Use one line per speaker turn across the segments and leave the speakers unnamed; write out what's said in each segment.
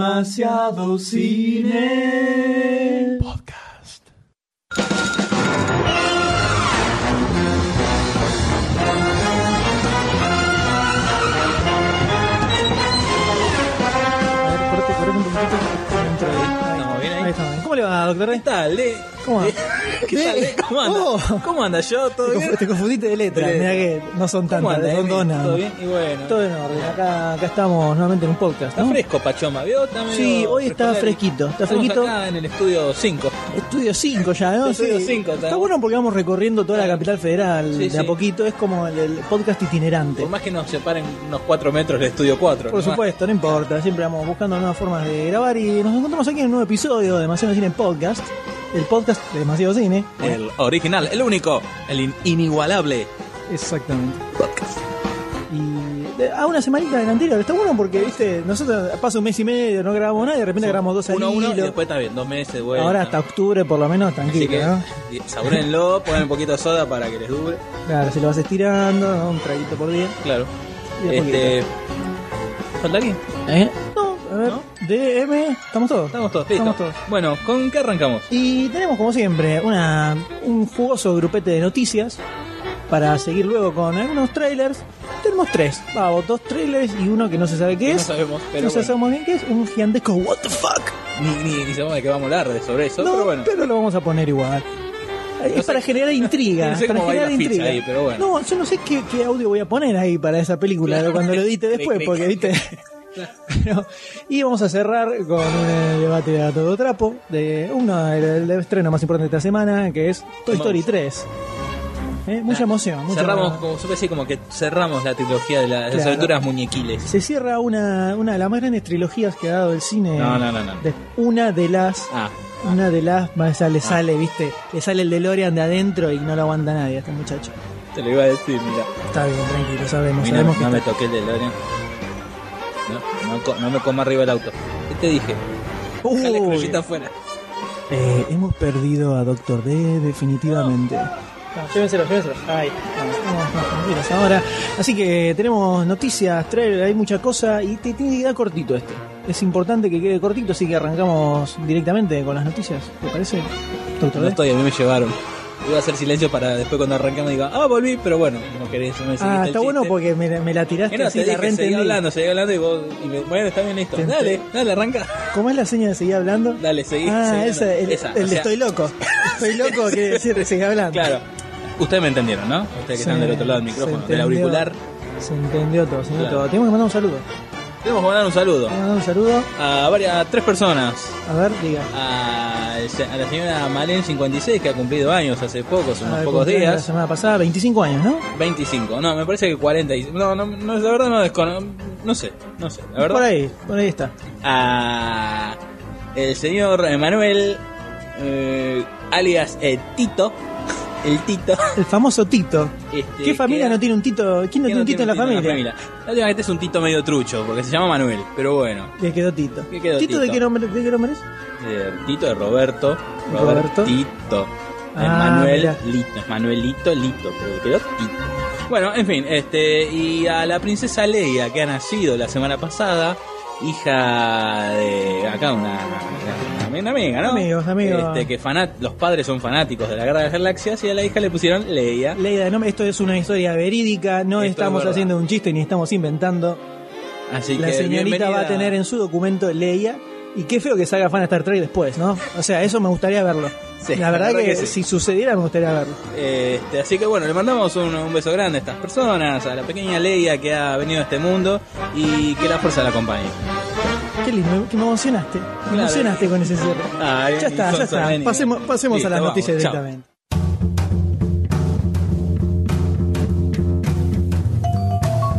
Demasiado cine. Podcast.
A ver, corte, corte un poquitito. Dentro de-
Estamos bien ahí.
Ahí estamos.
¿Cómo le va, doctor? ¿Qué tal? Le?
¿Cómo va?
Eh, ¿Qué tal? Le? ¿Cómo anda?
Oh.
¿Cómo anda yo? ¿Todo
Te,
bien?
confu- te confundiste de letra.
De
Mira
letra.
que no son
¿Cómo
tantas,
anda,
son
Emi?
dos nada.
¿Todo bien? Y bueno.
Todo en orden. Acá, acá estamos nuevamente en un podcast,
Está
¿no?
fresco, Pachoma, ¿vio? Está medio
Sí, hoy está
frescolari.
fresquito, está
Estamos
fresquito.
acá en el estudio 5.
Estudio 5 ya, ¿no?
Estudio cinco,
Está
está.
bueno porque vamos recorriendo toda la capital federal
Sí,
de a
sí.
poquito. Es como el, el podcast itinerante.
Por más que nos separen unos 4 metros del estudio 4.
Por supuesto, no importa. Siempre vamos buscando nuevas formas de grabar y nos encontramos aquí en un nuevo episodio de Demasiado Cine Podcast. El podcast de Demasiado Cine.
El original, el único, el in- inigualable.
Exactamente. Y de- a una semanita del anterior. Está bueno porque, viste, nosotros pasa un mes y medio, no grabamos nada y de repente grabamos dos al
Uno a uno y
hilo.
después está bien, dos meses de vuelta.
Ahora hasta octubre por lo menos,
Así
tranquilo,
que
¿no?
di- saboréenlo, pongan un poquito de soda para que les dure.
Claro, si lo vas estirando, ¿no? un traguito por día.
Claro.
Y de
Este. ¿Falta alguien?
poquito. ¿Eh? No, a ver,
¿No?
DM, estamos todos.
Estamos todos, listo.
Estamos todos.
Bueno, ¿con qué arrancamos?
Y tenemos como siempre una, un jugoso grupete de noticias para seguir luego con algunos trailers. Tenemos tres, vamos, dos trailers y uno que no se sabe qué
No
es.
sabemos, pero
no
bueno.
sabemos bien qué es, un gigantesco what the fuck.
Ni, ni, ni sabemos de qué vamos a hablar de sobre eso,
no,
pero bueno.
lo vamos a poner igual. Es
No sé-
para generar intriga.
no sé
para
cómo va a ir
generar
la ficha
intriga.
ahí, pero bueno.
No, yo no sé qué, qué audio voy a poner ahí para esa película
Claro.
cuando lo edite después,
Clic,
porque
clic.
viste. Pero- y vamos a cerrar con un eh, debate a todo trapo de uno del del estreno más importante de esta semana, que es Toy
Vamos.
Story 3. Eh, Mucha emoción. mucha-
cerramos, como supe decir, como que cerramos la trilogía de la- las
Claro. Eh,
aventuras muñequiles.
Se cierra una, una de las más grandes trilogías que ha dado el cine.
No, no, no, no.
De- una de las
Ah,
Una de las más le sale, viste, le sale el DeLorean de adentro y no lo aguanta nadie a este muchacho.
te lo iba a decir, mira.
Está bien, tranquilo, sabemos,
Mira,
sabemos que
no me
está.
toqué el DeLorean. No, no, co- no me coma arriba el auto. ¿Qué te dije? Dale
Uy,
crullita afuera.
eh, hemos perdido a Doctor D definitivamente.
Ah.
Ah, llévenselo, llévenselo. Ahí. Vamos, vamos, tranquilos ahora. Así que eh, tenemos noticias, trailer, hay mucha cosa y te tiene que quedar cortito este. Es importante que quede cortito, así que arrancamos directamente con las noticias. ¿Te parece, Doctor
No
D?
estoy, a mí me llevaron. Iba a hacer silencio para después cuando arranquemos diga, ah, volví, pero bueno, no querés, no me seguiste
Ah,
el
está bueno
chiste.
porque me, la- me la tiraste
Que no,
así,
te
la
dije, seguí
reentendí.
hablando, seguí hablando y vos, y me- bueno, está bien listo.
Te-
Dale, dale, arranca.
¿Cómo es la seña de seguir hablando?
Dale, seguí.
Ah,
seguí
esa, el,
hablando. Esa,
el
o
de
sea,
estoy loco. Estoy loco quiere decir, sigue hablando.
Claro. Ustedes me entendieron, ¿no? Ustedes que
Sí,
están del otro lado del
se
micrófono, del
entendió.
auricular.
Se entendió todo, se entendió
Claro.
todo. Tenemos que mandar un saludo.
Tenemos que mandar un saludo
Tenemos que mandar un saludo.
a varias, a tres personas.
A ver, diga.
A, a la señora Malén 56, que ha cumplido años hace poco, hace unos
Ah,
pocos
cumpleaños La
días.
semana pasada, 25 años, ¿no?
25, no, me parece que 40. y- No, no, no, la verdad no desconozco. No sé, no sé, la
Por
verdad.
ahí, por ahí está.
A el señor Manuel, eh, alias eh, Tito. El Tito.
El famoso Tito.
este,
¿Qué familia
que-
no tiene un Tito? ¿Quién no
que
tiene un Tito en la
tiene
familia?
La última que este es un Tito medio trucho, porque se llama Manuel, pero bueno.
Le quedó Tito.
Le quedó
¿Tito de
Tito.
qué nombre, de qué nombre es?
Eh, Tito de Roberto.
Roberto.
Robertito. Eh,
Ah,
Manuel
mirá.
Lito. Es Manuelito Lito, pero le quedó Tito. Bueno, en fin, este, y a la princesa Leia, que ha nacido la semana pasada, hija de acá una, una, una amiga, ¿no?
Amigos, amigos.
Este, que fanat, los padres son fanáticos de la Guerra de las Galaxias y a la hija le pusieron Leia.
Leida de nombre. Esto es una historia verídica. No
¿Ah? Esto es
estamos
verdad.
haciendo un chiste ni estamos inventando.
Así
La
que
señorita va a
bienvenida.
tener en su documento Leia. Y qué feo que salga fan a Star Trek después, ¿no? O sea, eso me gustaría verlo.
Sí,
la verdad, que,
sí.
si sucediera me gustaría verlo.
Este, así que bueno, le mandamos un, un beso grande a estas personas, a la pequeña Leia que ha venido a este mundo y que la fuerza la acompañe.
Qué lindo, me, que me emocionaste. Me emocionaste con ese cierre.
Ay,
ya está,
Ah, son-
ya
son
está.
genios.
Pasemos, pasemos
Listo,
a las
vamos,
noticias
chao.
directamente.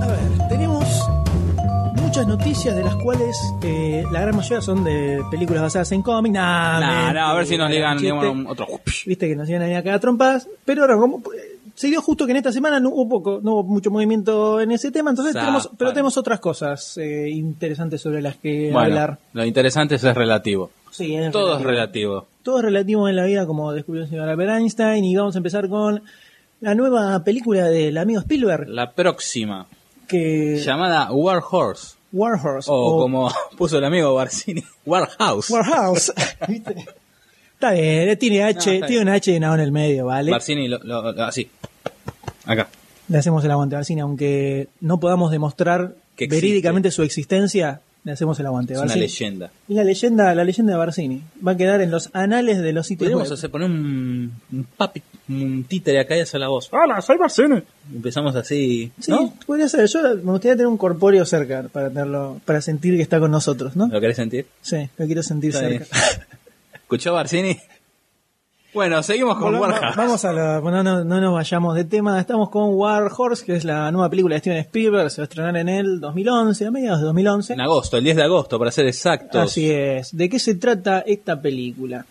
A ver, tenemos muchas noticias de las cuales eh, la gran mayoría son de películas basadas en cómics. Nah,
Nah, nah, a ver si nos
mentira,
ligan
chiste.
digamos, un- otro.
viste que nos iban a ir a cagar trompadas, pero ahora como eh, se dio justo que en esta semana no hubo poco, no hubo mucho movimiento en ese tema, entonces
Zafan.
tenemos, pero tenemos otras cosas eh, interesantes sobre las que
Bueno,
hablar.
lo interesante es, es relativo.
Sí, es
Todo es relativo.
Todo es relativo en la vida, como descubrió el señor Albert Einstein, y vamos a empezar con la nueva película del amigo Spielberg,
La próxima,
que
llamada War Horse.
Warhorse.
O, como puso el amigo Barcini, Warhouse.
Oh. Warhouse. ¿Viste? Está bien, eh, tiene H,
está
tiene
bien.
una H de nao en el medio, ¿vale?
Barcini, lo- lo- lo- así. Acá.
le hacemos el aguante, Barcini, aunque no podamos demostrar
Que existe.
verídicamente su existencia, le hacemos el aguante,
Es una
Barcini.
leyenda.
Es la leyenda, la leyenda de Barcini. Va a quedar en los anales de los sitios
Podríamos
web.
hacer, poner un, un papi, un títere acá y hacer la voz.
¡Hola, soy Barcini!
Empezamos así,
Sí,
¿no?
podría ser. Yo me gustaría tener un corpóreo cerca para tenerlo, para sentir que está con nosotros, ¿no?
¿Lo querés sentir?
Sí, lo quiero sentir
Está
cerca.
¿Escuchó Barcini? Bueno, seguimos con
Volvamos-
Warhouse.
Vamos a la, no, no, no nos vayamos de tema. Estamos con War Horse, que es la nueva película de Steven Spielberg. Se va a estrenar en el 2011, a mediados de 2011.
En agosto, el 10 de agosto, para ser exactos.
Así es. ¿De qué se trata esta película?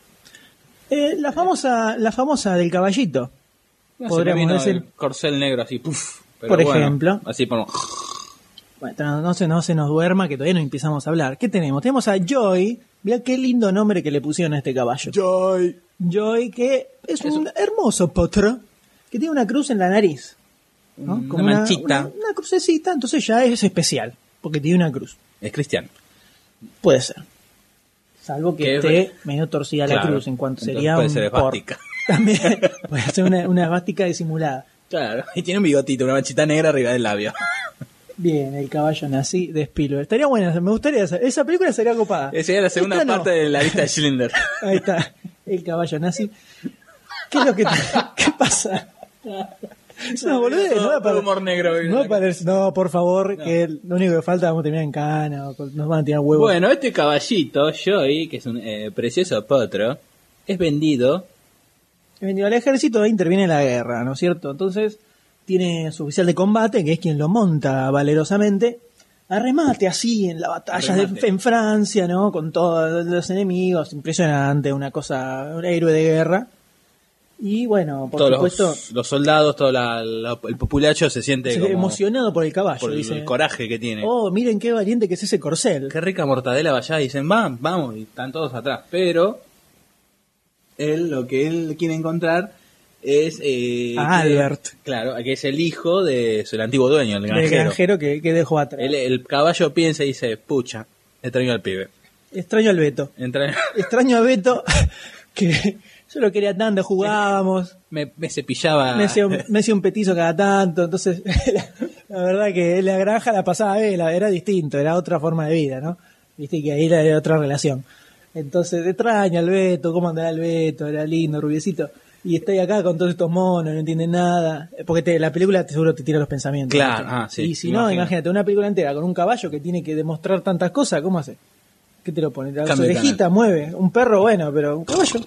Eh, la famosa, la famosa del caballito.
No se me
podríamos
vino
decir.
el corcel negro así, puf. Pero
Por
bueno,
ejemplo.
Así por...
Bueno, no, no se, no se nos duerma, que todavía no empezamos a hablar. ¿Qué tenemos? Tenemos a Joy. Mira qué lindo nombre que le pusieron a este caballo.
Joy.
Joy, que es un hermoso potro que tiene una cruz en la nariz. ¿no?
Una
Como
manchita.
Una, una crucecita, entonces ya es especial, porque tiene una cruz.
Es cristiano.
Puede ser. Salvo que
Que-
esté medio torcida la
Claro.
cruz, en cuanto
Entonces
sería
puede
un
ser
por-
esvástica.
También puede ser una, una esvástica disimulada.
Claro, y tiene un bigotito, una manchita negra arriba del labio.
Bien, el caballo nací de Spielberg. Estaría buena, me gustaría. esa- Esa película sería copada.
Esa era la segunda
Esta no.
parte de la lista de Schindler.
Ahí está, el caballo nazi. ¿Qué es lo que qué pasa? Es una boludez,
Todo-
no va a
todo
parar-
humor negro,
No, va a
¿verdad?
parar- no, por favor, que lo único que falta vamos a terminar en cana, o con- nos van a tirar huevos.
Bueno, este caballito, Joy, que es un eh, precioso potro, es vendido.
Bienvenido al ejército e interviene la guerra, ¿no es cierto? Entonces tiene su oficial de combate, que es quien lo monta valerosamente, a remate así en la batalla de-
Remate.
en Francia, ¿no? Con todos los enemigos, impresionante, una cosa, un héroe de guerra. Y bueno, por
todos
supuesto...
los, los soldados, todo la- la- el populacho se siente
Se ve
como-
emocionado por el caballo.
por el,
dice,
el coraje que tiene.
oh, miren qué valiente que es ese corcel.
Qué rica mortadela vaya, y dicen, vamos, vamos, y están todos atrás. Pero él, lo que él quiere encontrar es... eh,
A
que-
Ah, Albert.
Claro, que es el hijo de su el antiguo dueño, el
El
granjero.
granjero que, que dejó atrás.
El, el caballo piensa y dice, pucha, extraño al pibe.
Extraño al Beto.
Entra-
Extraño a Beto, que yo lo quería tanto, jugábamos.
me, me cepillaba.
Me hacía, un, me hacía un petizo cada tanto, entonces la, la verdad que la granja la pasaba a vela, era distinto, era otra forma de vida, ¿no? Viste que ahí era, era otra relación. Entonces, extraña al Beto, cómo andará el Beto, era lindo, rubiecito. Y estoy acá con todos estos monos, no entienden nada. Porque te- la película te, seguro te tira los pensamientos.
Claro,
¿viste?
ah, sí,
Y si no,
imagino.
imagínate, una película entera con un caballo que tiene que demostrar tantas cosas, ¿cómo hace? ¿Qué te lo pone? La
Cambia el
orejita mueve. Un perro, bueno, pero un caballo.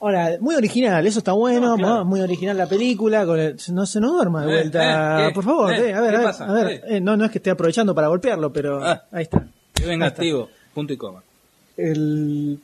Ahora, muy original, eso está bueno,
No, claro.
¿no? muy original la película, con el- no se nos duerma de
Eh,
vuelta,
eh, ¿qué?
por favor,
Eh,
eh, a ver,
¿qué
a ver,
pasa?
a ver,
Eh.
eh, no, no es que esté aprovechando para golpearlo, pero
Ah.
ahí está.
Qué vengativo, punto y coma.
El...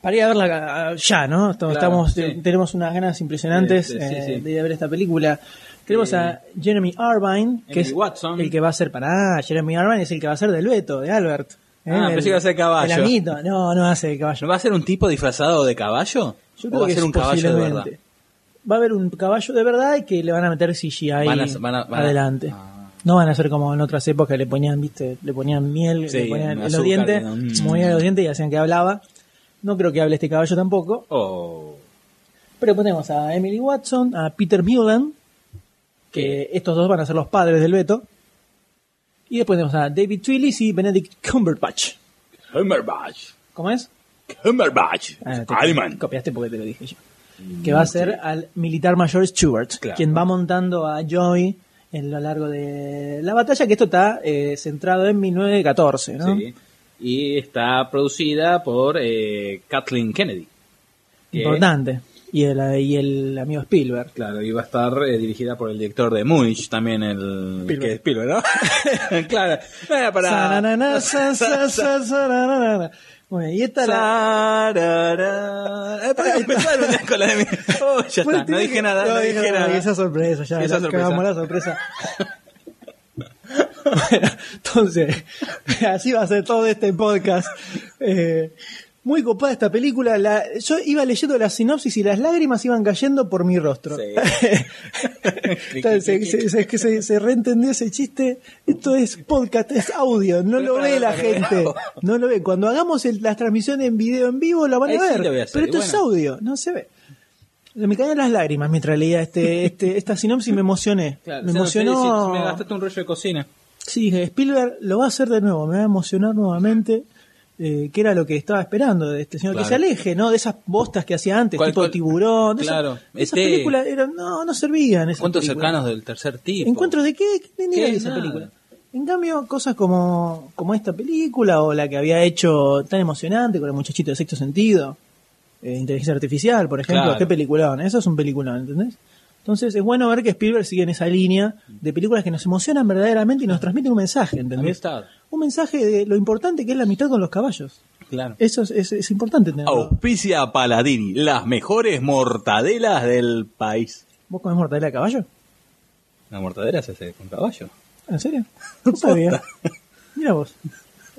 Para ir a verla ah, ya, ¿no? Estamos,
Claro,
estamos-
sí.
Tenemos unas ganas impresionantes
Sí, sí,
eh,
sí, sí.
de ir a ver esta película. Tenemos
Eh,
a Jeremy Irvine, que
Emily
es
Watson.
el que va a ser para... Ah, Jeremy Irvine es el que va a ser del Beto, de Albert. eh,
Ah,
el-
pensé que iba a ser caballo.
El amito, no, no hace de caballo.
¿No va a ser un tipo disfrazado de caballo?
Yo
¿O
creo
va a
que
ser un caballo de verdad?
posiblemente. Va a haber un caballo de verdad y que le van a meter CGI
Van a- van a- van a-
adelante.
Ah.
No van a ser como en otras épocas que le ponían, viste, le ponían miel,
Sí,
le ponían en los
azúcar,
dientes,
¿no? Mm.
movían los dientes y hacían que hablaba. No creo que hable este caballo tampoco.
Oh.
Pero ponemos a Emily Watson, a Peter Mullan, que estos dos van a ser los padres del Beto. Y después tenemos a David Twillis y Benedict Cumberbatch.
Cumberbatch.
¿Cómo es?
Cumberbatch.
Ah, te-
Spiderman.
Copiaste porque te lo dije yo. Que va a ser al militar mayor Stewart,
Claro.
quien va montando a Joey en lo largo de la batalla, que esto está eh, centrado en 1914, ¿no?
Sí. Y está producida por eh, Kathleen Kennedy. que-
Importante. Y el, y el amigo Spielberg.
Claro, y va a estar eh, dirigida por el director de Munich, también el...
Spielberg.
que es Spielberg, ¿no? claro. Era para...
Sararana, sa, sa, sa, sararana. Bueno, y esta la...
Sarará. Eh, para empezar venías con la de mí. Oh, ya
Bueno,
está, no
tenés
dije
Pues que-
nada, no dije nada.
Esa sorpresa, ya.
Esa
la
sorpresa.
cagamos la sorpresa. Bueno, entonces, así va a ser todo este podcast. Eh, Muy copada esta película. La, yo iba leyendo la sinopsis y las lágrimas iban cayendo por mi rostro. Tal, se, se, se, se- se reentendió ese chiste. Esto es podcast, es audio. No lo ve la gente. No lo ve. Cuando hagamos el- las transmisiones en video en vivo, la van a
Ahí sí
ver.
lo voy a hacer,
Pero esto
y
es
bueno.
audio, no se ve. Me caían las lágrimas mientras leía este, este, esta sinopsis y me emocioné.
Claro,
me
o sea, no sé,
emocionó.
si- si me gastaste un rollo de cocina.
Sí, dije, Spielberg lo va a hacer de nuevo, me va a emocionar nuevamente, eh, que era lo que estaba esperando de este señor,
Claro.
que se aleje, ¿no? De esas bostas que hacía antes,
¿Cuál-
tipo
cuál?
tiburón, de
Claro,
esas, de esas
ET.
películas eran, no, no servían. esas
¿Cuántos
películas.
cercanos del tercer tipo?
¿Encuentros de qué? ¿Qué tenía
¿Qué?
esa
Nada.
película? En cambio, cosas como, como esta película o la que había hecho tan emocionante con el muchachito de sexto sentido, eh, Inteligencia Artificial, por ejemplo,
Claro.
qué peliculón, eso es un peliculón, ¿entendés? Entonces es bueno ver que Spielberg sigue en esa línea de películas que nos emocionan verdaderamente y nos transmiten un mensaje, ¿entendés?
Amistad.
Un mensaje de lo importante que es la amistad con los caballos.
Claro.
Eso es, es- es importante tenerlo.
Auspicia Paladini, las mejores mortadelas del país.
¿Vos comés mortadela de caballo?
La mortadela se hace con caballo.
¿En serio? No sabía. Mira vos.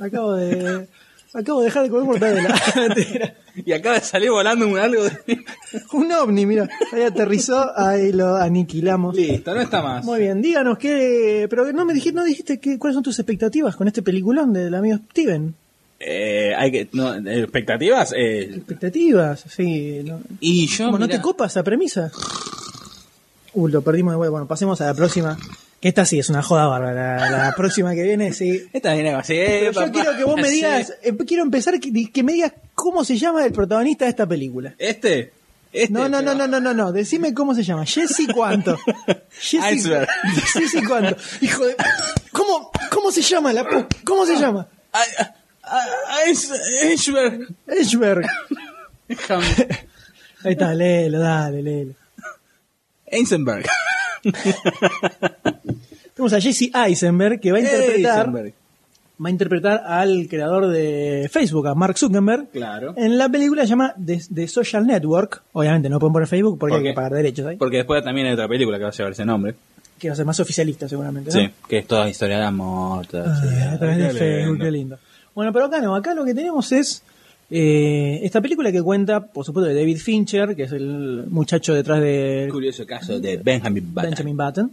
Acabo de. Acabo de dejar de comer mortadela. Mentira.
Y acaba de salir volando un algo de...
Un ovni, mira. Ahí aterrizó, ahí lo aniquilamos.
Listo, no está más.
Muy bien, díganos qué. Pero no me dijiste, no dijiste qué, cuáles son tus expectativas con este peliculón del amigo Steven.
Eh, hay que, no, eh, expectativas. eh,
Expectativas, sí. No,
y yo.
¿Cómo no
mirá,
te copa esa premisa? Uh, lo perdimos de vuelta. Bueno, pasemos a la próxima. Que esta sí es una joda bárbara. La, la próxima que viene, sí.
Esta viene así.
Pero yo quiero que vos me digas, eh, quiero empezar que, que me digas cómo se llama el protagonista de esta película.
Este. Este.
No, no, no,
pero-
no, no, no, no. Decime cómo se llama. Jesse cuánto. Jesse,
Iceberg.
Jesse cuánto. Hijo de. ¿Cómo, cómo se llama la pu- ¿Cómo se llama?
Ay, ay, ay, es- Iceberg.
Edgeberg.
Ham-
Ahí está, léelo, dale, léelo.
Eisenberg.
Tenemos a Jesse Eisenberg que va a interpretar.
Eisenberg.
Va a interpretar al creador de Facebook, a Mark Zuckerberg.
Claro.
En la película se llama The, The Social Network. Obviamente no pueden poner Facebook porque
¿Por
hay que
qué?
pagar derechos ahí.
Porque después también hay otra película que va a llevar ese nombre.
Que va a ser más oficialista seguramente. ¿no?
Sí, que es toda historia de amor. toda-
Ah,
sí,
a través de
qué
Facebook,
lindo.
qué lindo. Bueno, pero acá no, acá lo que tenemos es eh, esta película que cuenta, por supuesto, de David Fincher, que es el muchacho detrás de
Curioso caso de Benjamin Button.
Benjamin Button.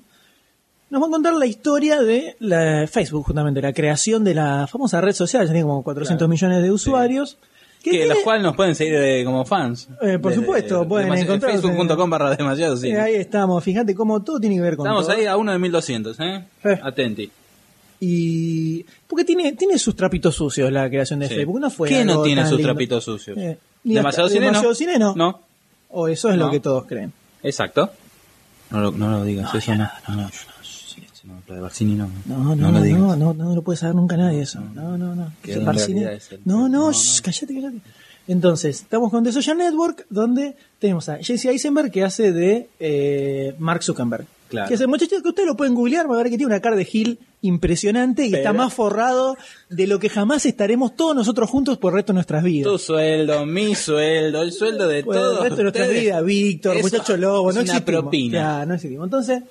Nos va a contar la historia de la Facebook, justamente, la creación de la famosa red social, ya tiene como 400
Claro.
millones de usuarios.
Que,
tiene-
los cuales nos pueden seguir eh, como fans.
Eh, por supuesto, pueden
demasi- en
encontrarnos en-
Facebook.com barra demasiado
eh,
cine.
ahí estamos, fíjate cómo todo tiene que ver con
Estamos
todo.
ahí a uno de 1200, ¿eh?
Eh.
Atenti.
Y porque tiene tiene sus trapitos sucios la creación de
Sí.
Facebook, no fue
¿Qué no
algo
tiene
tan
sus
lindo.
trapitos sucios?
Eh, ni
demasiado
hasta-
cine,
demasiado
no.
cine no.
No,
O Oh, eso es
No.
lo que todos creen.
exacto. No lo, no lo digas, eso no. No, no, no, no, no, lo de Barcini no.
No, no,
lo
no,
digas.
no, no, lo puede saber nunca nadie eso. No, no, no.
Que
Se
en
parcine-
realidad es el-
No,
no,
no,
no.
shh, cállate, cállate. Entonces, estamos con The Social Network, donde tenemos a Jesse Eisenberg que hace de eh, Mark Zuckerberg.
Claro.
Que es el muchacho que ustedes lo pueden googlear, van a ver que tiene una cara de Gil impresionante y está
Pero-
más forrado de lo que jamás estaremos todos nosotros juntos por el resto de nuestras vidas.
Tu sueldo, mi sueldo, el sueldo de
Bueno,
todos.
el resto de nuestra
ustedes.
vida, Víctor,
Eso
muchacho lobo,
es
no
una
existimos.
propina.
Claro, no existimos. Entonces,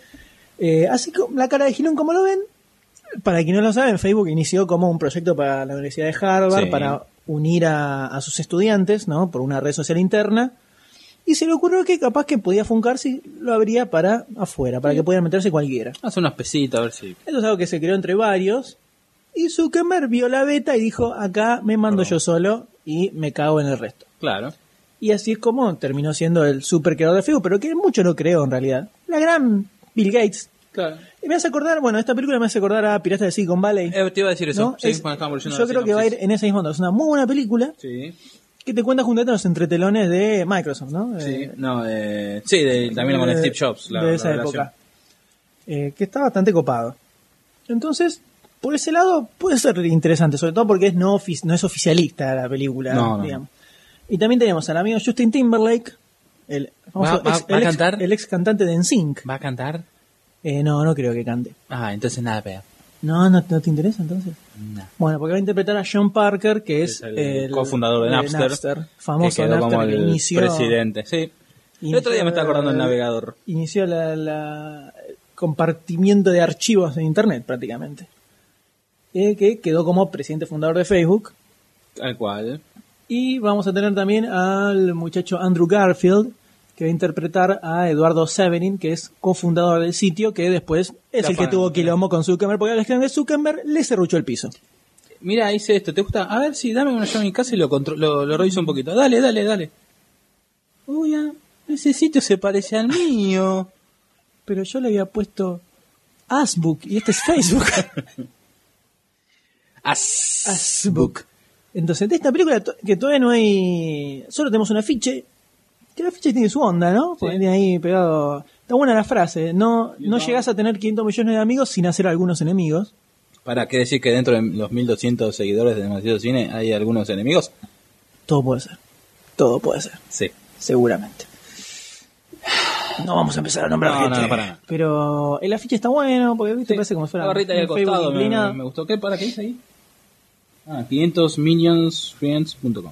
eh, así como la cara de Girón, como lo ven, para quien no lo sabe, Facebook inició como un proyecto para la Universidad de Harvard,
Sí.
para unir a, a sus estudiantes, ¿no? Por una red social interna. Y se le ocurrió que capaz que podía funcar si lo abría para afuera, para que pudiera meterse cualquiera.
Haz unos pesitos, a ver si.
Eso es algo que se creó entre varios. Y Zuckerberg vio la beta y dijo, acá me mando
Perdón.
yo solo y me cago en el resto.
Claro.
Y así es como terminó siendo el super creador de Facebook, pero que mucho lo creó en realidad. La gran Bill Gates.
Claro.
Y me hace acordar, bueno, esta película me hace acordar a Piratas de Silicon Valley.
Eh, te iba a decir eso.
¿no?
Sí,
Es-
cuando estábamos leyendo
yo
la
creo que va a ir
sinopsis.
en ese mismo onda. Es una muy buena película
Sí.
que te cuenta juntando los entretelones de Microsoft, ¿no?
Sí,
Eh,
no, eh, sí de- también con
de-
Steve Jobs. La,
de esa
la relación.
época. Eh, que está bastante copado. Entonces, por ese lado puede ser interesante, sobre todo porque es no, ofi- no es oficialista la película,
No, no.
digamos. Y también tenemos al amigo Justin Timberlake, el, famoso
va- va a
el
cantar?
el ex cantante de NSYNC.
¿Va a cantar?
Eh, no, no creo que cante.
Ah, entonces nada, pega.
No, no, no te interesa entonces.
Nah.
Bueno, porque va a interpretar a John Parker, que es,
Es el cofundador de Napster,
famoso
que quedó
Napster
como
que
el
inició-
presidente. Sí. El otro día me estaba acordando el
inició-
navegador.
inició la, la- el compartimiento de archivos en internet prácticamente Eh, que quedó como presidente fundador de Facebook
Tal cual.
Y vamos a tener también al muchacho Andrew Garfield, que va a interpretar a Eduardo Severin, que es cofundador del sitio, que después es
La
el que
fan,
tuvo
mira.
quilombo con Zuckerberg, porque al de Zuckerberg le cerruchó el piso.
Mira, hice esto, ¿te gusta? A ver si dame una llave en mi casa y lo, contro- lo, lo reviso un poquito. Dale, dale, dale. Uy, ah, ese sitio se parece al mío.
Pero yo le había puesto Asbook y este es Facebook.
Asbook.
Asbook. Entonces, de esta película to- que todavía no hay. Solo tenemos un afiche. Que el afiche tiene su onda, ¿no? Porque
Sí.
tiene ahí pegado. Está buena la frase. No,
You
no
know.
llegás a tener 500 millones de amigos sin hacer algunos enemigos.
¿Para qué decir que dentro de los 1200 seguidores de Demasiado Cine hay algunos enemigos?
Todo puede ser. Todo puede ser.
Sí.
Seguramente. No vamos a empezar a nombrar
No,
gente.
no, no, para nada.
Pero el afiche está bueno, porque viste, parece como si fuera
La barrita ahí
un
al
Facebook
costado me,
inclinado.
me- me gustó. ¿Qué? ¿Para qué dice ahí? Ah, 500 millionsfriends.com.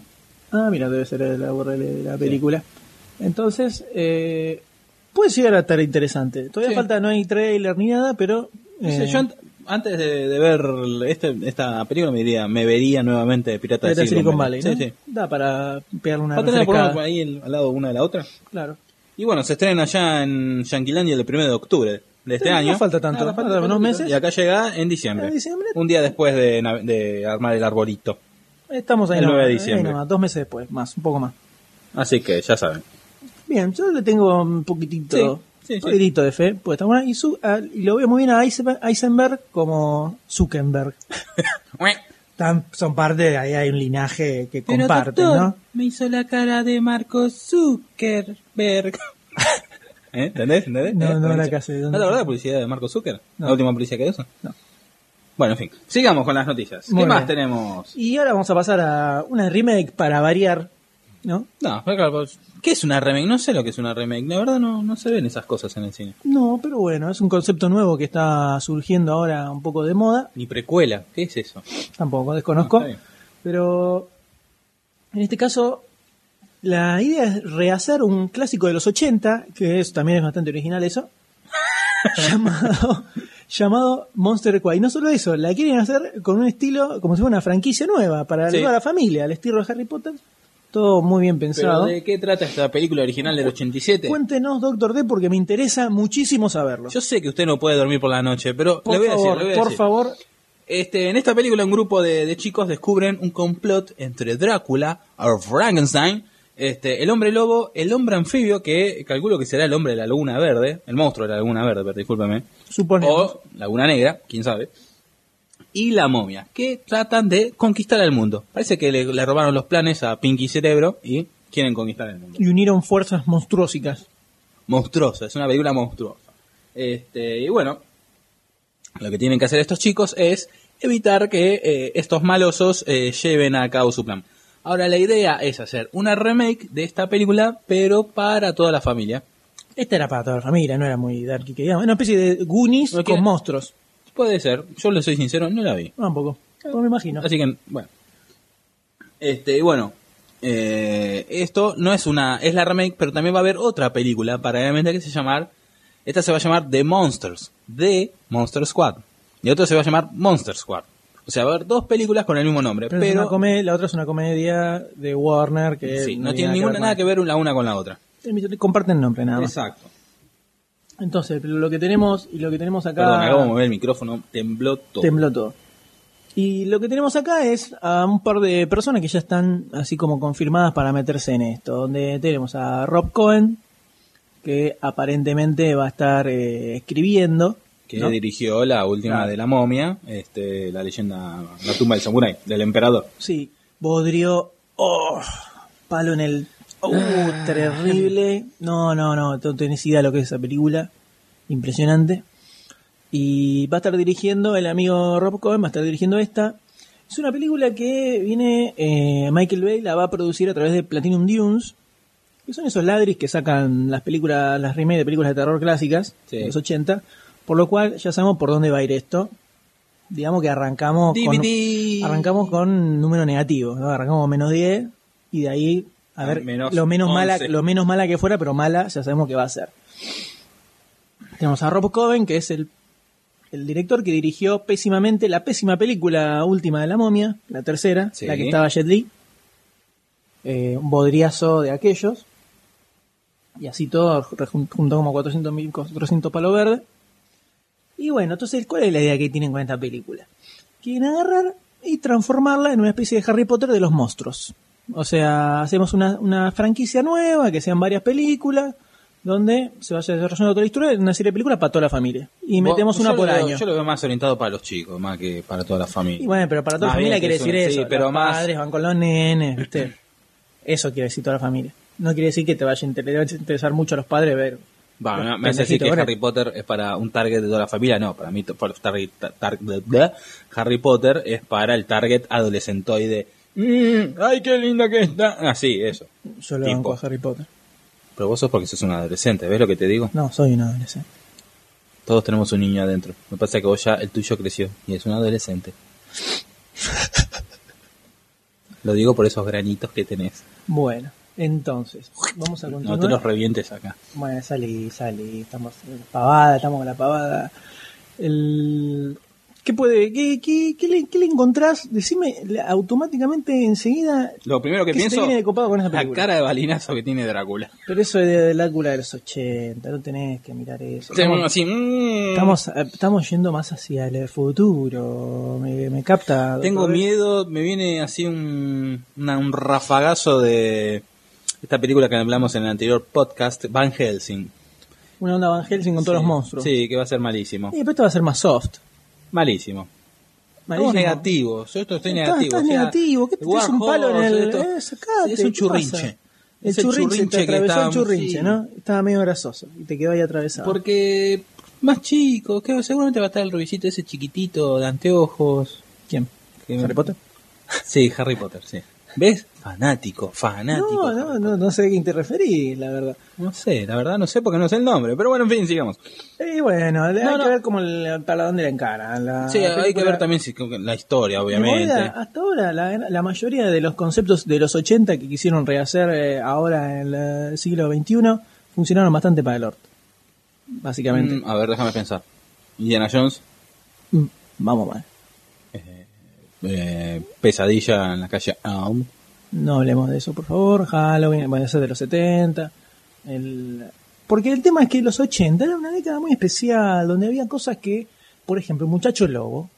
Ah, mira, debe ser la URL de la película. Entonces, eh, puede llegar a estar interesante. Todavía
Sí.
falta, no hay trailer ni nada, pero...
No sé,
eh,
yo ant- antes de, de ver este- esta película me diría, me vería nuevamente de Pirata
Pirata
de
de Silicon Valley,
Sí,
¿no?
sí.
Da para pegarle una
Va a tener por
refrescada.
ahí el- al lado una de la otra.
Claro.
Y bueno, se estrena allá en Yanquilandia el 1 de octubre de este
Sí, no
año.
falta tanto,
Nada,
falta unos
poquito.
meses.
Y acá llega en diciembre.
En diciembre.
Un día después de, na- de armar el arbolito.
Estamos ahí
El
nomás,
9 de
ahí
diciembre.
nomás, dos meses después, más, un poco más.
Así que ya saben.
Bien, yo le tengo un poquitito,
Sí, sí, sí.
poquitito de fe, pues está buena. Y, su- a- y lo veo muy bien a Eisen- Eisenberg como Zuckerberg. Tan- son parte de ahí, hay un linaje que comparten, ¿no?
me hizo la cara de Marco Zuckerberg. ¿Entendés? ¿Entendés?
No,
¿Eh?
no la
¿Eh?
casé,
¿No
¿dónde?
te acordás de la publicidad de Marco Zucker?
No.
¿La última publicidad que hizo?
No.
Bueno, en fin. Sigamos con las noticias.
Muy
¿Qué más
bien.
tenemos?
Y ahora vamos a pasar a una remake para variar, ¿no?
No, claro, pues, ¿qué es una remake? No sé lo que es una remake. La verdad no, no se ven esas cosas en el cine.
No, pero bueno, es un concepto nuevo que está surgiendo ahora un poco de moda,
Ni precuela. ¿Qué es eso?
tampoco desconozco,
No, Ah, está bien.
pero en este caso la idea es rehacer un clásico de los 80, que es, también es bastante original eso, llamado, llamado Monster Quad. Y no solo eso, la quieren hacer con un estilo como si fuera una franquicia nueva, para
Sí.
toda la familia, al estilo de Harry Potter, todo muy bien
¿Pero
pensado.
de qué trata esta película original del 87?
Cuéntenos, Doctor D, porque me interesa muchísimo saberlo.
Yo sé que usted no puede dormir por la noche, pero
por
le voy a decir,
favor,
le voy a
por
decir.
favor,
Este, en esta película un grupo de, de chicos descubren un complot entre Drácula, o Frankenstein, este, el hombre lobo, el hombre anfibio, que calculo que será el hombre de la laguna verde, el monstruo de la laguna verde, pero discúlpame,
suponemos.
o laguna negra, quién sabe, y la momia, que tratan de conquistar el mundo. Parece que le, le robaron los planes a Pinky Cerebro y quieren conquistar el mundo.
Y unieron fuerzas monstruosas.
monstruosa, es una película monstruosa. Este, y bueno, lo que tienen que hacer estos chicos es evitar que eh, estos malosos eh, lleven a cabo su plan. Ahora la idea es hacer una remake de esta película, pero para toda la familia.
Esta era para toda la familia, no era muy darky que digamos. Era una especie de Goonies
Ok.
con monstruos.
Puede ser, yo le soy sincero, no la vi.
Ah, un poco. No me imagino.
Así que, bueno. Este, y bueno. eh, esto no es una. Es la remake, pero también va a haber otra película paralelamente que se llamar. Esta se va a llamar The Monsters. The Monster Squad. Y otra se va a llamar Monster Squad. O sea, va a haber dos películas con el mismo nombre.
Pero,
Pero,
es una come- la otra es una comedia de Warner que
sí, no tiene ninguna
ver
nada
con-
que ver la una con la otra.
Comparten nombre nada más.
Exacto.
Entonces, pero lo que tenemos y lo que tenemos acá
Perdón, acabo de mover el micrófono, tembló todo.
tembló todo. Y lo que tenemos acá es a un par de personas que ya están así como confirmadas para meterse en esto. Donde tenemos a Rob Cohen, que aparentemente va a estar eh, escribiendo.
que
¿no?
dirigió la última
Claro.
de la momia, este, la leyenda, la tumba del samurái, del emperador.
Sí, Bodrio. Oh, palo en el. Uh, terrible. No, no, no. No tenés idea lo que es esa película. Impresionante. Y va a estar dirigiendo el amigo Rob Cohen, va a estar dirigiendo esta. Es una película que viene. eh, Michael Bay la va a producir a través de Platinum Dunes. Que son esos ladris que sacan las películas, las remakes de películas de terror clásicas
Sí.
de los 80. Por lo cual ya sabemos por dónde va a ir esto. Digamos que arrancamos con,
DVD.
Arrancamos con número negativo, ¿no? arrancamos con menos 10 y de ahí, a
Ah,
ver,
menos
lo, menos
11.
mala, lo menos mala que fuera, pero mala ya sabemos que va a ser. Tenemos a Rob Coven, que es el, el director que dirigió pésimamente la pésima película última de la momia, la tercera,
Sí.
la que estaba Jet Li. eh, un bodriazo de aquellos. Y así todo, rejun- juntó como 400, mil- 400 palo verde. Y bueno, entonces, ¿cuál es la idea que tienen con esta película? Quieren agarrar y transformarla en una especie de Harry Potter de los monstruos. O sea, hacemos una, una franquicia nueva, que sean varias películas, donde se vaya desarrollando toda la historia en una serie de películas para toda la familia. Y metemos
Yo
una
lo
por
veo-
año.
Yo lo veo más orientado para los chicos, más que para toda la familia.
Y bueno, pero para toda la
Más
familia
Ah, bien
quiere
que
decir
es
eso.
un- sí, pero
los
más-
padres van con los nenes, ¿viste? Eso quiere decir toda la familia. No quiere decir que te vaya a inter- le vaya a interesar mucho a los padres ver.
Va,
los
no, me hace decir
pendejitos,
que
¿verdad?
Harry Potter es para un target de toda la familia. No, para mí to- para los target- tar- tar- bla, bla, Harry Potter es para el target adolescentoide. Mm, ¡Ay, qué linda que está! Así, eso.
Yo lo
Tipo.
banco a Harry Potter.
Pero vos sos porque sos un adolescente, ¿ves lo que te digo?
No, soy un adolescente.
Todos tenemos un niño adentro. Me pasa que vos ya, el tuyo creció y es un adolescente. Lo digo por esos granitos que tenés.
Bueno, entonces, vamos a
No
continuar.
te los revientes acá.
Bueno, salí, salí. Estamos en la pavada, estamos con la pavada. El... ¿Qué puede, qué, qué, qué le, qué le encontrás? Decime le- automáticamente enseguida
Lo primero que
qué se te
pienso,
viene de copado con Ah, esa
la
película.
cara de balinazo que tiene Drácula.
Pero eso es de Drácula de los 80, no tenés que mirar eso. Estamos,
Así, mm.
estamos, eh, estamos yendo más hacia el futuro, me, me capta. ¿eh?
Tengo
doctor.
miedo, me viene así un, una- un rafagazo de esta película que hablamos en el anterior podcast, Van Helsing.
Una onda Van Helsing con todos
Sí,
los monstruos.
Sí, que va a ser malísimo.
Eh, pero esto va a ser más soft.
Malísimo.
Malísimo.
Estamos negativos, yo estoy
Estás-
negativo.
estás
o sea,
negativo, ¿qué te tenés un
Warhol,
palo en el-
esto-
eh, sacate,
es un
¿qué pasa? El
churrinche. Es el
churrinche, te
churrinche que
atravesó el
estábamos-
churrinche,
sí.
¿no? Estaba medio grasoso y te quedó ahí atravesado.
Porque más chico, que seguramente va a estar el rubicito ese chiquitito de anteojos.
quién?
Que-
¿Harry Potter?
Sí, Harry Potter, sí. ¿Ves? Fanático, fanático.
No, no, no, no sé a quién te referís, la verdad.
No sé, la verdad no sé porque no sé el nombre, pero bueno, en fin, sigamos.
Y Eh, bueno, hay
No,
que
no.
ver como el paladón de la encara. La
Sí, hay que
Ah, película-
ver también si- la historia, obviamente.
Ahora, hasta ahora, la, la mayoría de los conceptos de los 80 que quisieron rehacer eh, ahora en el siglo XXI funcionaron bastante para el orto. Básicamente.
Mm, a ver, déjame pensar. Indiana Jones,
Mm, Vamos mal.
eh, Pesadilla en la calle Elm.
No hablemos de eso, por favor. Halloween, bueno, eso es de los 70. El... Porque el tema es que los 80 era una década muy especial, donde había cosas que, por ejemplo, Muchacho Lobo,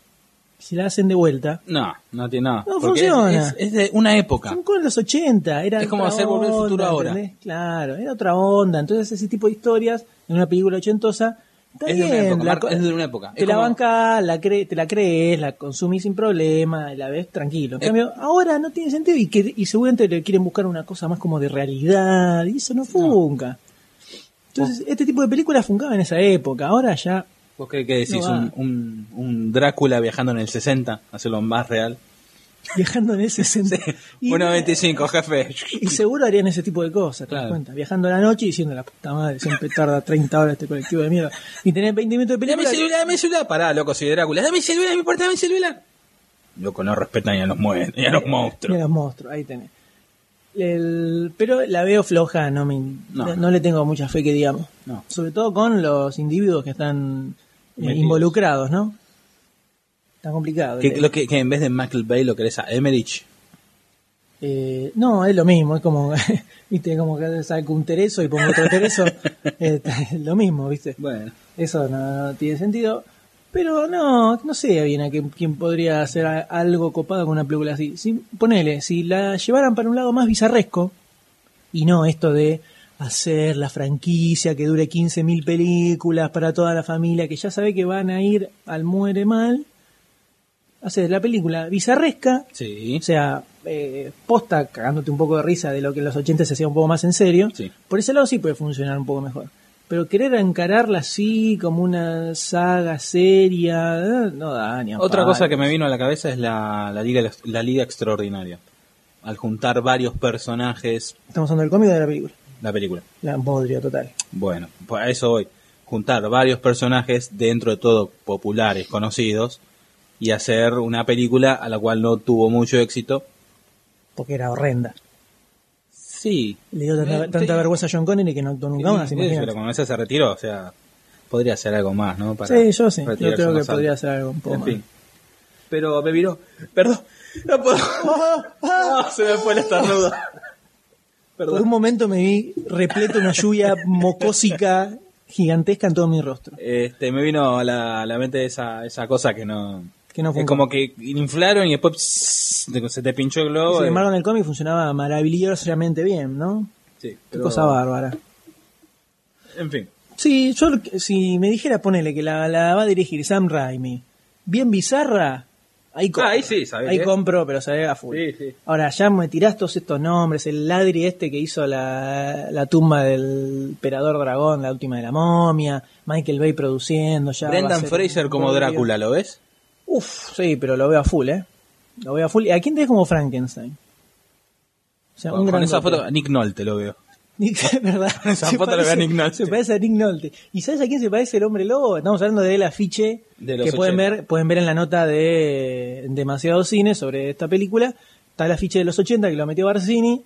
si la hacen de vuelta,
No, no tiene nada.
No
Porque es-
funciona.
Es, es de una época.
Son con los 80, era
Ah. Es como
otra
hacer Volver al
onda,
Futuro ahora.
¿entendés? Claro, era otra onda. Entonces ese tipo de historias en una película ochentosa, está
Es de
bien,
una época.
la
Marco,
co-
es de una época.
te
Es
la
como-
bancás, la cre- te la crees, la consumís sin problema, la ves
Eh.
tranquilo. En cambio, ahora no tiene sentido y, que, y seguramente le quieren buscar una cosa más como de realidad y eso no funca. Entonces, este tipo de películas funcaban en esa época. Ahora ya
¿Vos qué, qué decís?
No va.
un, un- un Drácula viajando en el 60, hacerlo más real.
viajando en ese sentido. Y-
1.25, jefe.
Y seguro harían ese tipo de cosas, te das
Claro.
cuenta. Viajando a la noche y diciendo, la puta madre, siempre tarda 30 horas este colectivo de mierda. Y tenés 20 minutos de
Dame
película.
el celular, dame el celular. Pará, loco, soy Drácula. Dame el celular, no me importa, dame el celular. Loco, no respetan ni a los, mue- ni a los
Mira
monstruos.
los monstruos, ahí tenés. El- pero la veo floja, no, me, no.
No.
no le tengo mucha fe que digamos.
No.
Sobre todo con los individuos que están eh,
Metidos.
involucrados, ¿no? Está complicado.
Que, lo que, que en vez de McElvey lo querés a Emerich.
Eh, no, es lo mismo, es como, viste, como que saco un tereso y pongo otro tereso. Eh, es lo mismo, viste.
Bueno.
Eso no, no tiene sentido. Pero no, no sé bien a quién, quién podría hacer a- algo copado con una película así. Si, ponele, si la llevaran para un lado más bizarresco, y no esto de hacer la franquicia que dure 15.000 películas para toda la familia, que ya sabe que van a ir al muere mal, hacer la película bizarresca,
Sí.
o sea, eh, posta cagándote un poco de risa de lo que en los 80 se hacía un poco más en serio.
Sí.
Por ese lado sí puede funcionar un poco mejor. Pero querer encararla así como una saga seria, eh, no da ni a
Otra
palo.
cosa que me vino a la cabeza es la, la, liga, la liga extraordinaria. Al juntar varios personajes,
Estamos hablando del cómic o de la película.
la película.
La bodrio total.
Bueno, pues a eso voy. Juntar varios personajes dentro de todo populares, conocidos, y hacer una película a la cual no tuvo mucho éxito.
Porque era horrenda.
Sí.
Le dio tanta,
Eh,
tanta
sí.
vergüenza a John Connery que no actuó nunca más,
Sí,
imagínate.
pero con esa se retiró, o sea, podría hacer algo más, ¿no? Para
Sí, yo sí. Yo
retirarse
creo que
más alto.
podría hacer algo un poco
En
más.
fin. Ah, Pero me miró. Perdón, no puedo. No, se me fue el estarnudo.
Por un momento me vi repleto de una lluvia mocósica gigantesca en todo mi rostro.
Este, me vino a la, a la mente esa, esa cosa que no.
Que no
es
funcionó.
como que inflaron y después pss, te- se te pinchó el globo.
Sin
y-
embargo, en el cómic funcionaba maravillosamente bien, ¿no?
sí,
Qué
pero-
cosa bárbara.
En fin.
Sí, yo lo que- si me dijera, ponele que la, la va a dirigir Sam Raimi. Bien bizarra, ahí compro.
Ah, ahí sí, sabés
Ahí
que-
compro, pero sabés a full.
Sí, sí.
Ahora, ya me tirás todos estos nombres, el ladri este que hizo la, la tumba del emperador dragón, la última de la momia, Michael Bay produciendo, ya... va a
Brendan
ser
Fraser
un
como
bodrio.
Drácula, ¿lo ves?
Uf, sí, pero lo veo a full, ¿eh? Lo veo a full. ¿Y a quién tenés como Frankenstein? O sea,
Con, con esa
grandote.
foto, Nick Nolte lo veo.
Nick, ¿verdad?
Esa
Se
foto la ve a Nick Nolte.
Se parece a Nick Nolte. ¿Y sabes a quién se parece el hombre lobo? Estamos hablando del afiche
De los
que pueden
80.
ver, pueden ver en la nota de Demasiado Cine sobre esta película. Está el afiche de los 80 que lo metió Barcini.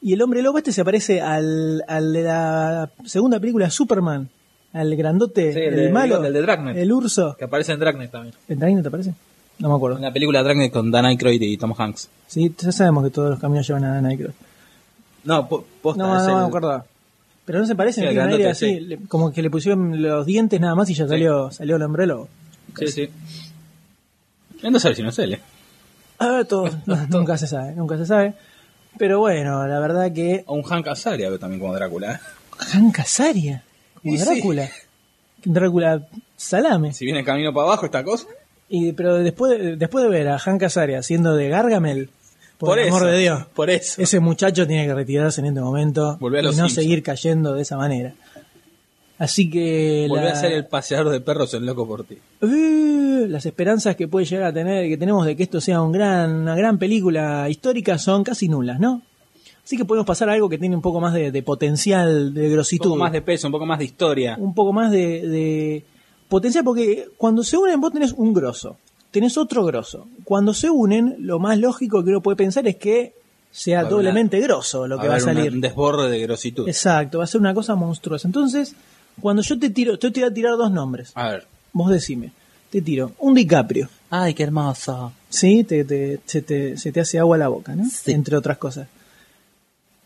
Y el hombre lobo este se parece al, al de la segunda película Superman, al grandote,
Sí, el
el,
de-
malo,
el de Dragnet.
el urso.
Que aparece en Dragnet también.
¿En Dragnet te parece? No me acuerdo.
Una película Dragnet con Dan Aykroyd y Tom Hanks.
Sí, ya sabemos que todos los caminos llevan a Nightcrawler.
No, po- posta.
No,
es
no,
el-
me acuerdo. Pero no se parecen,
Sí, el
tiene un aire
grandote,
así,
sí.
le- como que le pusieron los dientes nada más y ya salió, salió el hombre lobo.
Sí, sí. Entonces, a ver si no eh. sale.
A ver, Ah, todo, no, nunca se sabe, nunca se sabe. Pero bueno, la verdad que
O un Hank Azaria veo también como Drácula.
Hank Azaria, como
Y sí.
Drácula. Drácula salame.
Si viene el camino para abajo esta cosa.
Y, pero después, de- después de ver a Hank Azaria haciendo de Gargamel, por, el
eso,
amor de Dios,
Por eso.
ese muchacho tiene que retirarse en este momento
Volvé a
y no
los Simpsons.
seguir cayendo de esa manera. Así que...
Volver
la-
a ser el paseador de perros en Loco por ti.
Uh, las esperanzas que puede llegar a tener, que tenemos de que esto sea un gran, una gran película histórica son casi nulas, ¿no? Así que podemos pasar a algo que tiene un poco más de, de potencial, de
Un
grositud,
poco más de peso, un poco más de historia.
un poco más de, de potencial, porque cuando se unen vos tenés un grosso, tenés otro grosso. Cuando se unen, lo más lógico que uno puede pensar es que sea
Habrá-
doblemente grosso lo que va a
Haber una-
salir.
Un desborde de grositud.
Exacto, va a ser una cosa monstruosa. Entonces, cuando yo te tiro, yo te voy a tirar dos nombres,
A ver.
vos decime, te tiro un DiCaprio.
Ay, qué hermoso.
Sí, te, te- se, te, se te hace agua la boca, ¿no?
Sí.
Entre otras cosas.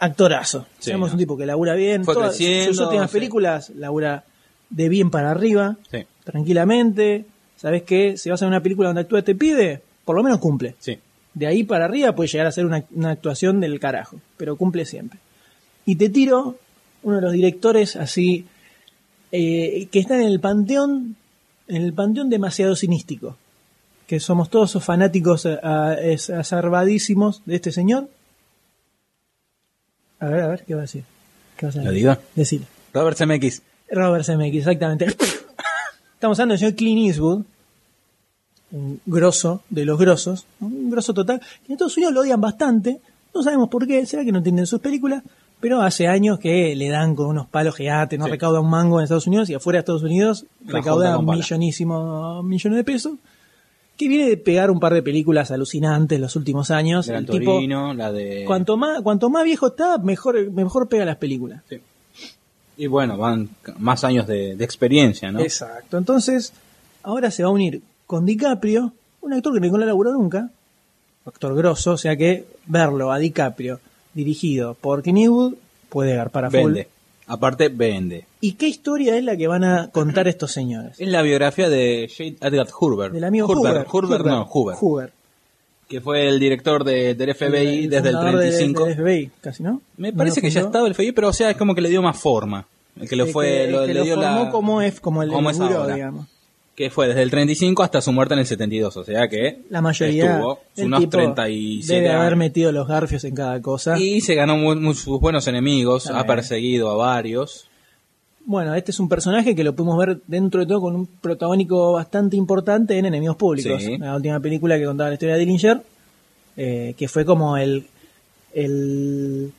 Actorazo.
Sí,
Tenemos
¿no?
un tipo que labura bien.
Fue
Todas
creciendo,
sus últimas
sí.
películas labura de bien para arriba,
Sí,
tranquilamente. ¿Sabes qué? Si vas a una película donde actúa te pide, por lo menos cumple.
sí.
De ahí para arriba puede llegar a ser una, una actuación del carajo, pero cumple siempre. Y te tiro uno de los directores así, eh, que está en el panteón, en el panteón demasiado cinístico, que somos todos esos fanáticos eh, a- es- azarbadísimos de este señor. A ver, a ver, ¿qué va a decir? ¿Qué vas a
¿Lo
decir?
digo?
Decilo.
Robert Zemeckis.
Robert Zemeckis, exactamente. Estamos hablando del señor Clint Eastwood, un grosso de los grosos, ¿no? un grosso total, que en Estados Unidos lo odian bastante, no sabemos por qué, será que no entienden sus películas, pero hace años que le dan con unos palos geates, no
Sí.
recauda un mango en Estados Unidos y afuera de Estados Unidos
La
recauda
junta con
un
pala.
millonísimo millones de pesos, que viene de pegar un par de películas alucinantes los últimos años.
Gran
El tipo,
Torino, eh. la de...
cuanto más, cuanto más viejo está, mejor, mejor pega las películas.
Sí. Y bueno, van c- más años de, de experiencia, ¿no?
Exacto. Entonces, ahora se va a unir con DiCaprio, un actor que no la laburó nunca, actor grosso, o sea que verlo a DiCaprio dirigido por Clint Eastwood puede garpar a full.
Vende. Aparte, vende.
¿Y qué historia es la que van a contar estos señores?
Es la biografía de J. Edgar Hoover.
Del amigo
Hoover.
Hoover.
Hoover, no, Hoover. que fue el director de, del FBI desde el
fundador de-
35.
del FBI, casi, ¿no?
Me parece que ya estaba el FBI, pero o sea, es como que le dio más forma. El que lo fue,
que,
lo-
que
le
lo
dio
formó
la...
como es, como el
como es
buró,
ahora.
digamos.
Que fue desde el 35 hasta su muerte en el 72, o sea que
La mayoría
estuvo
del
unos
tipo
37
debe haber
años.
metido los garfios en cada cosa.
Y se ganó mu- mu- sus buenos enemigos,
También.
ha perseguido a varios.
Bueno, este es un personaje que lo pudimos ver dentro de todo con un protagónico bastante importante en Enemigos Públicos.
Sí.
La última película que contaba la historia de Dillinger, eh, que fue como el, el,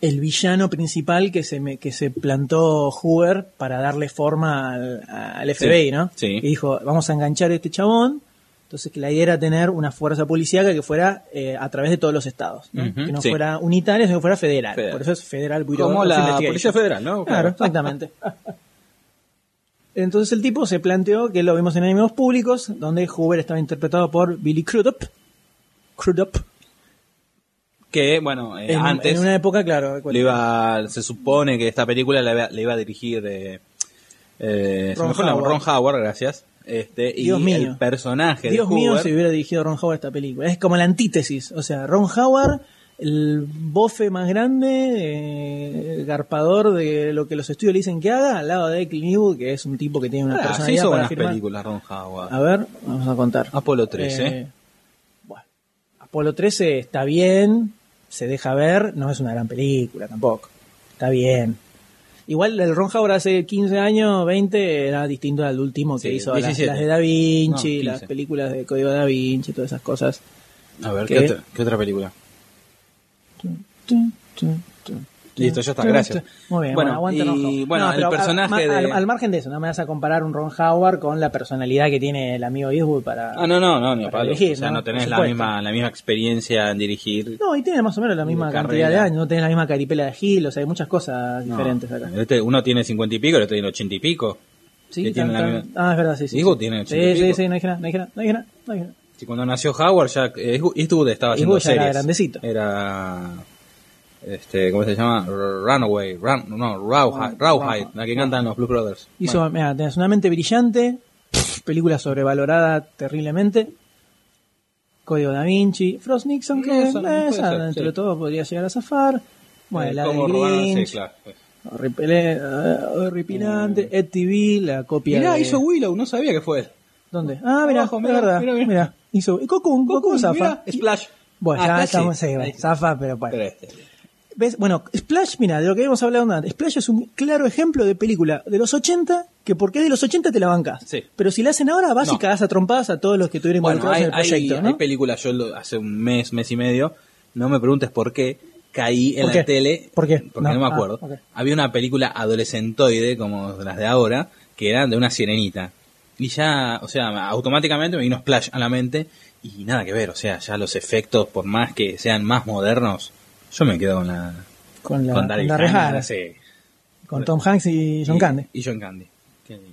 el villano principal que se, me- que se plantó Hoover para darle forma al, al FBI,
Sí,
¿no?
sí.
Y dijo, vamos a enganchar a este chabón. Entonces que la idea era tener una fuerza policíaca que fuera eh, a través de todos los estados, ¿no?
Ujú,
que no
sí.
fuera unitaria, sino que fuera federal.
Federal.
Por eso es Federal Bureau
Como
of
la
Investigation.
Policía Federal, ¿no?
Claro, exactamente. Entonces el tipo se planteó que lo vimos en enemigos públicos, donde Hoover estaba interpretado por Billy Crudup. Crudup.
que, bueno, eh,
En,
antes
en una época, claro.
le iba, se supone que esta película la iba, le iba a dirigir eh, eh, se
Ron
me fue el nombre,
Howard.
Ron Howard, gracias. Este,
Dios
y
mío.
el personaje
Dios
de
mío
Hoover,
si hubiera dirigido Ron Howard esta película. Es como la antítesis. O sea, Ron Howard, el bofe más grande, eh, garpador de lo que los estudios le dicen que haga, al lado de Clint Eastwood, que es un tipo que tiene una
Ah, se
personalidad
hizo
para
buenas
firmar.
películas Ron Howard.
A ver, vamos a contar.
Apolo 13.
Eh, bueno, Apolo 13 está bien, se deja ver, no es una gran película tampoco. Está bien. Igual el Ron Howard hace 15 años, 20, era distinto al último que
Sí,
hizo las,
17.
las de Da Vinci,
No, 15.
las películas de Código Da Vinci, todas esas cosas.
A ver,
¿Qué?
¿qué, otra, qué otra película? Listo, ya está, gracias.
Muy bien, bueno,
Bueno,
aguante
y,
Ron Howard.
bueno, el
pero a-
personaje
a- al,
de-
al margen de eso, no me vas a comparar un Ron Howard con la personalidad que tiene el amigo Eastwood para...
Ah, no, no, no, ni a
Para
palo.
dirigir,
o sea,
¿no?
no tenés
Por
la
supuesto.
misma, la misma experiencia en dirigir.
No, y tiene más o menos la misma
De
cantidad de
carrera.
años, no tiene la misma caripela de Gil, o sea, hay muchas cosas
No.
diferentes acá.
Este, uno tiene 50 y pico, el otro tiene 80 y pico.
Sí,
que
tan-
tiene la
tan-
misma-
Ah, es verdad, sí, sí.
Digo,
sí.
tiene ochenta
Sí,
y
sí,
pico.
sí, no dije nada, no dije nada, no dije nada, no dije nada.
Si cuando nació Howard, ya eh, Eastwood estaba haciendo
Eastwood ya era
series.
grandecito.
Era, este, ¿cómo se llama? R- Runaway, Run- no, Rawhide,
Run-
Rawhide,
Rawhide.
la que cantan los Blue Brothers.
Hizo,
Bueno,
mira, tenés una mente brillante, película sobrevalorada terriblemente, Código da Vinci, Frost Nixon, que
Esa,
eh,
puede
esa,
ser,
entre
sí.
todo podría llegar a zafar. Bueno,
eh,
la de
cómo robaron- sí,
Grinch,
claro. Mm.
horripele- eh, horripilante, Ed TV, la copia
Mirá,
de...
hizo Willow, no sabía que fue él.
¿Dónde? Ah, mira,
Abajo,
es
mirá,
verdad,
mirá, mirá.
mira, hizo... Y Cocoon, Cocoon,
Cocoon,
zafa.
mirá, Splash.
Bueno,
Ah,
ya
Splash sí.
estamos en
Ahí está.
zafa, pero bueno.
Pero este.
¿Ves? Bueno, Splash, mira, de lo que habíamos hablado antes, Splash es un claro ejemplo de película de los 80, que porque es de los 80 te la bancas.
Sí.
Pero si la hacen ahora, vas y
No.
cagás a trompadas a todos los que estuvieron
Bueno,
involucrados
hay,
en el proyecto,
hay-
¿no?
hay películas, yo lo- hace un mes, mes y medio, no me preguntes por qué, caí
¿Por
en la
qué?
tele.
¿Por qué?
Porque no,
No,
me
ah,
acuerdo.
ok.
Había una película adolescentoide, como las de ahora, que eran de una sirenita. Y ya, o sea, automáticamente me vino Splash a la mente y nada que ver, o sea, ya los efectos, por más que sean más modernos, yo me quedo con la...
con la, con
Daryl
la
Hannah,
Rejada,
sí.
con Tom Hanks y John Candy.
Y John Candy. Qué lindo.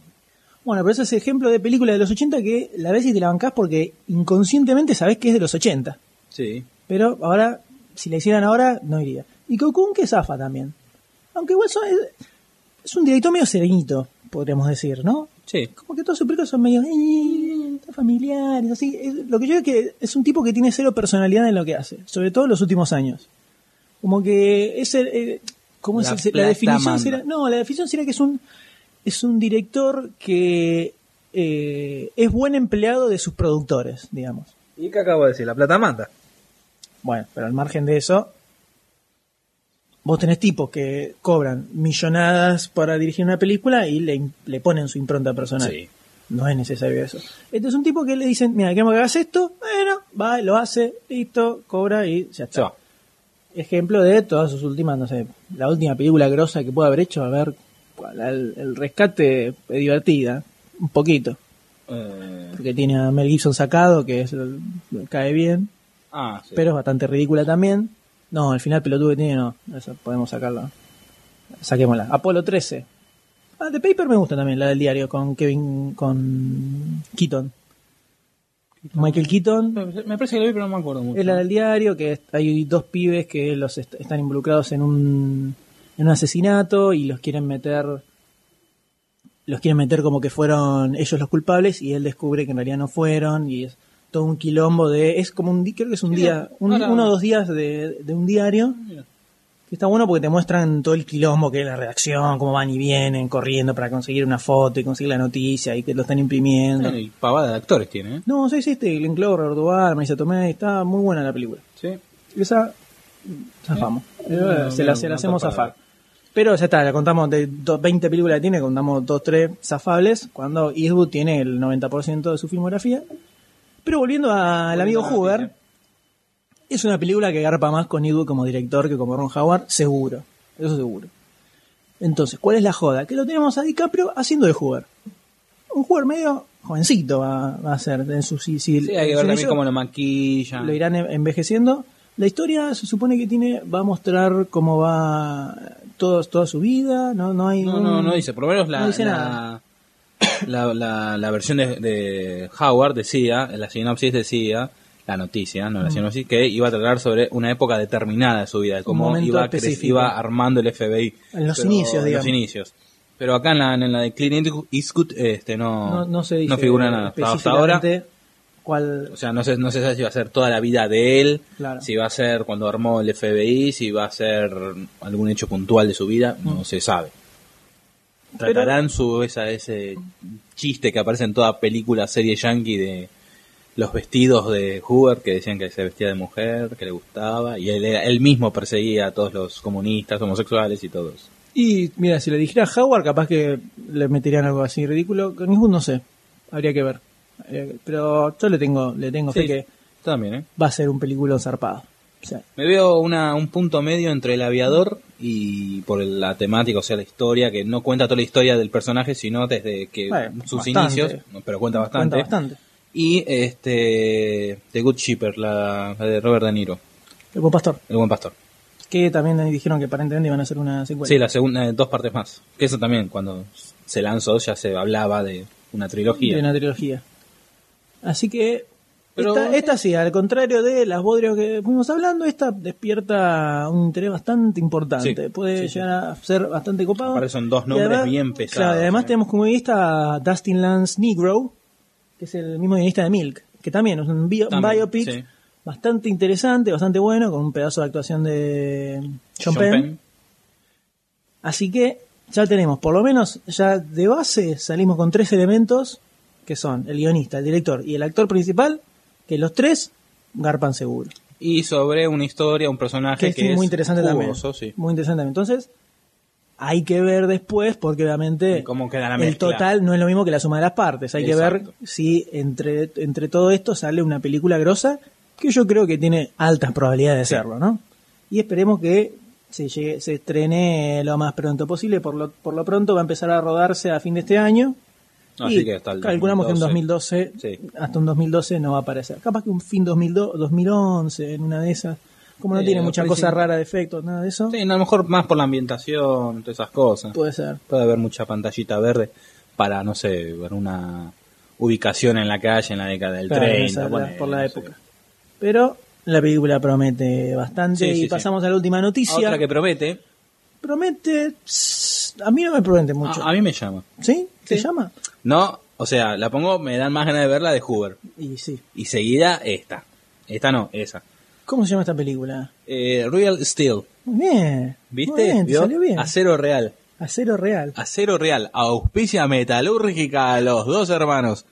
Bueno, pero ese es ejemplo de película de los 80 que la ves y te la bancás porque inconscientemente sabés que es de los 80.
Sí.
Pero ahora, si la hicieran ahora, no iría. Y Cocoon que zafa también. Aunque igual son- es, es un director medio serenito, podríamos decir, ¿no?
Sí.
Como que todos sus películas son medio "Eh, tan familiares, así. Es- lo que yo veo que es un tipo que tiene cero personalidad en lo que hace, sobre todo en los últimos años. Como que es el, eh, ¿cómo
La
se- se- la
plata
definición
manda.
será? No, la definición será que es un es un director que eh, es buen empleado de sus productores, digamos.
¿Y qué acabo de decir? La plata manda.
Bueno, pero al margen de eso, vos tenés tipos que cobran millonadas para dirigir una película y le, le ponen su impronta personal.
Sí.
No es necesario eso. Este es un tipo que le dicen, mira, queremos que hagas esto, bueno, va, lo hace, listo, cobra y ya está.
Se va.
Ejemplo de todas sus últimas, no sé, la última película grosa que puede haber hecho, a ver, cuál, el, el rescate es divertida, un poquito,
Eh,
porque tiene a Mel Gibson sacado, que es, el- cae bien,
ah, sí.
pero es bastante ridícula también. No, al final pelotudo que tiene, no. Esa podemos sacarla. Saquémosla. Apolo 13. Ah, The Paper me gusta también, la del diario, con Kevin. con. Keaton. Michael Keaton.
Me parece que lo vi, pero no me acuerdo mucho.
Es la del diario, que es- hay dos pibes que los est- están involucrados en un, en un asesinato y los quieren meter. Los quieren meter como que fueron ellos los culpables y él descubre que en realidad no fueron y es todo un quilombo de. Es como un. di- Creo que es un
Sí,
día. un-
ahora-
uno o dos días de, de un diario.
Mira.
que Está bueno porque te muestran todo el quilombo que es la redacción, cómo van y vienen corriendo para conseguir una foto y conseguir la noticia y que lo están imprimiendo.
Bueno, y pavada de actores tiene, ¿eh?
No, sí, sí, este, Glenn Clover, Robert Duvall, Marisa Tomei, está muy buena la película.
Sí.
Esa zafamos.
Eh, no,
se la,
no,
se la
no
hacemos
tapada.
zafar. Pero ya está, la contamos de do- 20 películas que tiene, contamos 2, 3 zafables, cuando Eastwood tiene el 90% de su filmografía. Pero volviendo al amigo
Volviendo a la
Hoover,
noticia.
es una película que garpa más con Eastwood como director que como Ron Howard, seguro. Eso seguro. Entonces, ¿cuál es la joda? Que lo tenemos a DiCaprio haciendo de Hoover. Un Hoover medio jovencito va, va a ser en su si, si-
Sí, hay que
su
ver también
inicio-
cómo lo maquillan.
lo irán en- envejeciendo. La historia se supone que tiene, va a mostrar cómo va todo, toda su vida, no, no hay
No,
un-
no, no dice. Por lo menos la,
No dice
la-
nada.
La, la- la versión de, de Howard decía, la sinopsis decía la noticia, no la sinopsis, que iba a tratar sobre una época determinada de su vida, de cómo
momento
iba, cre-
específico.
iba armando el FBI.
En los
pero-
inicios,
En
digamos.
los inicios. Pero acá en la, en la de Clint Eastwood este, no,
No, no se dice
figura nada. Hasta- Hasta ahora,
específicamente cuál
o sea, no se, no se sabe si va a ser toda la vida de él,
Claro.
si va a ser cuando armó el FBI, si va a ser algún hecho puntual de su vida, no se sabe.
Mm. Pero-
Tratarán su esa, ese chiste que aparece en toda película, serie yankee de los vestidos de Hoover, que decían que se vestía de mujer, que le gustaba, y él, era- él mismo perseguía a todos los comunistas, homosexuales y todos.
Y mira, si le dijera a Howard, capaz que le meterían algo así ridículo. Con ningún no sé. Habría que ver. Habría que- Pero yo le tengo, le tengo fe
Sí.
que
También, ¿eh?
va a ser un película zarpado. O sea,
Me veo una, un punto medio entre el aviador y por el- la temática, o sea, la historia, que no cuenta toda la historia del personaje, sino desde que
Bueno,
sus
bastante.
inicios, pero cuenta bastante.
cuenta bastante.
Y este The Good Shepherd, la, la de Robert De Niro,
El buen pastor.
El Buen Pastor.
Que también dijeron que aparentemente iban a hacer una secuela.
Sí, la segunda, eh, dos partes más. Que eso también, cuando se lanzó, ya se hablaba de una trilogía.
de una trilogía. Así que.
Pero-
esta, esta sí, al contrario de las bodrios que fuimos hablando, esta despierta un interés bastante importante.
Sí,
Puede
sí, sí.
llegar a ser bastante copado.
Aparte son dos
Y
nombres bien pesados,
claro, y además
eh.
tenemos como guionista a Dustin Lance Negro, que es el mismo guionista de Milk, que también es un, bio- un
También,
biopic
sí.
bastante interesante, bastante bueno, con un pedazo de actuación de Sean,
Sean
Penn.
Penn.
Así que ya tenemos, por lo menos ya de base salimos con tres elementos que son el guionista, el director y el actor principal, que los tres garpan seguro.
Y sobre una historia, un
Que
personaje
es,
que, es
muy interesante
jugoso,
también.
sí.
Muy interesante. Entonces, hay que ver después, porque obviamente
Y cómo queda la
el
mezcla.
total no es lo mismo que la suma de las partes. Hay
Exacto.
que ver si entre, entre todo esto sale una película grosa, que yo creo que tiene altas probabilidades de serlo, ¿no? Y esperemos que se, llegue- se estrene lo más pronto posible. Por lo, por lo pronto va a empezar a rodarse a fin de este año.
Así
Y
que hasta el eh,
calculamos que en 2012,
Sí.
hasta un 2012 no va a aparecer. Capaz que un fin 2002, 2011, en una de esas. Como no
Sí,
tiene
me
mucha
parece-
cosa rara de efectos, nada de eso.
Sí, a lo mejor más por la ambientación, todas esas cosas.
Puede ser.
Puede haber mucha pantallita verde para, no sé, ver una ubicación en la calle en la década del
Claro,
30.
esa- la-
ponele,
por la
no sé.
época. Pero la película promete bastante.
Sí,
y
sí, sí.
pasamos a la última
A
noticia.
Otra que promete,
Promete. pss, A mí no me promete mucho.
Ah, a, a mí me llama.
¿Sí? ¿Se
Sí.
llama?
No, o sea, la pongo, me dan más ganas de verla de Hoover.
Y sí.
Y seguida esta. Esta no, esa.
¿Cómo se llama esta película?
Eh, Real Steel.
Muy bien. Muy
¿Viste?
bien, te
¿Vio?
salió bien.
Acero Real.
Acero real.
Acero Real. Auspicia metalúrgica a los dos hermanos.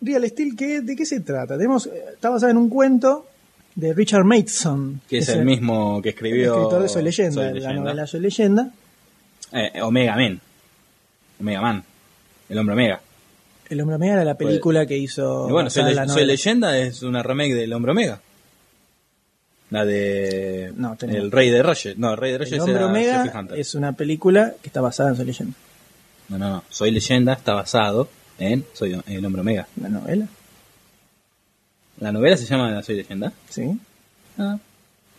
Real Steel, ¿qué- ¿de qué se trata? Tenemos, eh, está basada en un cuento de Richard Mason.
Que es, el, mismo que escribió.
escritor de Soy Leyenda,
Soy
de la
Leyenda.
novela Soy Leyenda.
Eh, Omega Men. Omega Man. El hombre Omega.
El hombre Omega era la
Pues-
película que hizo.
Y bueno, soy,
basada en
Le-
la
Soy
novela.
leyenda es una remake del Hombre Omega. La de
No, tenés-
El Rey de Reyes. No, el Rey de Reyes
El hombre
era
Omega
Jeffrey Hunter.
es una película que está basada en Soy Leyenda.
No, no, no. Soy leyenda está basado en Soy el Hombre Omega.
Una novela,
La novela se llama Soy leyenda. Ah.
sí.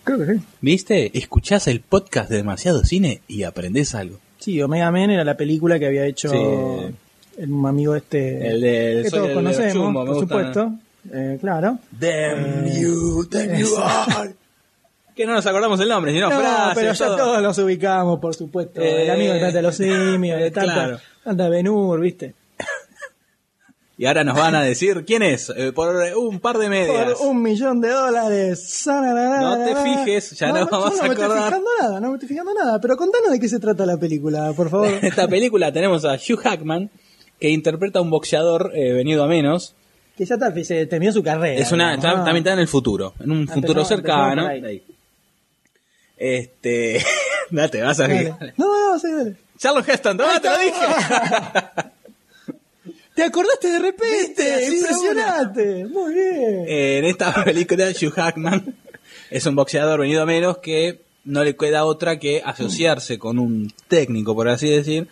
Creo que sí.
¿Viste? Escuchás el podcast de Demasiado Cine y aprendés algo.
Sí, Omega Men era la película que había hecho
Sí.
el amigo este.
El de-
que
soy
todos
el
conocemos,
chumbo, me
por
gusta,
supuesto. Eh, claro.
Damn you, damn you all. Que no nos acordamos el nombre, sino
No,
frases,
pero ya
todo.
todos los ubicamos, por supuesto. el
Eh,
amigo de Tanta los simios, de Tanta,
claro.
tanta Benur, ¿viste?
Y ahora nos van a decir quién es, eh, por un par de medias.
Por un millón de dólares.
No te fijes, ya no
yo
vamos a
me estoy
acordar.
fijando nada, no me estoy fijando nada. Pero contanos de qué se trata la película, por favor.
En esta película tenemos a Hugh Hackman, que interpreta a un boxeador eh, venido a menos.
que ya está, se terminó su carrera.
es una,
digamos, Ah,
está-
¿no?
también está en el futuro, en
Ah,
un futuro
empezamos- empezamos
cercano.
por ahí.
Este. no te vas a
Dale.
fijar.
No, no, no, sí, dale.
Charles Heston, no, te lo dije.
Te acordaste de repente,
Viste, así de
impresionante. Muy bien.
en esta película, Hugh Hackman es un boxeador venido a menos que no le queda otra que asociarse con un técnico, por así decir,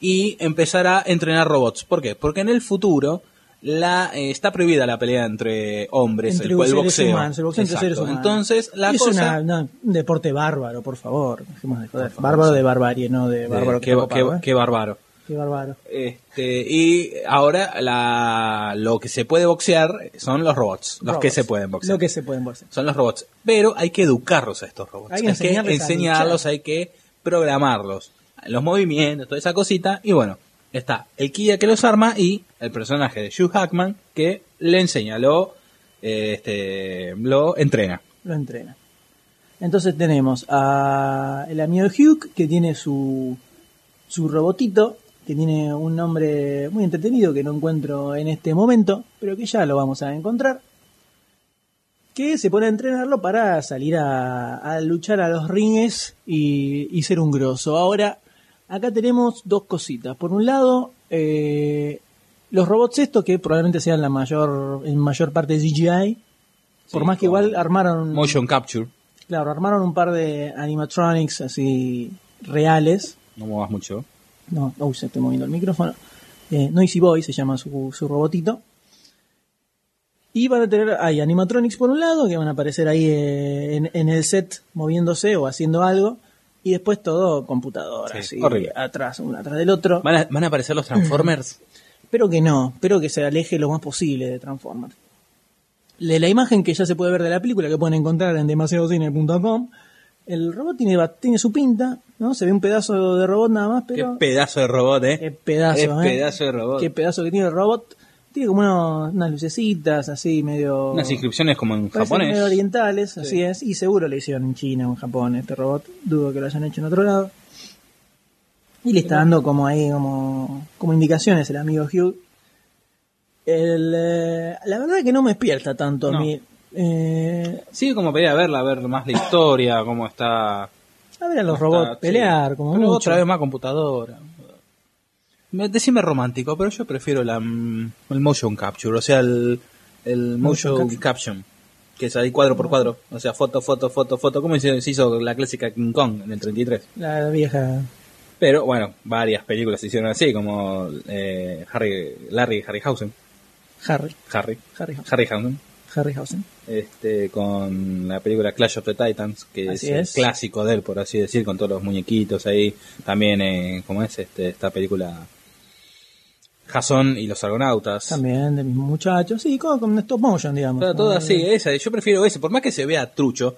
y empezar a entrenar robots. ¿Por qué? Porque en el futuro la eh, está prohibida la pelea entre hombres,
Entre
el, cual
seres
boxeo.
humanos, el boxeo entre
Exacto.
seres humanos.
Entonces, la
es
cosa
una- una- un deporte bárbaro, por favor. Dejemos de joder.
Por favor,
Bárbaro de barbarie, no de
de-
bárbaro que
qué,
está copado,
qué-
¿eh?
qué bárbaro.
Qué bárbaro.
Este, y ahora la, lo que se puede boxear son los robots, los
Robots.
que se pueden boxear.
Lo que se pueden boxear.
Son los robots, pero hay que educarlos a estos robots.
Hay
Hay
que
que,
enseñarles a
enseñarlos,
luchar.
hay que programarlos. Los movimientos, toda esa cosita. Y bueno, está el Kia que los arma y el personaje de Hugh Hackman que le enseña, lo, eh, este, lo entrena.
Lo entrena. Entonces tenemos a el amigo Hugh, que tiene su, su robotito, que tiene un nombre muy entretenido que no encuentro en este momento, pero que ya lo vamos a encontrar. Que se pone a entrenarlo para salir a, a luchar a los rines y, y ser un grosso. Ahora, acá tenemos dos cositas. Por un lado, eh, los robots estos, que probablemente sean la mayor, en mayor parte CGI, por
Sí,
más que
con
igual armaron...
Motion Capture,
Claro, armaron un par de animatronics así reales.
no muevas mucho.
No, uy, se estoy moviendo el micrófono. Eh, Noisy Boy se llama su, su robotito. Y van a tener, hay animatronics por un lado, que van a aparecer ahí eh, en, en el set moviéndose o haciendo algo. Y después todo computadora,
Sí,
así,
horrible.
atrás, uno atrás del otro.
¿Van a, van a aparecer los Transformers?
Espero que no, espero que se aleje lo más posible de Transformers. De la imagen que ya se puede ver de la película, que pueden encontrar en demasiadocine.com, el robot tiene, ba- tiene su pinta, ¿no? Se ve un pedazo de robot nada más, pero...
Qué pedazo de robot, ¿eh?
qué pedazo,
Qué
¿eh?
pedazo de robot.
Qué pedazo que tiene el robot. Tiene como unos- unas lucecitas así, medio...
Unas inscripciones como en
parecen
japonés.
medio orientales, así es. Y seguro le hicieron en China o en Japón este robot. Dudo que lo hayan hecho en otro lado. Y le está dando como ahí, como, como indicaciones el amigo Hugh. El, eh, la verdad que no me despierta tanto a
No.
mí. Eh,
Sí, como pedí a verla, a ver más la historia, cómo está.
a ver a los
cómo
robots
está,
pelear,
sí.
como
Pero
mucho.
otra vez más computadora. Me- Decime romántico, pero yo prefiero la, mm, el motion capture, o sea, el, el
Motion
motion, caption, que es ahí cuadro por cuadro, o sea, foto, foto, foto, foto, como se se hizo la clásica King Kong en el 33.
La vieja.
Pero bueno, varias películas se hicieron así, como eh, Harry, Larry Harryhausen,
Harry.
Harry,
Harry,
Harryhausen,
Harryhausen.
este, con la película Clash of the Titans, que
Así
es, el
es.
clásico de él, por así decir, con todos los muñequitos ahí. También, eh, ¿cómo es este, esta película? Jason y los Argonautas.
También, de mis muchachos. Sí, con, con stop motion, digamos.
Todo, todo
Como-
así, esa. Yo prefiero ese, por más que se vea trucho.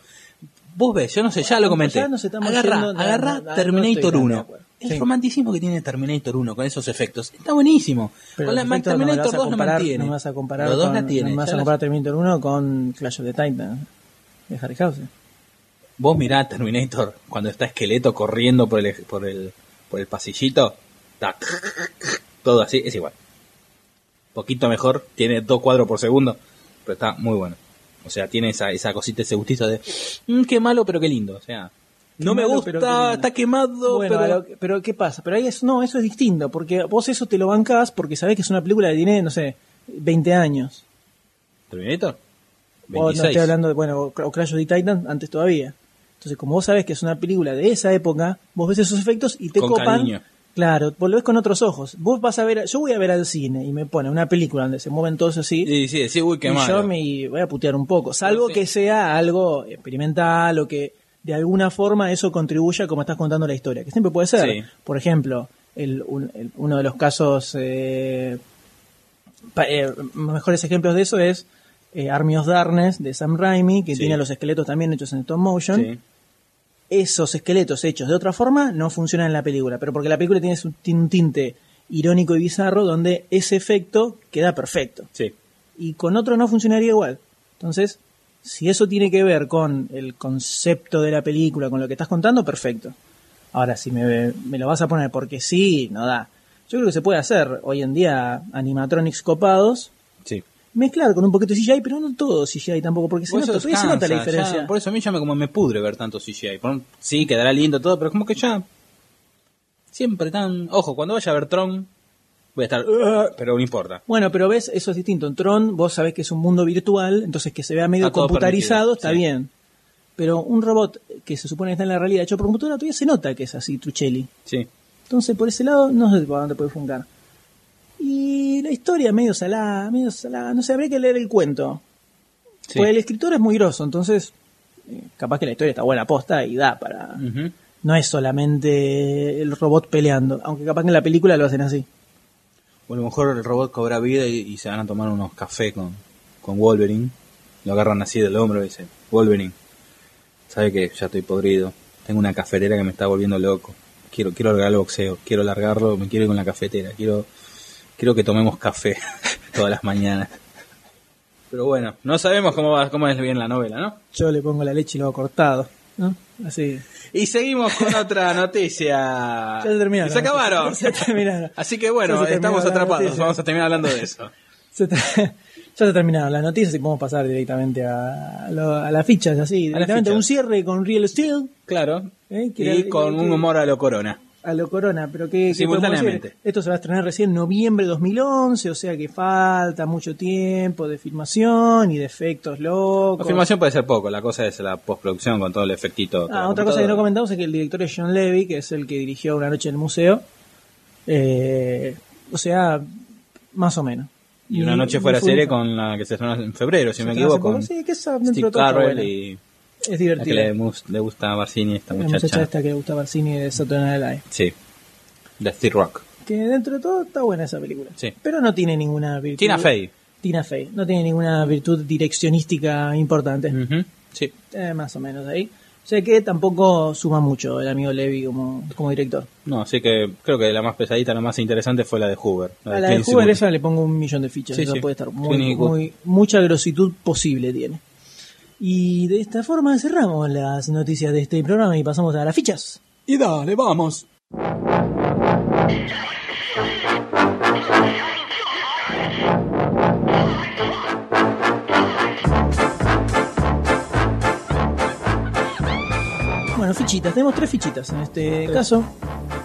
Vos ves, yo no sé, ya lo comenté.
ya nos estamos
agarra,
yendo, no,
agarra
no, no, no estoy
Terminator
tan de
1.
acuerdo.
El
Sí.
romanticismo que tiene Terminator 1 con esos efectos está buenísimo.
Pero
con la,
los efectos no me vas
Terminator
a
2
comparar-
lo mantiene.
No me vas a comparar.
Los dos
con-
la tienen.
No me vas
ya
a
la-
comparar Terminator 1 con Clash of the Titans de Harryhausen.
Vos mirá a Terminator cuando está esqueleto corriendo por el por el por el pasillito, tac, todo así, es igual. Poquito mejor, tiene dos cuadros por segundo, pero está muy bueno. O sea, tiene esa, esa cosita, ese gustito de "Mm, qué malo pero qué lindo. O sea,
Qué
no me
malo, pero qué lindo.
gusta, está quemado,
Bueno,
pero
pero, pero ¿qué pasa? Pero ahí es, no, eso es distinto, porque vos eso te lo bancás porque sabés que es una película que tiene, no sé, 20 años.
Terminator,
O Oh, no
26.
estoy hablando de, bueno, o Cla- o Clash of the Titans antes todavía. Entonces, como vos sabés que es una película de esa época, vos ves esos efectos y te
Con
copan.
cariño.
Claro, vos lo ves con otros ojos. Vos vas a ver, yo voy a ver al cine y me pone una película donde se mueven todos así.
Sí, sí, sí, uy, qué
y
malo.
yo me voy a putear un poco, salvo
Sí.
que sea algo experimental o que de alguna forma eso contribuya como estás contando la historia, que siempre puede ser.
Sí.
Por ejemplo, el, un- el- uno de los casos eh, pa- eh, mejores ejemplos de eso es eh, Army of Darkness de Sam Raimi, que
Sí.
tiene los esqueletos también hechos en stop motion.
Sí.
Esos esqueletos hechos de otra forma no funcionan en la película, pero porque la película tiene, su- tiene un tinte irónico y bizarro donde ese efecto queda perfecto
sí.
y con otro no funcionaría igual. Entonces, si eso tiene que ver con el concepto de la película, con lo que estás contando, perfecto. Ahora, si me, me lo vas a poner porque sí, no da. Yo creo que se puede hacer hoy en día animatronics copados,
sí.
mezclar con un poquito de CGI, pero no todo CGI tampoco, porque se
Por
nota,
eso
porque se nota
cansa,
la
ya-
diferencia.
por eso a mí ya me, como me pudre ver tanto CGI. Por un- sí, quedará lindo todo, pero como que ya. Siempre tan. Ojo, cuando vaya a ver Tron, voy a estar. "Ugh", Pero no importa.
Bueno, pero ves, eso es distinto. En Tron, vos sabés que es un mundo virtual, entonces que se vea medio
Está todo
computarizado
permitido,
está
sí.
bien. Pero un robot que se supone que está en la realidad hecho por computadora, todavía se nota que es así, Truchelli.
Sí.
Entonces, por ese lado, no sé por dónde puede funcar. Y la historia medio salada, medio salada. No sé, habría que leer el cuento.
sí.
Pues el escritor es muy grosso, entonces eh, capaz que la historia está buena posta y da para,
Ujú.
No es solamente el robot peleando, aunque capaz que en la película lo hacen así.
O a lo mejor el robot cobra vida y, y se van a tomar unos cafés con, con Wolverine. Lo agarran así del hombro y dicen, Wolverine, sabe que ya estoy podrido. Tengo una cafetera que me está volviendo loco. Quiero, quiero largar el boxeo, quiero largarlo, me quiero ir con la cafetera, quiero, quiero que tomemos café todas las mañanas. Pero bueno, no sabemos cómo va, cómo es bien la novela, ¿no?
Yo le pongo la leche y lo hago cortado, ¿no? Así.
Y seguimos con otra noticia.
Ya se terminaron.
Ah, Se acabaron.
Se terminaron.
Así que bueno,
Ya se terminó
estamos
la
atrapados.
noticia.
Vamos a terminar hablando de eso.
Se ter- ya se terminaron las noticias y podemos pasar directamente a, lo- a las fichas, así.
las
Directamente a
fichas.
un cierre con Real Steel.
Claro.
¿eh? Que
Y
era-
con
que-
un humor a lo corona.
A lo corona, pero que... que
Simultáneamente.
podemos decir, Esto se va a estrenar recién en noviembre de 2011, o sea que falta mucho tiempo de filmación y de efectos
La
locos.
filmación puede ser poco, la cosa es la postproducción con todo el efectito. con
Ah,
la
otra cosa que no
computadora.
comentamos es que el director es John Levy, que es el que dirigió Una noche en el museo. Eh, o sea, más o menos.
Y una noche fuera
y fue-
serie con la que se estrenó en febrero, si
Estrenó
me
hace
equivoco.
poco.
con
Sí, que esa dentro de
Steve
todo está
Carrell
buena.
y
Es
la que
divertido.
le, mus- le gusta a Barcini, esta
La muchacha
muchacha.
esta que le gusta Barcini de Saturday Night Live.
Sí, de Steve Rock.
Que dentro de todo está buena esa película.
Sí.
Pero no tiene ninguna virtud.
Tina Fey.
Tina Fey. No tiene ninguna virtud direccionística importante.
Ujú, Sí.
Eh, más o menos ahí. O sea que tampoco suma mucho el amigo Levy como, como director.
No, así que creo que la más pesadita, la más interesante fue la de Hoover.
A Ah, la de
Clint
Hoover
Eastwood.
esa le pongo un millón de fichas.
Sí,
Esa
sí.
puede estar
Clint
muy,
Eastwood.
muy- mucha grositud posible tiene. Y de esta forma cerramos las noticias de este programa y pasamos a las fichas.
Y dale, vamos.
Bueno, fichitas, tenemos tres fichitas en este caso.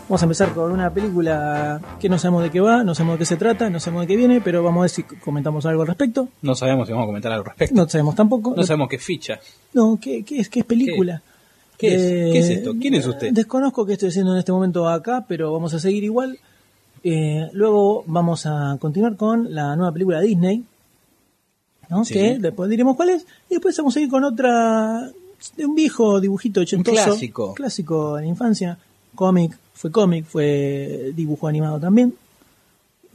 Vamos a empezar con una película que no sabemos de qué va, no sabemos de qué se trata, no sabemos de qué viene, pero vamos a ver si comentamos algo al respecto.
No sabemos si vamos a comentar algo al respecto.
No sabemos tampoco.
No sabemos qué ficha.
No, ¿qué, qué es? ¿Qué es película?
¿Qué? ¿Qué es?
Eh,
¿Qué es esto? ¿Quién es usted?
Desconozco qué estoy haciendo en este momento acá, pero vamos a seguir igual. Eh, luego vamos a continuar con la nueva película de Disney, ¿no?
Sí.
que después diremos cuál es, y después vamos a ir con otra de un viejo dibujito ochentoso.
clásico.
Clásico de la infancia, cómic, fue cómic, fue dibujo animado también,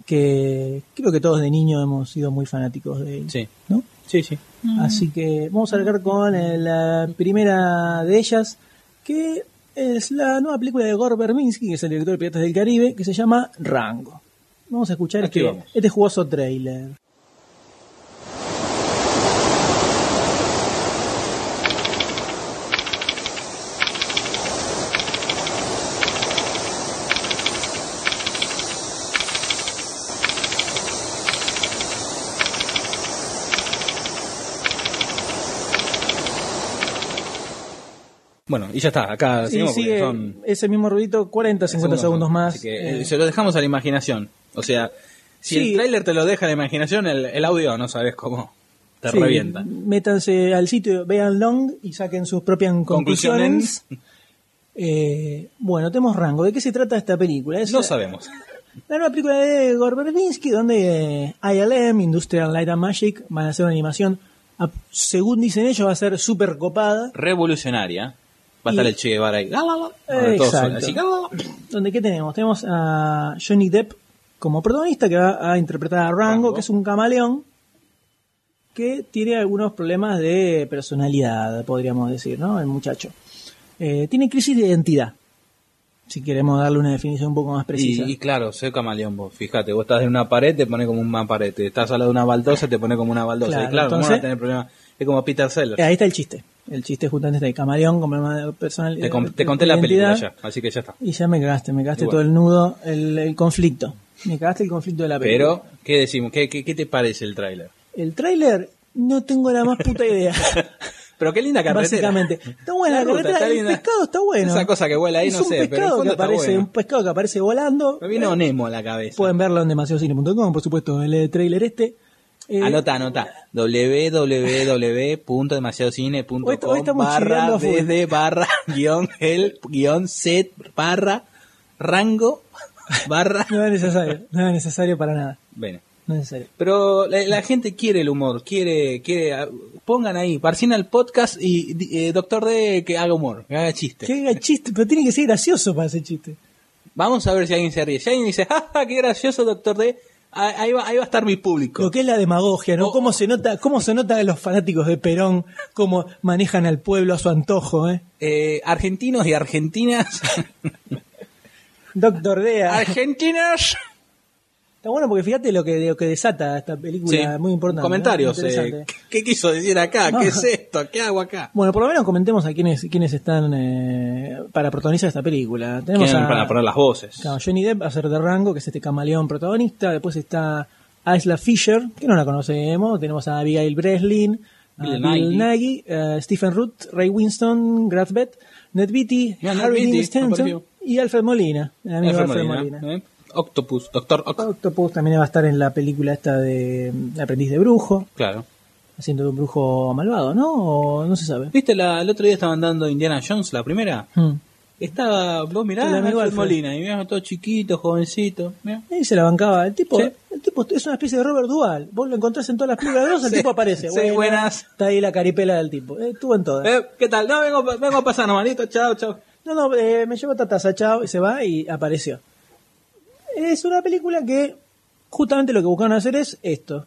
que creo que todos de niño hemos sido muy fanáticos de él.
Sí.
¿no?
Sí, sí.
Así que vamos a arrancar con eh, la primera de ellas, que es la nueva película de Gore Berminski, que es el director de Piratas del Caribe, que se llama Rango. Vamos a escuchar
Aquí
este,
vamos.
este jugoso trailer.
Bueno, y ya está, acá
Y
seguimos porque
sigue
son
ese mismo ruidito, 40, 50 segundos más.
Así que, eh,
Eh,
se lo dejamos a la imaginación. O sea, si
Sí.
el tráiler te lo deja a la imaginación, el, el audio no sabes cómo te
sí,
revienta.
Métanse al sitio, vean long y saquen sus propias conclusiones.
Conclusiones.
Eh, bueno, tenemos rango. ¿De qué se trata esta película? Es
No
la-
sabemos.
La nueva película de Gore Verbinski, donde eh, ILM, Industrial Light and Magic, van a hacer una animación, a- según dicen ellos, va a ser súper copada.
Revolucionaria. Va
Y-
a estar el Che Guevara ahí.
Eh, exacto.
Así,
Donde, ¿qué tenemos? Tenemos a Johnny Depp como protagonista, que va a interpretar a Rango,
Rango.
que es un camaleón, que tiene algunos problemas de personalidad, podríamos decir, ¿no? El muchacho. Eh, tiene crisis de identidad, si queremos darle una definición un poco más precisa.
Y, y claro, soy camaleón vos. Fíjate, vos estás en una pared, te pone como una pared. Estás al lado de una baldosa, te pone como una baldosa.
Claro,
y claro, ¿cómo no
entonces-
vas a tener problema? Es como Peter Sellers.
Eh, Ahí está el chiste. El chiste justamente está de camaleón con problema de personalidad.
te, con- te conté la película
eh, identidad,
ya, así que ya está.
Y ya me cagaste, me cagaste
Y bueno.
todo el nudo, el, el conflicto. Me cagaste el conflicto de la película.
Pero, ¿qué decimos? ¿Qué, qué, qué te parece el tráiler?
El tráiler, no tengo la más puta idea.
Pero qué linda carretera.
Básicamente. Está buena la,
ruta,
carretera,
está
el
linda.
pescado está bueno.
Esa cosa que vuela ahí,
es
no
un
sé, pero el
pescado
fondo
que
está
aparece, Pues,
bueno.
un pescado que aparece volando.
Me vino Nemo a la cabeza.
Pueden verlo en demasiadocine.com, por supuesto, el tráiler este. Eh,
Anota, anota.
Hoy est- hoy
www.demasiadocine.com
estamos chivando
barra
a full.
desde barra guión el guión set barra rango barra...
No es necesario, no es necesario para nada.
Bueno,
No es necesario.
Pero la, la gente quiere el humor, quiere, quiere, ah, pongan ahí, parcina el podcast y di- eh, Doctor D que haga humor, que haga chiste.
Que haga chiste, pero tiene que ser gracioso para ese chiste.
Vamos a ver si alguien se ríe. Si alguien dice, jaja, qué gracioso Doctor D, ah, ahí va, ahí va a estar mi público.
Lo que es la demagogia, ¿no?
Oh.
Cómo se nota, cómo se nota a los fanáticos de Perón, cómo manejan al pueblo a su antojo, ¿eh?
Eh, argentinos y argentinas.
Doctor Dea.
argentinas.
Está bueno porque fíjate lo que, lo que desata esta película,
Sí.
muy importante. ¿no?
Comentarios. eh,
Interesante.
¿qué- ¿Qué quiso decir acá?
No.
¿Qué es esto? ¿Qué hago acá?
Bueno, por lo menos comentemos a quiénes, quiénes están eh, para protagonizar esta película. Tenemos
¿Quién
a
para poner las voces.
claro, Johnny Depp, hacer de rango, que es este camaleón protagonista. Después está Isla Fisher, que no la conocemos. Tenemos a Abigail Breslin, a
Bill
Bill
Nighy.
Nighy, eh, Stephen Root, Ray Winston, Graf Betts, Ned Beatty,
Mira, Ned
Harry
Beatty,
Dean
apareció.
Stanton y Alfred Molina. El amigo
Alfred
Alfred
Molina,
Molina.
¿eh? Octopus, Doctor Oc-
Octopus también va a estar en la película esta de mm, Aprendiz de Brujo,
Claro.
haciendo de un brujo malvado, ¿no? O no se sabe.
¿Viste? La, el otro día estaban dando Indiana Jones, la primera.
Hmm.
Estaba, vos mirás,
El amigo
Alfred
Alfred.
Molina, y mirás todo chiquito, jovencito. mirá.
Y se la bancaba. El tipo,
Sí.
el tipo es una especie de Robert Duval. Vos lo encontrás en todas las películas de Dross, el
Sí.
tipo aparece.
Sí,
Buena,
buenas.
Está ahí la caripela del tipo. Eh, estuvo en todas.
Eh, ¿Qué tal? No, vengo, vengo a pasar, hermanito. Chao, chao.
No, no, eh, me llevo esta taza, chao, y se va y apareció. Es una película que justamente lo que buscaron hacer es esto.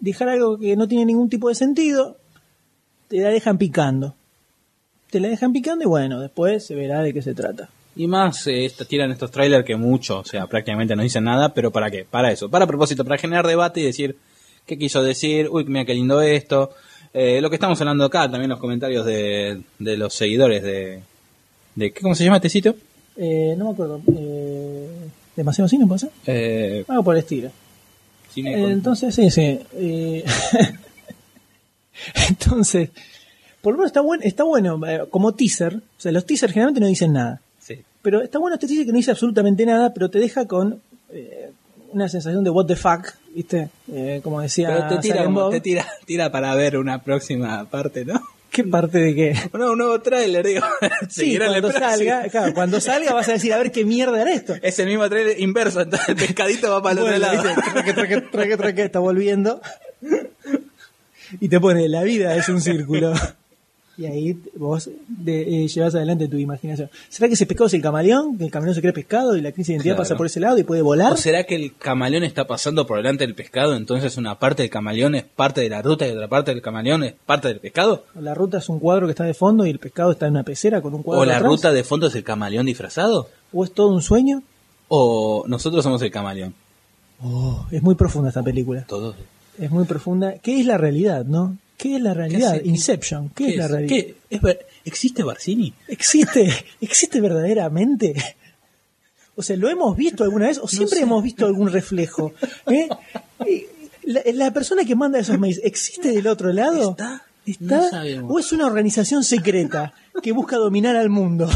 Dejar algo que no tiene ningún tipo de sentido, te la dejan picando. Te la dejan picando y bueno, después se verá de qué se trata.
Y más, eh, esta- tiran estos trailers que mucho, o sea, prácticamente no dicen nada, pero ¿para qué? Para eso, para propósito, para generar debate y decir qué quiso decir, uy, mira qué lindo esto. Eh, lo que estamos hablando acá, también los comentarios de, de los seguidores de, de. ¿Cómo se llama este sitio?
Eh, no me acuerdo. eh, ¿Demasiado cine puede ser?
Eh,
Algo por el estilo.
Cine con-
Entonces, sí, sí. eh, Entonces, por lo menos está, buen, está bueno eh, como teaser. O sea, los teasers generalmente no dicen nada.
sí.
Pero está bueno este teaser que no dice absolutamente nada, pero te deja con eh, una sensación de what the fuck, ¿viste? Eh, como decía
Pero te tira,
Silent
como-
Bob.
te tira, tira para ver una próxima parte, ¿no?
¿Qué parte de qué?
No, un nuevo trailer, digo.
Sí,
Seguirá el
cuando
próximo.
salga, claro, cuando salga vas a decir, a ver qué mierda era esto.
Es el mismo trailer inverso, entonces el pescadito va para el otro
Vuelve,
lado.
¿viste? Traque, traque, traque, traque, está volviendo. Y te pone, la vida es un círculo. Y ahí vos de- eh, llevas adelante tu imaginación. ¿Será que ese pescado es el camaleón? ¿Que el camaleón se cree pescado y la crisis de identidad
Claro.
pasa por ese lado y puede volar?
¿O será que el camaleón está pasando por delante del pescado? Entonces una parte del camaleón es parte de la ruta y otra parte del camaleón es parte del pescado.
la ruta es un cuadro que está de fondo y el pescado está en una pecera con un cuadro
¿O la
atrás?
ruta de fondo es el camaleón disfrazado?
¿O es todo un sueño?
¿O nosotros somos el camaleón?
Oh, es muy profunda esta película.
Todos.
Es muy profunda. ¿Qué es la realidad, no? ¿Qué es la realidad?
es-
Inception. ¿Qué, es la realidad?
qué- es ver- ¿Existe Barcini?
¿Existe, existe verdaderamente? O sea, ¿lo hemos visto alguna vez? ¿O siempre hemos visto algún reflejo? ¿Eh? Y La, la persona que manda esos mails, ¿existe del otro lado?
¿Está?
¿Está?
No sabemos.
¿O es una organización secreta que busca dominar al mundo?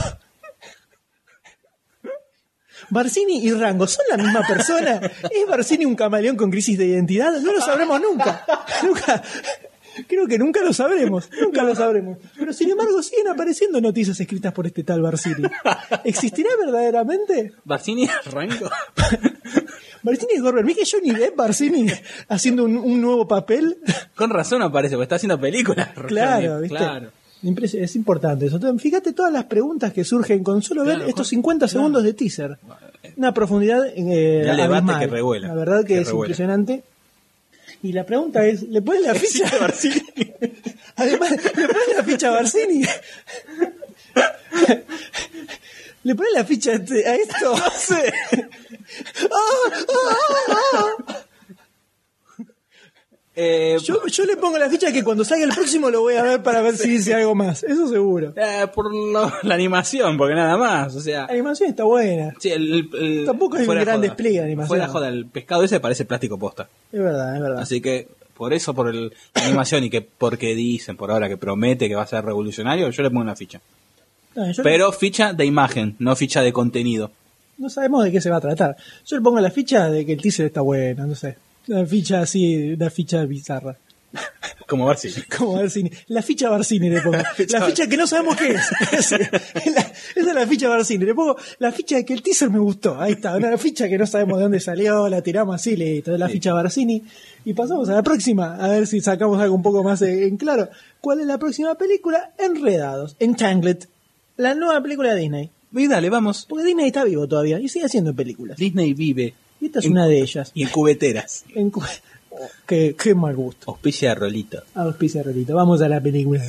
¿Barcini y Rango son la misma persona? ¿Es Barcini un camaleón con crisis de identidad? No lo sabremos nunca. Nunca. Creo que nunca lo sabremos. Nunca lo sabremos. Pero sin embargo, siguen apareciendo noticias escritas por este tal Barcini. ¿Existirá verdaderamente?
¿Barcini es rango?
¿Barcini es Gorber? ¿Viste Johnny Depp Barcini haciendo un- un nuevo papel?
Con razón aparece, porque está haciendo películas.
Claro,
Johnny,
¿viste?
claro.
Impres- Es importante eso. Entonces, Fíjate todas las preguntas que surgen con solo
Claro,
ver estos
con-
50 segundos de teaser. Una profundidad eh,
El debate
abismal.
que revuela,
La verdad que,
que
es
revuela.
impresionante. Y la pregunta es, ¿le pones la ficha a Barcini? Además, ¿le pones la ficha a Barcini? ¿Le pones la ficha a, este- a esto? Ah, No sé.
Eh,
ah. Yo, yo le pongo la ficha que cuando salga el próximo lo voy a ver para ver si dice algo más. Eso seguro.
eh, por lo- la animación, porque nada más. O sea,
La animación está buena.
Sí, el- el- el-
Tampoco hay un
fuera de
gran
joda.
despliegue de animación.
Fuera de joda, el pescado ese parece plástico posta.
Es verdad, es verdad.
Así que por eso, por el, la animación y que porque dicen por ahora que promete que va a ser revolucionario, yo le pongo una ficha.
No, yo
Pero ficha de imagen, no ficha de contenido.
no sabemos de qué se va a tratar. Yo le pongo la ficha de que el teaser está bueno, no sé. Una ficha así, una ficha bizarra.
Como Barcini.
Como Barcini. La ficha Barcini le pongo. La ficha que no sabemos qué es. Esa es la ficha Barcini. Le pongo la ficha de que el teaser me gustó. Ahí está. Una ficha que no sabemos de dónde salió. La tiramos así, listo. La ficha Barcini. Y pasamos a la próxima. A ver si sacamos algo un poco más en claro. ¿Cuál es la próxima película? Enredados. Entangled. La nueva película de Disney.
Y dale, vamos.
Porque Disney está vivo todavía y sigue haciendo películas.
Disney vive.
Y esta es una de ellas.
Y en cubeteras.
En cu- qué, qué mal gusto.
Auspicia de Rolito.
Auspicia, Rolito. Vamos a la película.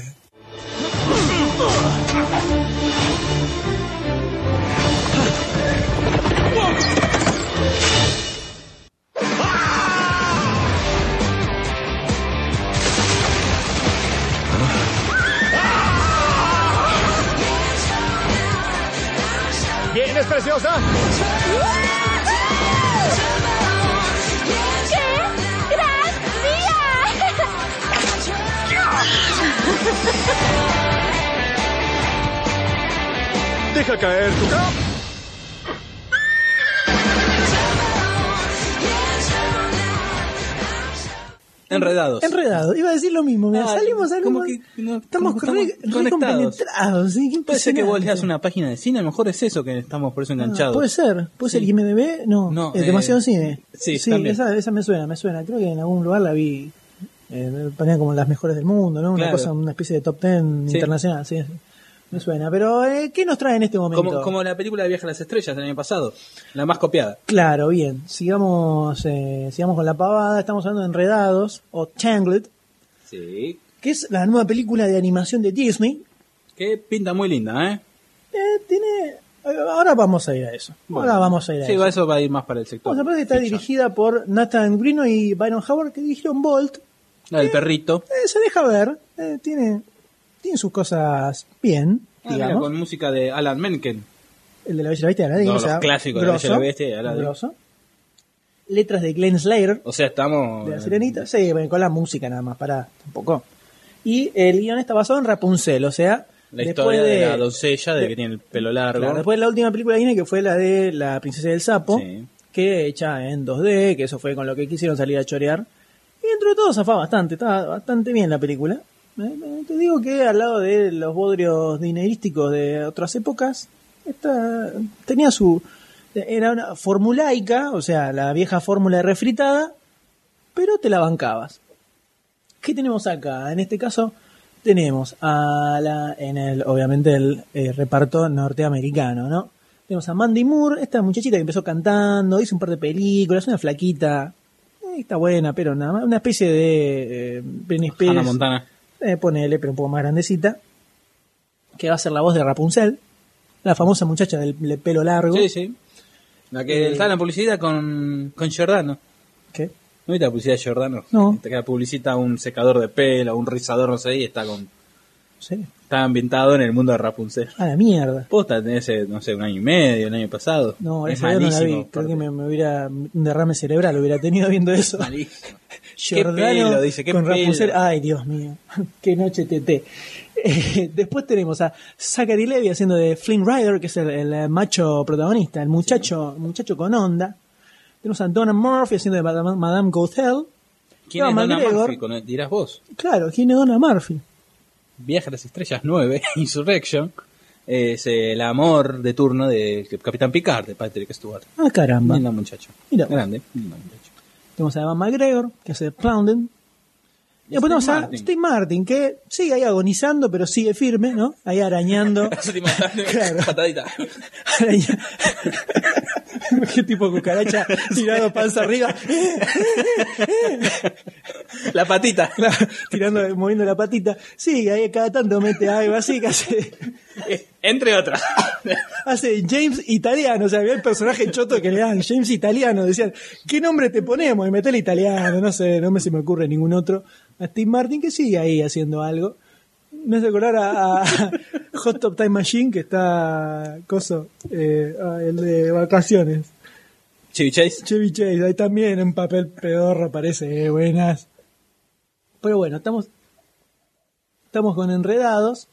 ¿Vienes, preciosa?
¡Qué gran día!
Deja caer tu...
Enredados.
Enredado. Iba a decir lo mismo. mirá,
Ah,
salimos, salimos.
como que no-
estamos
como que
re,
estamos
re
conectados.
compenetrados, ¿sí? Qué
Puede ser que vos
impresionante.
leas una página de cine, a lo mejor es eso que estamos por eso
Ah,
enganchados.
puede ser, puede ser
Sí.
que IMDB, no,
No,
eh,
eh,
demasiado cine.
sí, también.
esa, esa me suena, me suena. Creo que en algún lugar la vi, eh, me ponían como las mejores del mundo, ¿no? Una
Claro.
cosa, una especie de top ten
Sí.
internacional, sí, sí. me suena. Pero, eh, ¿qué nos trae en este momento?
Como, como la película de Viaje a las Estrellas del año pasado, la más copiada.
Claro, bien, sigamos, eh, sigamos con la pavada, estamos hablando de Enredados, o Tangled,
Sí.
que es la nueva película de animación de Disney.
Que pinta muy linda, ¿eh?
Eh, tiene... Ahora vamos a ir a eso. Ahora vamos a ir a
Sí,
eso.
va- eso va a ir más para el sector.
Vamos a ver que está
Fiction.
dirigida por Nathan Grino y Byron Howard, que dirigieron Bolt.
La del perrito.
Eh, se deja ver, eh, tiene, tiene sus cosas bien,
Ah, mira,
digamos.
con música de Alan Menken.
El de la Bella y la Bestia, ¿verdad?
No,
O
los
sea,
clásicos de La Bella y la Bestia, ya la digo.
grosso. Letras de Glenn Slater,
O sea, estamos.
de La Sirenita. Sí, bueno, con la música nada más, para tampoco. Y el guión está basado en Rapunzel, o sea...
La
después
historia de, la doncella, de, que tiene el pelo largo.
Claro, después de la última película de Disney, que fue la de La Princesa del Sapo,
Sí.
que hecha en 2D, que eso fue con lo que quisieron salir a chorear. Y dentro de todo zafaba bastante, estaba bastante bien la película. Eh, eh, Te digo que al lado de los bodrios dinerísticos de otras épocas, esta tenía su. Era una formulaica, o sea, la vieja fórmula refritada, pero te la bancabas. ¿Qué tenemos acá? En este caso tenemos a la, en el, obviamente el eh, reparto norteamericano, ¿no? Tenemos a Mandy Moore, esta muchachita que empezó cantando, hizo un par de películas, una flaquita, eh, está buena, pero nada más, una especie de eh, Britney Spears,
Hannah Montana.
eh, ponele, pero un poco más grandecita, que va a ser la voz de Rapunzel, la famosa muchacha del, del pelo largo.
Sí, sí. La que
Eh.
está en la publicidad con, con Giordano.
¿Qué?
¿No viste la publicidad de Giordano?
No.
Que publicita un secador de pelo, un rizador, no sé, y está con
Sí.
está ambientado en el mundo de Rapunzel.
A la mierda.
Posta, tenés, eh, no sé, un año y medio, el año pasado.
No,
es
esa yo no la vi.
malísimo.
Creo
aparte.
que me, me hubiera un derrame cerebral hubiera tenido viendo eso.
Malísimo. Qué
Giordano
pelo, dice, qué
con
pelo.
Rapunzel. Ay, Dios mío, qué noche TT. Eh, después tenemos a Zachary Levy haciendo de Flynn Rider, que es el, el, eh, macho protagonista, el muchacho, muchacho con onda. Tenemos a Donna Murphy haciendo de Madame, Madame Gothel.
¿Quién
No,
es Donna
McGregor.
Murphy? Con- Dirás vos.
Claro, ¿quién es Donna Murphy?
Viaja a las Estrellas 9, Insurrection, es eh, el amor de turno de Capitán Picard, de Patrick Stewart.
Ah, caramba.
Lindo muchacho.
Mira.
Grande, lindo muchacho.
Tenemos a Evan McGregor, que hace de Plounden. Y después tenemos pues, a
Martin.
Steve Martin, que sigue ahí agonizando, pero sigue firme, ¿no? Ahí arañando. Claro.
Patadita.
araña. Qué tipo de cucaracha tirado panza arriba,
La patita.
tirando, moviendo la patita. Sí, ahí cada tanto mete algo así que hace,
Entre otras.
hace James Italiano. O sea, había el personaje choto que le dan James Italiano. Decían, ¿qué nombre te ponemos? Y metele italiano, no sé, no me se me ocurre ningún otro. A Steve Martin que sigue ahí haciendo algo. Me hace acordar a, a Hot Top Time Machine que está, coso, eh, ah, el de vacaciones.
Chevy Chase.
Chevy Chase, ahí también un papel pedorro aparece, eh, buenas. Pero bueno, estamos estamos con Enredados,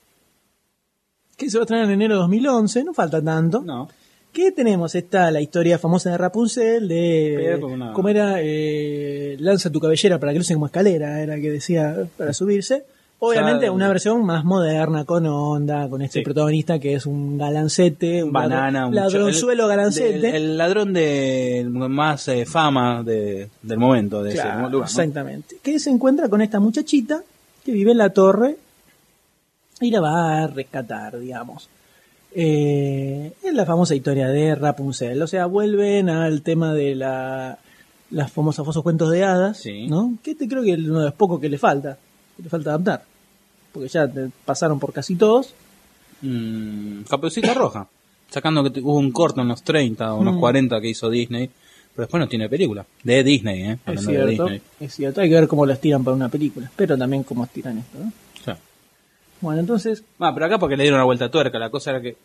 que se va a estrenar en enero de 2011, no falta tanto.
No.
¿Qué tenemos? Está la historia famosa de Rapunzel, de
Pero como una-
cómo era eh, Lanza tu cabellera para que use como escalera, era que decía para subirse. Obviamente
Claro.
una versión más moderna, con onda, con este
Sí.
protagonista que es un galancete, un ladron-
banana, un
ladronzuelo
cho- el-
galancete.
del- El, ladrón de más eh, fama de- del momento, de
Claro,
ese lugar. ¿no?
Exactamente. Que se encuentra con esta muchachita que vive en la torre y la va a rescatar, digamos. Eh, es la famosa historia de Rapunzel. O sea, vuelven al tema de la, las famosas famosos cuentos de hadas,
Sí.
¿no? Que este creo que es uno de los pocos que le falta, que le falta adaptar. Porque ya te- pasaron por casi todos.
Mm, Caperucita Roja. Sacando que tu- hubo un corto en los 30 o en los
Mm.
40 que hizo Disney. Pero después no tiene película. De Disney, ¿eh?
Es
Hablando de
cierto,
Disney.
es cierto. Hay que ver cómo los tiran para una película, pero también cómo estiran esto, ¿no?
Sí.
Bueno, entonces,
Ah, pero acá porque le dieron una vuelta a tuerca. La cosa era que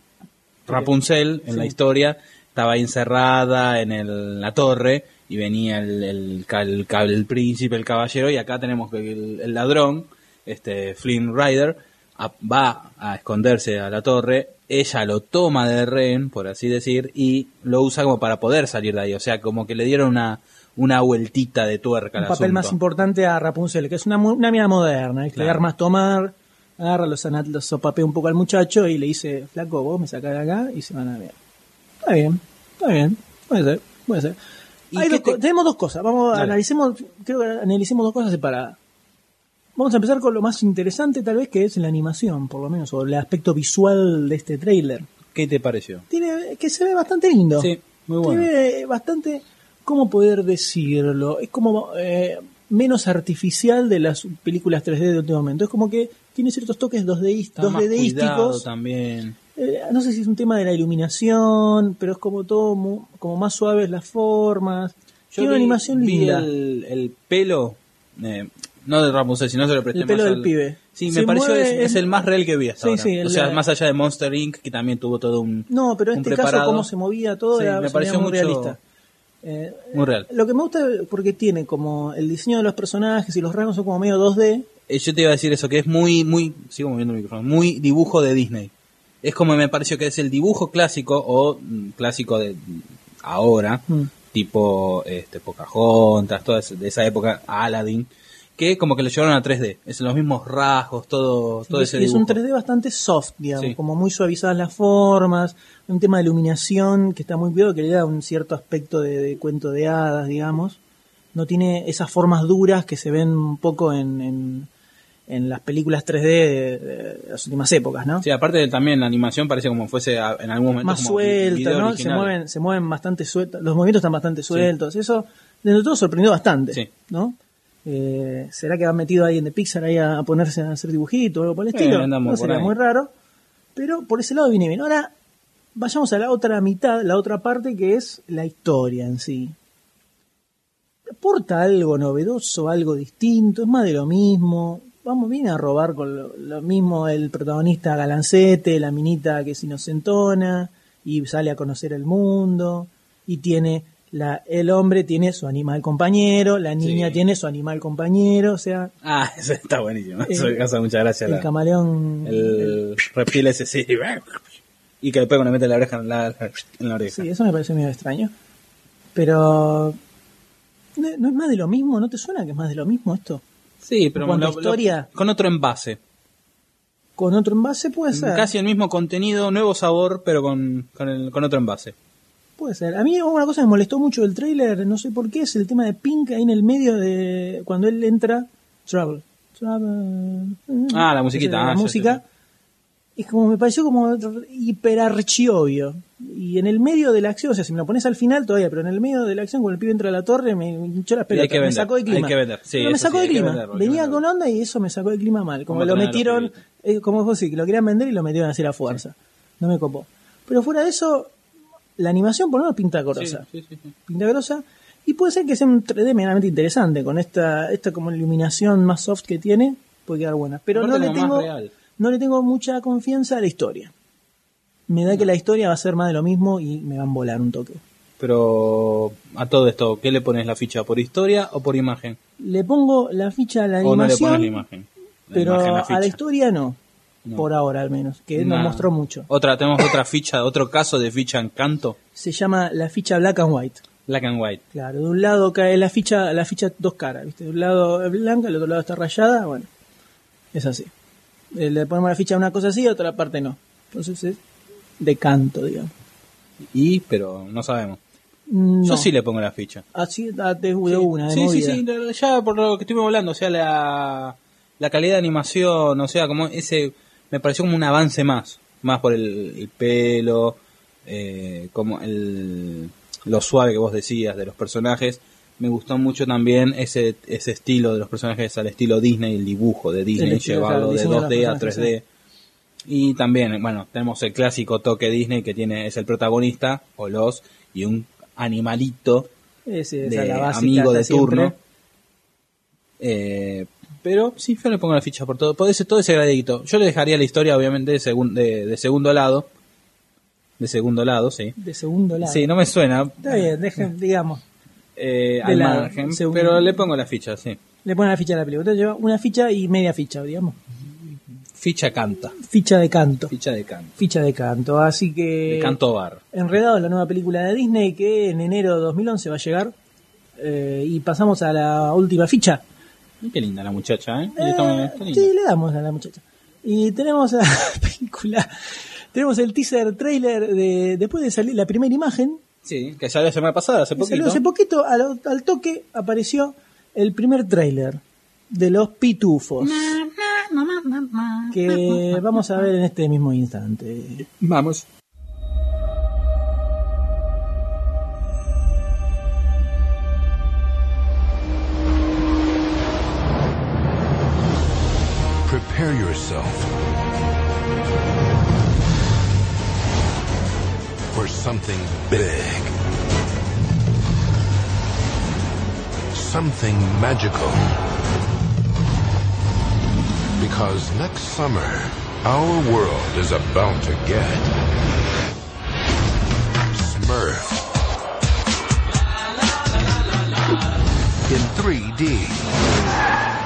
Rapunzel, en
Sí.
la historia, estaba ahí encerrada en el- la torre y venía el, el ca- el ca- el príncipe, el caballero, y acá tenemos que el, el ladrón, este Flynn Rider, a- va a esconderse a la torre. Ella lo toma de rehén, por así decir, y lo usa como para poder salir de ahí. O sea, como que le dieron una, una vueltita de tuerca
un
al
papel más
asunto.
importante a Rapunzel, que es una, mu- una mina moderna, ¿viste?
Claro.
Le armas tomar, agarra, los anat- los sopapea un poco al muchacho y le dice, flaco, vos me sacás de acá y se van a ver. Está bien, está bien, puede ser, puede ser.
¿Y
Hay
qué
dos co-
te-
Tenemos dos cosas, vamos,
Dale.
analicemos, creo que analicemos dos cosas separadas. Vamos a empezar con lo más interesante tal vez que es la animación, por lo menos, o el aspecto visual de este tráiler.
¿Qué te pareció?
Tiene, que se ve bastante lindo.
Sí, muy bueno.
Tiene bastante, ¿cómo poder decirlo? Es como eh, menos artificial de las películas 3D de último momento. Es como que tiene ciertos toques 2D,
Está más cuidado
2Dísticos.
también.
Eh, no sé si es un tema de la iluminación, pero es como todo, mu- como más suaves las formas. tiene una
vi-
animación
vi
linda.
el, el pelo, eh, no de Rapunzel, sino se lo presté
El pelo
más
del
al-
pibe.
Sí,
Se
me pareció,
mueve
es,
en-
es el más real que vi hasta
Sí,
ahora.
sí,
o
el-
sea, más allá de Monster Inc., que también tuvo todo un...
No, pero en
un
este caso,
preparado.
cómo se movía todo
Sí,
era
me
se
pareció
veía muy
mucho-
realista. Eh,
Muy real.
lo que me gusta porque tiene como el diseño de los personajes y los rasgos son como medio 2D,
Eh, yo te iba a decir eso, que es muy, muy, sigo moviendo el micrófono, muy dibujo de Disney. Es como me pareció que es el dibujo clásico o mm, clásico de mm, ahora,
Mm.
tipo este, Pocahontas, toda esa, de esa época, Aladdin, que como que lo llevaron a 3D. Es los mismos rasgos, todo, todo
Y
ese
es, y es un
dibujo.
3D bastante soft, digamos,
Sí.
como muy suavizadas las formas, un tema de iluminación que está muy cuidado, que le da un cierto aspecto de, de cuento de hadas, digamos. No tiene esas formas duras que se ven un poco en, en, en las películas 3D de, de las últimas épocas, ¿no?
Sí, aparte de- también la animación parece como fuese a- en algún momento
Más
como
suelta,
video
¿no? Se
original.
mueven, se mueven bastante sueltos, los movimientos están bastante sueltos. Eso, dentro de todo, sorprendió bastante,
Sí.
¿no? Eh, ¿Será que ha metido a alguien de Pixar ahí a, a ponerse a hacer dibujitos o algo por el
Eh,
estilo?
andamos
no
por
sería
ahí.
muy raro. Pero por ese lado viene bien. Ahora vayamos a la otra mitad, la otra parte que es la historia en sí. ¿Aporta algo novedoso, algo distinto? ¿Es más de lo mismo? Vamos, viene a robar con lo, lo mismo el protagonista galancete, la minita que es inocentona y sale a conocer el mundo y tiene... La, el hombre tiene su animal compañero, la niña
Sí.
tiene su animal compañero, o sea,
Ah, eso está buenísimo. Eso
El-
me causa muchas gracias.
el
la-
camaleón...
el reptil ese sí. Y que le pega una mete la oreja en la, en la oreja.
Sí, eso me parece medio extraño. Pero. ¿No, no es más de lo mismo? ¿No te suena que es más de lo mismo esto?
Sí, pero
cuanto a historia-
con otro envase.
Con otro envase puede ser.
Casi el mismo contenido, nuevo sabor, pero con, con, el- con otro envase.
Puede ser. A mí una cosa que me molestó mucho del tráiler, no sé por qué, es el tema de Pink ahí en el medio de cuando él entra, Trouble. Trouble.
Ah, la musiquita,
Esa, La
ah, sí,
música.
sí,
Es como me pareció como hiperarchiobvio. Y en el medio de la acción, o sea, si me lo pones al final todavía, pero en el medio de la acción, cuando el pibe entra a la torre, me hinchó las
Y hay
pelotas,
que vender,
me sacó de
hay
clima.
que vender, sí,
Pero me
eso
sacó
sí,
de
hay que
clima.
venderlo, hay que
Venía
venderlo.
con onda y eso me sacó de clima mal. Como
Como
lo
tener a los
metieron,
pibitos.
eh, como vos decís, que lo querían vender y lo metieron así a la fuerza. No me copó. Pero fuera de eso, la animación por lo menos pinta grosa. Pinta grosa. Y puede ser que sea un 3D medianamente interesante con esta, esta como iluminación más soft que tiene, puede quedar buena. Pero no
Aparte
le,
como más
tengo,
real.
no le tengo mucha confianza a la historia. Me da que la historia va a ser más de lo mismo y me van a volar un toque.
Pero a todo esto, ¿qué le pones la ficha? ¿Por historia o por imagen?
Le pongo la ficha a la
¿O no le
animación,
pones la imagen? La
pero
imagen, la
a la
ficha.
historia no.
No.
por ahora al menos, que
Nah.
nos mostró mucho.
Otra, tenemos otra ficha, otro caso de ficha en canto,
Se llama la ficha Black and White.
black and white.
Claro, de un lado cae la ficha, la ficha dos caras, ¿viste? De un lado es blanca, el otro lado está rayada, bueno, es así. Eh, Le ponemos la ficha a una cosa así, a otra parte no. Entonces es de canto, digamos. Mm,
Y, pero no sabemos.
No.
Yo sí le pongo la ficha.
Así, ah, de, de una, de
sí, sí,
movida.
sí, la- ya por lo que estuvimos hablando, o sea, la, la calidad de animación, o sea, como ese, me pareció como un avance más, más por el, el pelo, eh, como el, lo suave que vos decías de los personajes. Me gustó mucho también ese, ese estilo de los personajes al estilo Disney, el dibujo de Disney,
El estilo,
llevado
claro, el
de
diseño de
2D a
los personajes,
3D. Y también, bueno, tenemos el clásico toque Disney que tiene, es el protagonista, o los, y un animalito
Ese, esa es
de
la básica,
amigo de
hasta siempre.
turno. Eh, pero sí, yo le pongo la ficha por todo. Por ese, todo ese gradito. Yo le dejaría la historia, obviamente, de, segun- de, de segundo lado. De segundo lado, sí.
De segundo lado.
Sí, no me suena
Está bien, dejen, digamos.
eh,
De
al
lado,
margen,
segundo.
pero le pongo la ficha, sí.
Le ponen la ficha a la película. Entonces lleva una ficha y media ficha, digamos.
Ficha canta.
Ficha de canto.
Ficha de canto.
Ficha de canto. Así que.
De canto bar.
Enredado, la nueva película de Disney que en enero de 2011 va a llegar. Eh, y pasamos a la última ficha.
Ay, Qué linda la muchacha, ¿eh?
Eh,
Está- está linda.
sí, le damos a la muchacha. Y tenemos a la película. Tenemos el teaser trailer de. Después de salir la primera imagen.
Sí, que salió la semana pasada, hace
que salió
poquito.
hace poquito, al, al toque apareció el primer trailer de los pitufos. Que vamos a ver en este mismo instante.
Vamos.
Prepare yourself for something big, something magical. Because next summer, our world is about to get Smurf in 3D.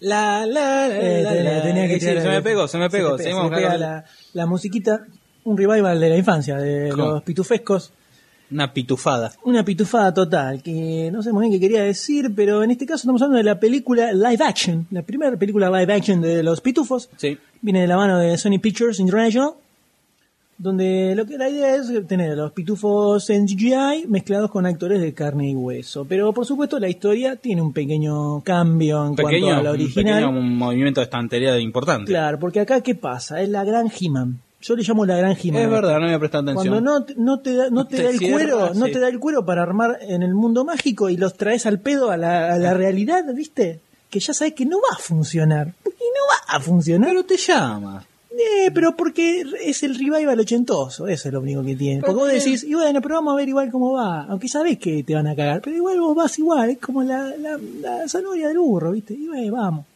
La, la, la,
Eh,
la,
te-
la.
tenía que
Sí,
tirar
se
el-
me pegó, se me pegó.
te pega,
Seguimos
se me pega
buscando-
la, la musiquita, un revival de la infancia, de
¿Cómo?
los pitufescos.
Una pitufada.
Una pitufada total, que no sé muy bien qué quería decir, pero en este caso estamos hablando de la película live action, la primera película live action de los pitufos.
Sí.
Viene de la mano de Sony Pictures International, donde lo que la idea es tener a los pitufos en CGI mezclados con actores de carne y hueso. Pero por supuesto la historia tiene un pequeño cambio en
pequeño,
cuanto a la
un
original.
pequeño movimiento de estantería importante.
Claro, porque acá ¿qué pasa? Es la gran He-Man. Yo le llamo la gran He-Man.
Es verdad, no me prestado atención.
Cuando no, te- no te da, no te
Te
da el
cierra,
cuero, no
sí.
te da el cuero para armar en el mundo mágico y los traes al pedo a la,
Ah.
a la realidad, ¿viste? Que ya sabes que no va a funcionar. Porque no va a funcionar.
Pero te llama.
Eh, pero porque es el revival ochentoso, eso es lo único que tiene. Porque vos decís, y bueno, pero vamos a ver igual cómo va, aunque sabés que te van a cagar, pero igual vos vas igual, es como la, la, la zanahoria del burro, ¿viste? Y bueno, vamos.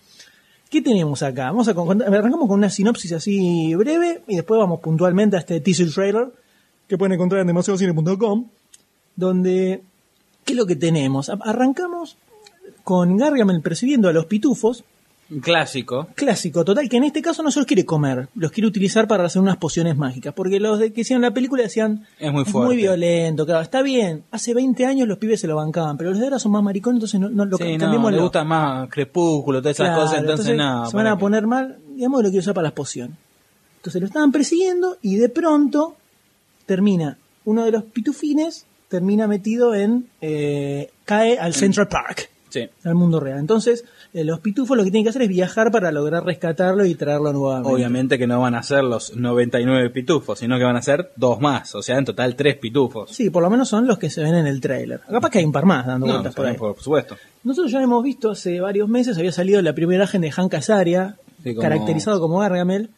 ¿Qué tenemos acá? Vamos a con- arrancamos con una sinopsis así breve y después vamos puntualmente a este teaser trailer que pueden encontrar en demasiadocine.com donde ¿qué es lo que tenemos? A- Arrancamos con Gargamel persiguiendo a los pitufos
Un clásico.
clásico total que en este caso no se los quiere comer, los quiere utilizar para hacer unas pociones mágicas, porque los de que hicieron la película decían
Es muy fuerte".
violento, claro, está bien, hace 20 años los pibes se lo bancaban, pero los de ahora son más maricones, entonces no, no lo
Sí, no,
cambiémoslo.
le gusta más Crepúsculo, todas esas
Claro,
cosas, entonces, nada.
se van a
¿para qué?
poner mal, digamos que lo quiere usar para las pociones. Entonces lo estaban persiguiendo y de pronto termina uno de los pitufines termina metido en eh, cae al Central Park
Sí.
al mundo real. Entonces, eh, los pitufos lo que tienen que hacer es viajar para lograr rescatarlo y traerlo nuevamente.
Obviamente que no van a ser los 99 pitufos, sino que van a ser dos más, o sea, en total tres pitufos.
Sí, por lo menos son los que se ven en el tráiler. Capaz que hay un par más dando
No,
vueltas por
sí,
ahí.
por supuesto.
Nosotros ya hemos visto hace varios meses, había salido la primera imagen de Hank Azaria,
Sí, como-
caracterizado como Gargamel,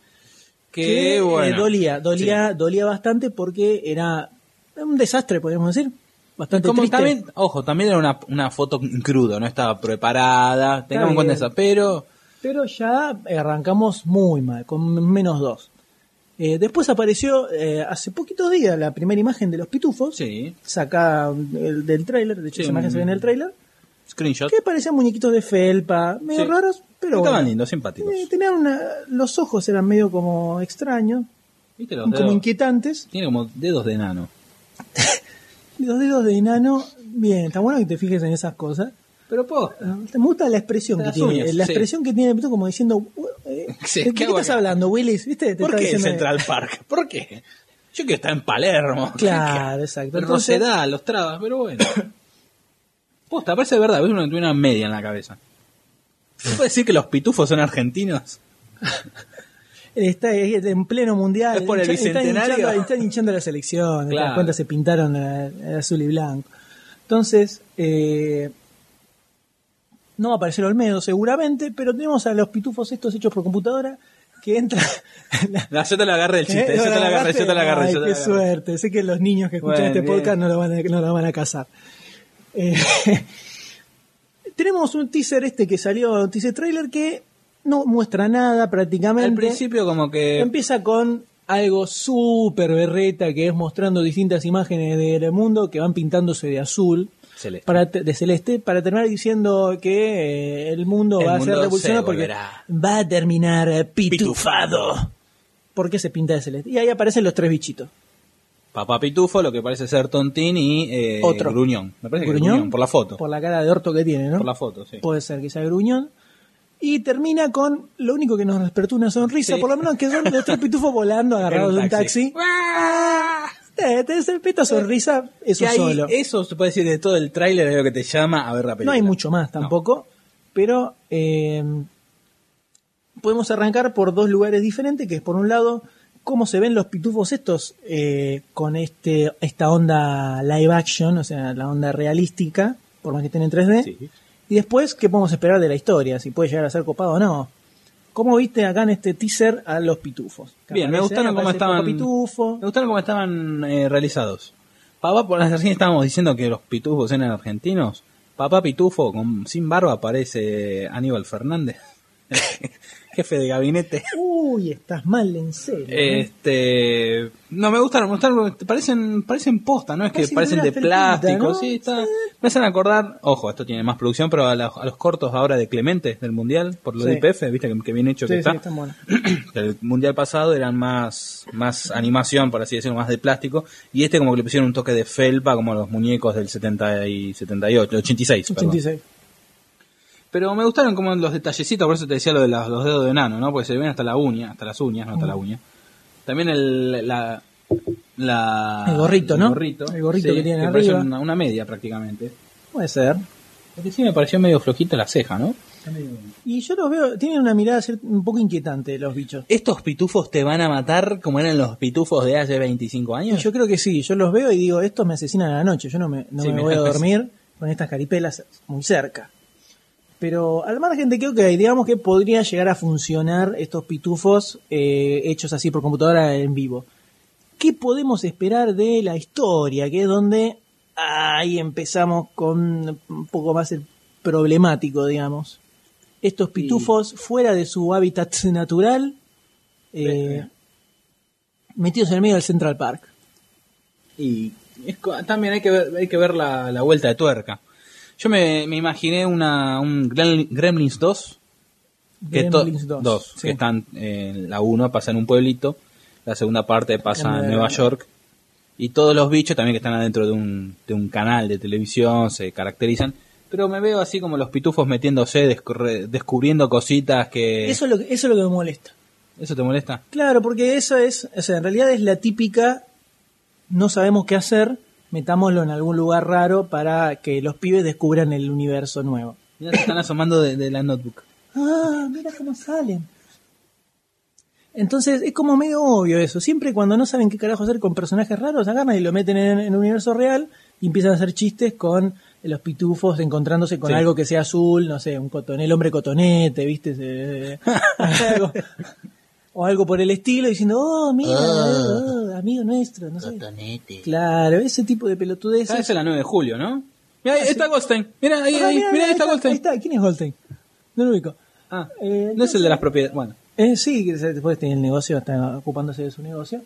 Que,
eh,
bueno.
dolía, dolía, dolía bastante porque era un desastre, podríamos decir. Bastante
Como
triste.
también, ojo, también era una, una foto cruda, no estaba preparada, tengamos en cuenta
bien.
eso, pero
Pero ya eh, arrancamos muy mal, con menos dos. Eh, después apareció eh, hace poquitos días la primera imagen de los pitufos.
sí,
saca el- del tráiler, de hecho
Sí, mm.
esa imagen se ve en el tráiler,
screenshot.
Que parecían muñequitos de felpa, medio
Sí.
raros, pero.
Estaban
bueno.
lindos, simpáticos.
Eh, tenían una- los ojos eran medio como extraños,
¿Viste los
como
dedos?
inquietantes.
Tiene como dedos de nano.
Los dedos de enano, bien, está bueno que te fijes en esas cosas.
Pero po,
Ah, Me gusta la expresión
Las
que tiene.
uñas,
la
sí.
expresión que tiene Pito como diciendo, eh,
Sí,
¿de
¿qué
qué
hago
estás
acá?
hablando, Willis? ¿Viste? Te
¿por
está
qué
diciendo-
Central Park? ¿Por qué? Yo quiero estar en Palermo.
Claro, exacto.
Pero
Entonces-
Rosedal, los trabas, pero bueno. Posta, parece verdad, ves uno que tiene una media en la cabeza. ¿Se puede decir que los pitufos son argentinos?
Está en pleno mundial.
¿Es por el
hincha- están
bicentenario?
hinchando- Están hinchando la selección.
Claro.
Las cuentas se pintaron a- a azul y blanco. Entonces, eh, no va a aparecer Olmedo seguramente, pero tenemos a los pitufos estos hechos por computadora que entran.
No, yo te lo agarré el chiste,
¿Eh?
yo te lo agarré, yo te lo agarré.
Ay,
yo te
qué
lo agarré.
suerte. Sé que los niños que escuchan
Bueno,
este
bien.
podcast no lo van a, no lo van a cazar. Eh, tenemos un teaser este que salió, un teaser trailer que no muestra nada prácticamente.
Al principio eh, como que...
Empieza con algo súper berreta que es mostrando distintas imágenes del mundo que van pintándose de azul.
Celeste.
Para te- de celeste, para terminar diciendo que eh, el mundo
El
va a
mundo
ser
se
revolucionario porque
volverá.
va a terminar eh, pitufado.
Pitufado.
Porque se pinta de celeste. Y ahí aparecen los tres bichitos.
Papá Pitufo, lo que parece ser Tontín y eh,
Otro.
Gruñón. Me parece que es Gruñón, por la foto.
Por la cara de orto que tiene, ¿no?
Por la foto, sí.
Puede ser que sea gruñón. Y termina con lo único que nos despertó una sonrisa,
Sí.
por lo menos que son los tres pitufos volando agarrados
En
de
un
un taxi. Este,
taxi.
Te, te despertó sonrisa, eso
Que ahí-
solo.
Eso se puede decir de todo el tráiler, es lo que te llama a ver la
No
película.
hay mucho más tampoco, pero eh, podemos arrancar por dos lugares diferentes, que es por un lado cómo se ven los pitufos estos eh, con este esta onda live action, o sea, la onda realística, por más que estén en 3D,
Sí.
y después qué podemos esperar de la historia, si puede llegar a ser copado o no. ¿Cómo viste acá en este teaser a los pitufos? Que
Bien, me
aparece-
gustaron cómo
aparece Papá
estaban.
Pitufo.
Me gustaron cómo estaban eh, realizados. Papá, por las recién estábamos diciendo que los pitufos eran argentinos. Papá Pitufo, con, sin barba, parece Aníbal Fernández, jefe de gabinete.
Uy, estás mal en serio. ¿eh?
Este, no me gustaron, me gustaron, porque parecen, parecen posta, no es que
Parecen
parecen de
figuras felpitas,
plástico,
¿no?
sí, está,
Sí.
me hacen acordar, ojo, esto tiene más producción, pero a, la- a los cortos ahora de Clemente del Mundial, por lo
Sí.
de IPF, viste que, que bien hecho
Sí,
que
sí,
está.
están buenos.
El mundial pasado eran más, más animación, por así decirlo, más de plástico. Y este, como que le pusieron un toque de felpa, como los muñecos del 70 y 78, 86. perdón.
86.
Pero me gustaron como los detallecitos, por eso te decía lo de las- los dedos de nano, ¿no? Porque se ven hasta la uña, hasta las uñas, no hasta la uña. También el, la, la-
El gorrito, ¿no?
El gorrito,
El gorrito que tiene
parece
arriba.
Una, una media prácticamente.
Puede ser.
Lo que sí me pareció medio flojita la ceja, ¿no?
Y yo los veo, tienen una mirada cier- un poco inquietante los bichos.
¿Estos pitufos te van a matar como eran los pitufos de hace 25
Y
años?
yo creo que sí, yo los veo y digo, estos me asesinan a la noche, yo no me, no
Sí,
me
me
voy a
parece.
dormir con estas caripelas muy cerca. Pero al margen de que, ok, digamos que podría llegar a funcionar estos pitufos eh, hechos así por computadora en vivo. ¿Qué podemos esperar de la historia? Que es donde ahí empezamos con un poco más el problemático, digamos. Estos pitufos fuera de su hábitat natural, eh, metidos en el medio del Central Park.
Y es co- también hay que ver, hay que ver la, la vuelta de tuerca. Yo me, me imaginé una, un Gremlin- Gremlins 2. Que to-
Gremlins 2,
dos,
sí.
que están eh, la 1 pasa en un pueblito, la segunda parte pasa
En,
en
eh,
Nueva York. Y todos los bichos también que están adentro de un, de un canal de televisión se caracterizan. Pero me veo así como los pitufos metiéndose, descurre- descubriendo cositas que...
Eso, es lo que, eso es lo que me molesta.
¿Eso te molesta?
Claro, porque eso es, o sea, en realidad es la típica, no sabemos qué hacer, metámoslo en algún lugar raro para que los pibes descubran el universo nuevo.
Mira, se están asomando de, de la notebook.
Ah, mira cómo salen. Entonces es como medio obvio eso. Siempre cuando no saben qué carajo hacer con personajes raros, agarran y lo meten en, en el universo real y empiezan a hacer chistes con los pitufos encontrándose con
Sí.
algo que sea azul, no sé, un cotonel, el hombre cotonete, ¿viste? Se- algo- o algo por el estilo diciendo, oh, mira,
Ah.
oh, amigo nuestro, no sé. Claro, ese tipo de pelotudeces.
Esa es la 9 de julio, ¿no? Mira, ahí está Goldstein. Mira, ahí,
Ah,
ahí, mira, ahí está
ahí
Goldstein.
está. ¿Quién es Goldstein? No lo ubico.
Ah,
Eh,
no es el de las propiedades. Bueno,
Eh, sí, que se- después tiene el negocio, está ocupándose de su negocio.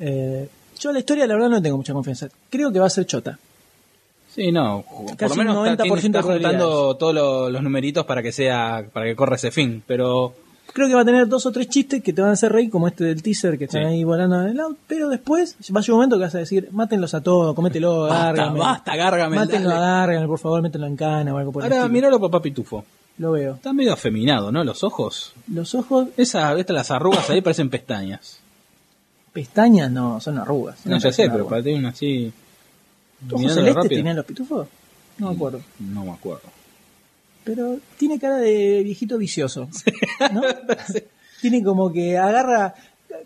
Eh, yo la historia, la verdad, no tengo mucha confianza. Creo que va a ser chota.
Sí, no. ju-
Casi
por lo menos está,
90%
tiene- está
de
juntando todos los, los numeritos para que sea para que corra ese fin, pero
Creo que va a tener dos o tres chistes que te van a hacer reír, como este del teaser que están
Sí.
ahí volando en el auto, pero después va a llegar un momento que vas a decir, mátenlos a todos, comételo,
Basta,
agárgame.
basta, Gargamel,
Mátenlo
dale.
a Gargamel, por favor, mételo en cana o algo por el
ahora
estilo.
míralo por Papi Tufo.
Lo veo.
Está medio afeminado, ¿no? Los ojos.
Los ojos,
Esa, estas las arrugas ahí parecen pestañas.
pestañas, no, son arrugas.
No, ya sé,
son
pero
arrugas.
para ti una así.
¿Ojos
mirándolo
celestes
rápido.
tenían los pitufos? No me acuerdo.
No me acuerdo.
Pero tiene cara de viejito vicioso. ¿No? Tiene como que agarra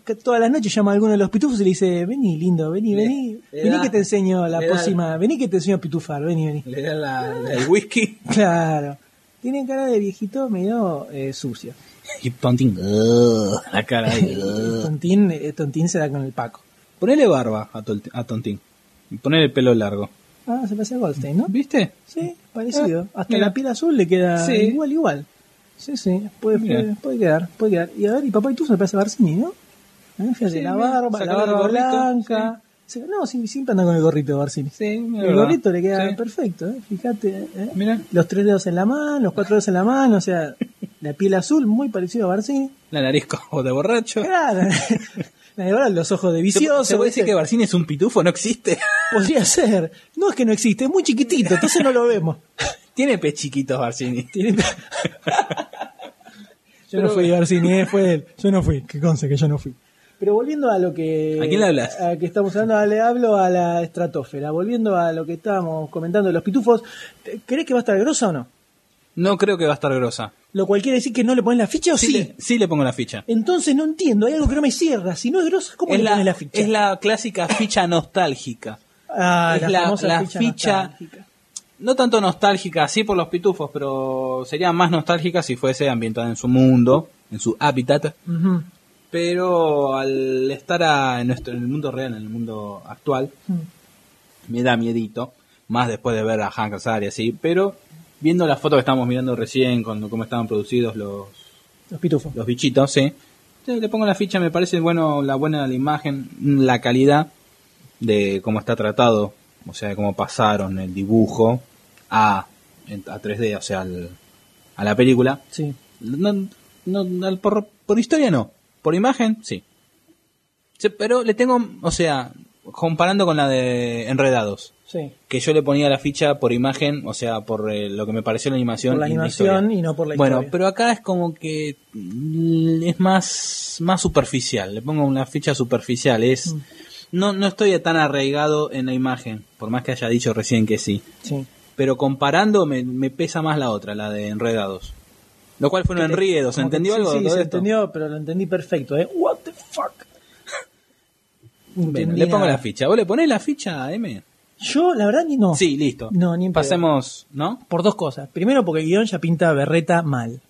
que todas las noches llama a alguno de los pitufos y le dice, vení lindo, vení,
Le-
vení,
le
vení
da-
que te enseño la
le da-
pócima, vení que te enseño a pitufar, vení, vení.
Le da la- el whisky.
Claro. Tiene cara de viejito medio eh, sucio.
Y Tontín. "Ugh", la cara ahí. "Ugh".
Tontín, eh, Tontín se da con el Paco.
Ponele barba a, Tol- a Tontín. Y ponele el pelo largo.
Ah, se parece a Goldstein, ¿no?
¿Viste?
Sí, parecido.
Ah,
Hasta
mira.
la piel azul le queda
Sí.
igual, igual. Sí, sí, puede,
Mira.
puede, puede quedar, puede quedar. Y a ver, y papá y tú se parece a Barcini, ¿no? Ah, Fíjate,
Sí,
la
mira,
barba, la
sacarle el
barba
gorrito,
blanca. Se- No, sí, siempre anda con el gorrito de Barcini.
Sí, mira,
el
verdad.
gorrito le queda
Sí.
perfecto, ¿eh? fíjate. ¿eh?
Mira.
Los tres dedos en la mano, los cuatro dedos en la mano, o sea, la piel azul, muy parecido a Barcini.
La nariz como de borracho.
Claro, la de ahora los ojos de
¿Se,
vicioso.
se puede decir
¿viste?
que Barcini es un pitufo? No existe.
Podría ser. No es que no existe, es muy chiquitito, entonces no lo vemos.
Tiene pechiquitos Barcini.
Tiene- yo no
Pero-
fui, Barcini, eh, fue él. Yo no fui, que conste que yo no fui. Pero volviendo a lo que.
¿A quién le hablas?
a que estamos hablando, ah, le hablo a la estratosfera. Volviendo a lo que estábamos comentando de los pitufos, ¿te- ¿crees que va a estar grosa o no?
No creo que va a estar grosa.
Lo cual quiere decir que no le pones la ficha o sí.
Sí, le, sí le pongo la ficha.
Entonces no entiendo, hay algo que no me cierra. Si no es grosa, ¿cómo
Es
le
la,
pones la ficha?
es la clásica ficha nostálgica.
Ah,
es la-
famosa
la ficha-
nostálgica.
No tanto nostálgica, sí por los pitufos, pero sería más nostálgica si fuese ambientada en su mundo, en su hábitat.
Ujú.
Pero al estar a- en, nuestro, en el mundo real, en el mundo actual,
Mm.
me da miedito. Más después de ver a Hank Azaria, así. Pero viendo la foto que estábamos mirando recién, cuando cómo estaban producidos los,
Los pitufos.
los bichitos, sí. Entonces, le pongo la ficha, me parece bueno la buena la imagen, la calidad de cómo está tratado, o sea, cómo pasaron el dibujo a, a 3D, o sea, al- a la película.
Sí.
No, no, no, por, por historia no, por imagen sí. Sí, Pero le tengo, o sea, comparando con la de Enredados,
Sí.
que yo le ponía la ficha por imagen, o sea, por eh, lo que me pareció la animación.
Por la
y
animación
historia.
y no por la
Bueno,
historia.
pero acá es como que mm, es más, más superficial. Le pongo una ficha superficial. Es
Mm.
no, no estoy tan arraigado en la imagen, por más que haya dicho recién que sí.
Sí.
Pero comparando me, me pesa más la otra, la de Enredados. Lo cual fueron enriedos.
Como que-
¿Entendió
sí,
algo? de
Sí,
todo
se
esto?
entendió, pero lo entendí perfecto, ¿eh? What the fuck. No
Bueno,
entendí
le pongo
nada.
la ficha. ¿Vos le ponés la ficha, M?
Yo, la verdad, ni no.
Sí, listo.
No, ni en pedo.
Pasemos, ¿no?
Por dos cosas. Primero, porque el guión ya pinta berreta mal.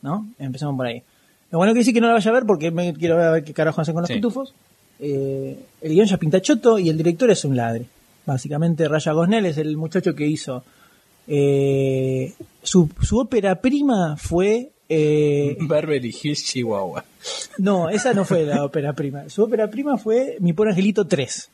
¿No? Empezamos por ahí. Lo bueno que dice que no la vaya a ver porque me quiero ver, a ver qué carajo hacen con los
Sí.
pitufos. Eh, el guión ya pinta choto y el director es un ladre. Básicamente, Raya Gosnell es el muchacho que hizo. eh, su, su ópera prima fue. eh,
Beverly Hills, Chihuahua.
No, esa no fue la ópera prima. Su ópera prima fue Mi Pobre Angelito 3.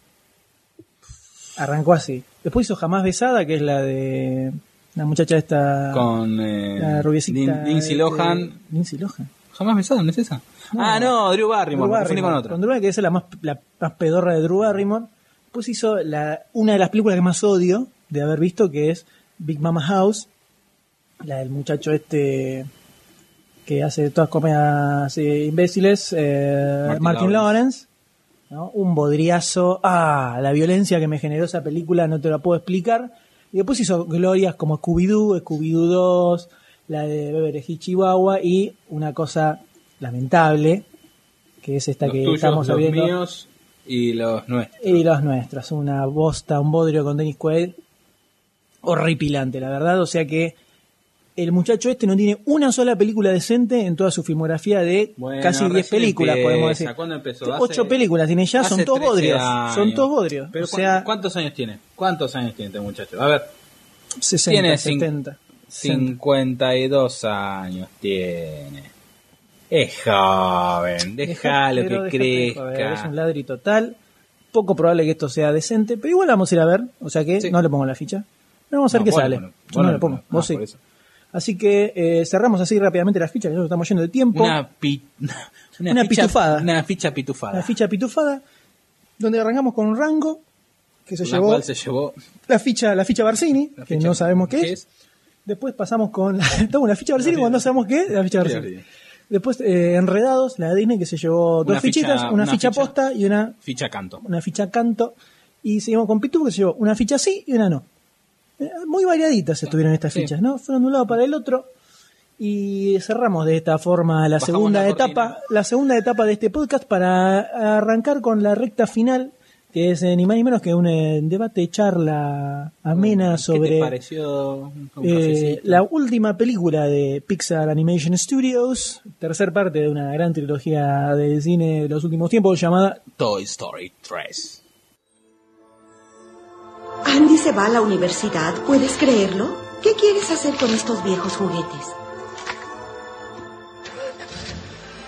Arrancó así. Después hizo Jamás Besada, que es la de la muchacha esta.
Con eh,
la rubiecita.
Lin- Lindsay
este,
Lohan.
Lindsay Lohan.
Jamás pensado, ¿no es esa?
No.
Ah, no, Drew Barrymore.
Drew
Me confundí con
Barrymore.
otra.
Con Drew Barrymore, que esa es la más, la más pedorra de Drew Barrymore. Después hizo la, una de las películas que más odio de haber visto, que es Big Mama House. La del muchacho este que hace todas comedias eh, imbéciles, eh,
Martin
Martin, Lawrence.
Lawrence.
¿no? Un bodriazo. Ah, la violencia que me generó esa película no te la puedo explicar. Y después hizo glorias como Scooby-Doo, Scooby-Doo 2, la de Beverly Hills Chihuahua y una cosa lamentable, que es esta
Los
que
tuyos,
estamos
los
abriendo.
míos y los nuestros.
Y los nuestros, una bosta, un bodrio con Dennis Quaid. Horripilante, la verdad. O sea que el muchacho este no tiene una sola película decente en toda su filmografía de
Bueno,
casi 10
recién
películas,
empieza.
podemos decir.
¿Cuándo empezó? Hace-
8 películas tiene ya, son
Hace
todos
13
bodrios.
años.
Son todos bodrios.
Pero
o sea,
¿cu- ¿cuántos años tiene? ¿Cuántos años tiene este muchacho? A ver,
60,
tiene cinc-
70. 60.
52 años tiene. Es joven, déjalo
Pero
que
déjate de joder, Es un
crezca.
ladri total. Poco probable que esto sea decente, pero igual vamos a ir a ver. O sea que
Sí.
no le pongo la ficha. Vamos a ver
No,
qué
vos no
sale.
lo- vos
Yo
no
no
lo-
lo pongo,
ah,
vos
por
sí.
eso.
Así que eh, cerramos así rápidamente la ficha, que nosotros estamos yendo de tiempo.
Una, pi-
Una
ficha-
pitufada.
Una ficha pitufada.
La ficha pitufada, donde arrancamos con un rango que se
la
llevó
cual se llevó
la ficha la ficha Barcini,
la
que
ficha-
no sabemos qué, es. Después pasamos con la, toma, la ficha Barcini
La-
cuando no sabemos qué, es, la ficha
la-
Barcini. Después eh, Enredados, la de Disney que se llevó dos
Una ficha-
fichitas, una,
una
ficha,
ficha-
posta y una
Ficha canto.
una ficha canto y seguimos con Pitu que se llevó una ficha sí y una no. Eh, Muy variaditas estuvieron estas
Sí.
fichas, ¿no? Fueron de un lado para el otro y cerramos de esta forma la
Bajamos
segunda
la cortina.
etapa, la segunda etapa de este podcast para arrancar con la recta final que es eh, ni más ni menos que un eh, debate, charla amena
Mm, ¿Qué te
sobre
pareció un
eh,
cafecito?
la última película de Pixar Animation Studios, tercer parte de una gran trilogía de cine de los últimos tiempos llamada
Toy Story 3.
Andy se va a la universidad, ¿puedes creerlo? ¿Qué quieres hacer con estos viejos juguetes?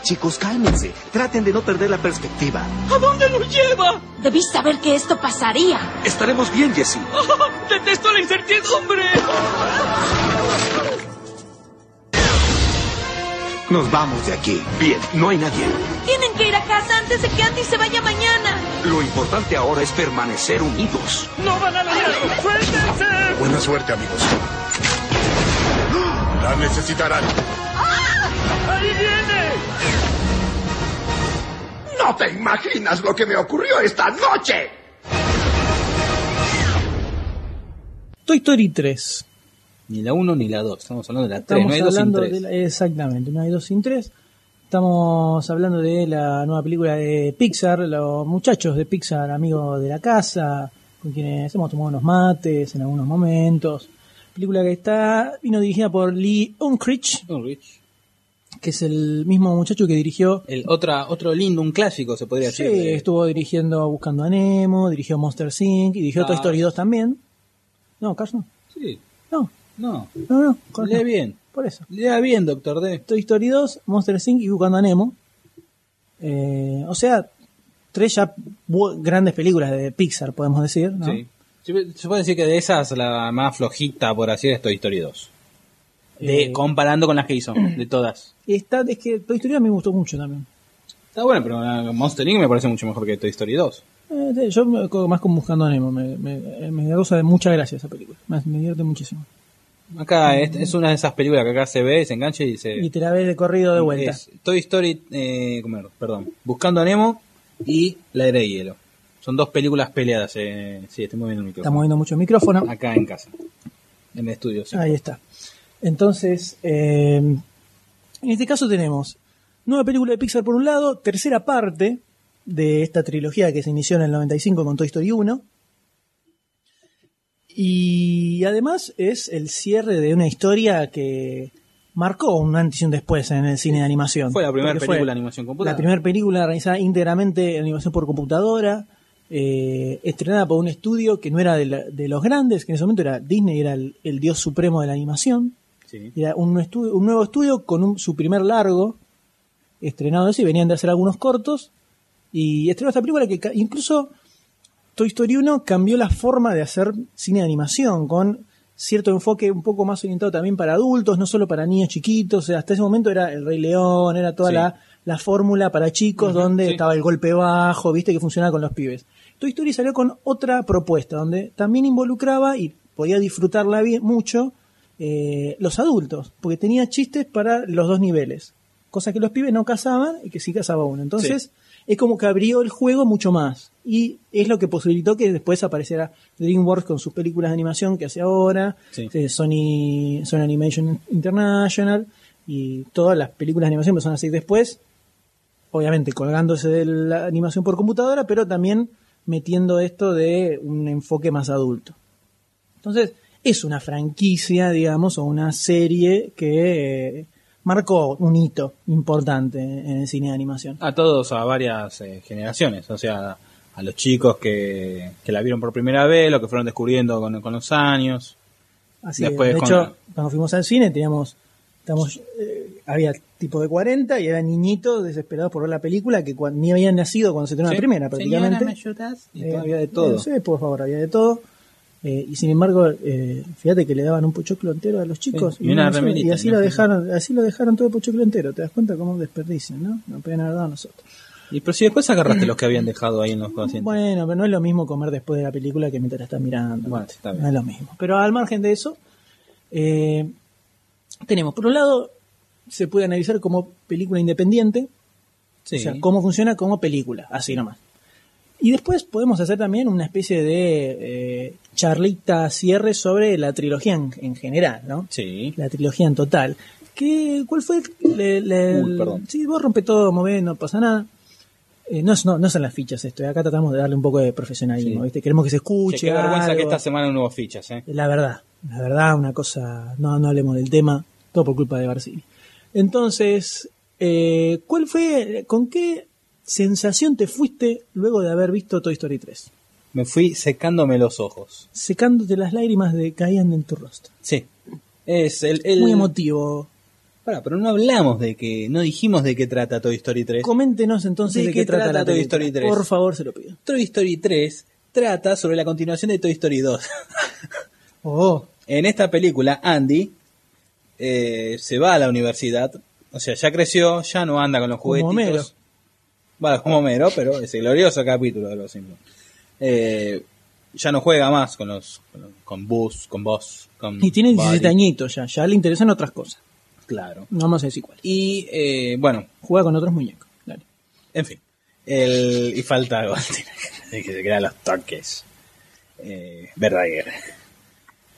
Chicos, cálmense. Traten de no perder la perspectiva.
Debiste saber que esto pasaría.
Estaremos bien, Jesse. ¡Detesto la incertidumbre! Nos vamos de aquí. Bien, no hay nadie.
Tienen que ir a casa antes de que Andy se vaya mañana.
Lo importante ahora es permanecer unidos.
Buena suerte, amigos. La necesitarán.
¡No te imaginas lo que me ocurrió esta noche!
Toy Story 3.
Ni la 1 ni la 2. Estamos hablando de la 3.
Estamos
No hay 2 sin
hablando
3.
de la- exactamente, no hay dos sin tres. Estamos hablando de la nueva película de Pixar, los muchachos de Pixar, amigos de la casa, con quienes hemos tomado unos mates en algunos momentos. Película que está vino dirigida por Lee Unkrich,
Ulrich.
que es el mismo muchacho que dirigió
El otra, otro lindo, un clásico se podría
Sí,
decir. de-
estuvo dirigiendo Buscando a Nemo, dirigió Monster Inc, y dirigió Toy
Ah.
Story 2 también. No, Cars no.
Sí,
No,
no.
no, no, Cars
Lea
no.
bien.
Por eso.
Lea bien, Doctor D.
Toy Story 2, Monster Inc. y Buscando a Nemo. Eh, o sea, tres ya bu- grandes películas de Pixar, podemos decir. ¿no?
Sí. Se se puede decir que de esas la más flojita, por así decirlo, es Toy Story 2. De,
Eh.
Comparando con las que hizo, de todas.
Y Esta, es que Toy Story 2 me gustó mucho también.
Está bueno, pero eh, Monster Inc. me parece mucho mejor que Toy Story 2.
Eh, sí, yo me co- más con Buscando a Nemo. Me, me, eh, me causa de mucha gracia esa película. Me, me divierte muchísimo.
Acá es, es una de esas películas que acá se ve, se engancha y se...
Y te la ves de corrido de vuelta.
Es Toy Story, eh, ¿cómo era? perdón, Buscando a Nemo y La Era de Hielo. Son dos películas peleadas. Eh, sí, estoy moviendo el
Está
micrófono.
moviendo mucho el micrófono.
Acá en casa, en el estudio. sí.
Ahí está. Entonces, eh, en este caso tenemos nueva película de Pixar por un lado, tercera parte de esta trilogía que se inició en el 95 con Toy Story 1. Y además es el cierre de una historia que marcó un antes y un después en el cine de animación.
Fue la primera
Porque
película de animación
la
computadora.
primera película realizada íntegramente en animación por computadora, eh, estrenada por un estudio que no era de, la- de los grandes, que en ese momento era Disney, era el, el dios supremo de la animación.
Sí.
Era un, estu- un nuevo estudio con un- su primer largo, estrenado eso, y venían de hacer algunos cortos. Y estrenó esta película que ca- incluso Toy Story 1 cambió la forma de hacer cine de animación, con cierto enfoque un poco más orientado también para adultos, no solo para niños chiquitos. O sea, hasta ese momento era El Rey León, era toda
Sí.
la, la fórmula para chicos, donde
sí.
estaba el golpe bajo, viste, que funcionaba con los pibes. Toy Story salió con otra propuesta, donde también involucraba y podía disfrutarla bien, mucho eh, los adultos, porque tenía chistes para los dos niveles, cosa que los pibes no cazaban y que sí cazaba uno. Entonces, es como que abrió el juego mucho más. Y es lo que posibilitó que después apareciera DreamWorks con sus películas de animación que hace ahora,
Sí.
eh, Sony, Sony Animation International y todas las películas de animación empezaron a salir después, obviamente colgándose de la animación por computadora, pero también metiendo esto de un enfoque más adulto. Entonces, es una franquicia, digamos, o una serie que eh, marcó un hito importante en el cine de animación.
A todos, a varias eh, generaciones. O sea, a los chicos que, que la vieron por primera vez, los que fueron descubriendo con, con los años.
Así
Después
es. de
con-
hecho, cuando fuimos al cine teníamos, estamos, eh, había tipo de 40 y había niñitos desesperados por ver la película que cuan- ni habían nacido cuando se estrenó la primera prácticamente.
Señora, ¿me ayudas? Y
Eh,
todavía de todo.
eh, sí, por favor, había de todo. Eh, y sin embargo, eh, fíjate que le daban un pochoclo entero a los chicos.
Sí, y una
sola-
remerita,
y así
¿no?
lo dejaron, así lo dejaron todo el pochoclo entero. ¿Te das cuenta cómo desperdician, no? No pueden haber dado a nosotros.
Y pero si después agarraste los que habían dejado ahí en los cocientes.
Bueno, pero no es lo mismo comer después de la película que mientras la estás mirando.
Bueno, está bien.
No es lo mismo. Pero al margen de eso, eh, tenemos, por un lado, se puede analizar como película independiente,
sí.
o sea, cómo funciona como película, así nomás. Y después podemos hacer también una especie de eh, charlita cierre sobre la trilogía en, en general, ¿no?
sí.
La trilogía en total. ¿Qué, ¿Cuál fue el...? el- el-
Uy, perdón.
Sí, vos rompe todo, move, no pasa nada. Eh, no, es- no, no son las fichas esto, eh, acá tratamos de darle un poco de profesionalismo,
Sí.
¿viste? Queremos que se escuche.
Che, qué vergüenza
algo.
que esta semana no hubo fichas, ¿eh?
La verdad, la verdad, una cosa, no, no hablemos del tema, todo por culpa de Barcini. Entonces, eh, ¿cuál fue, con qué sensación te fuiste luego de haber visto Toy Story 3?
Me fui secándome los ojos.
Secándote las lágrimas de caían en tu rostro.
Sí. Es el... el...
Muy emotivo.
Pará, pero no hablamos de que... No dijimos de qué trata Toy Story 3.
Coméntenos entonces
¿De
de, qué,
qué
trata,
trata
la
Toy
película.
Story 3?
Por favor, se lo pido.
Toy Story 3 trata sobre la continuación de Toy Story 2.
Oh,
En esta película, Andy eh, se va a la universidad. O sea, ya creció, ya no anda con los
Como
juguetitos.
Homero.
Bueno, como Homero, pero es el glorioso capítulo de los Simpsons. Eh, ya no juega más con los con, los- con Buzz, con Boss, con
y tiene 17
Buddy.
añitos ya, ya le interesan otras cosas.
Claro.
No vamos a decir cuáles.
Y eh, bueno,
Juega con otros muñecos. Dale.
En fin. El, y falta algo. que se quedan los toques. Eh, Verdaguer.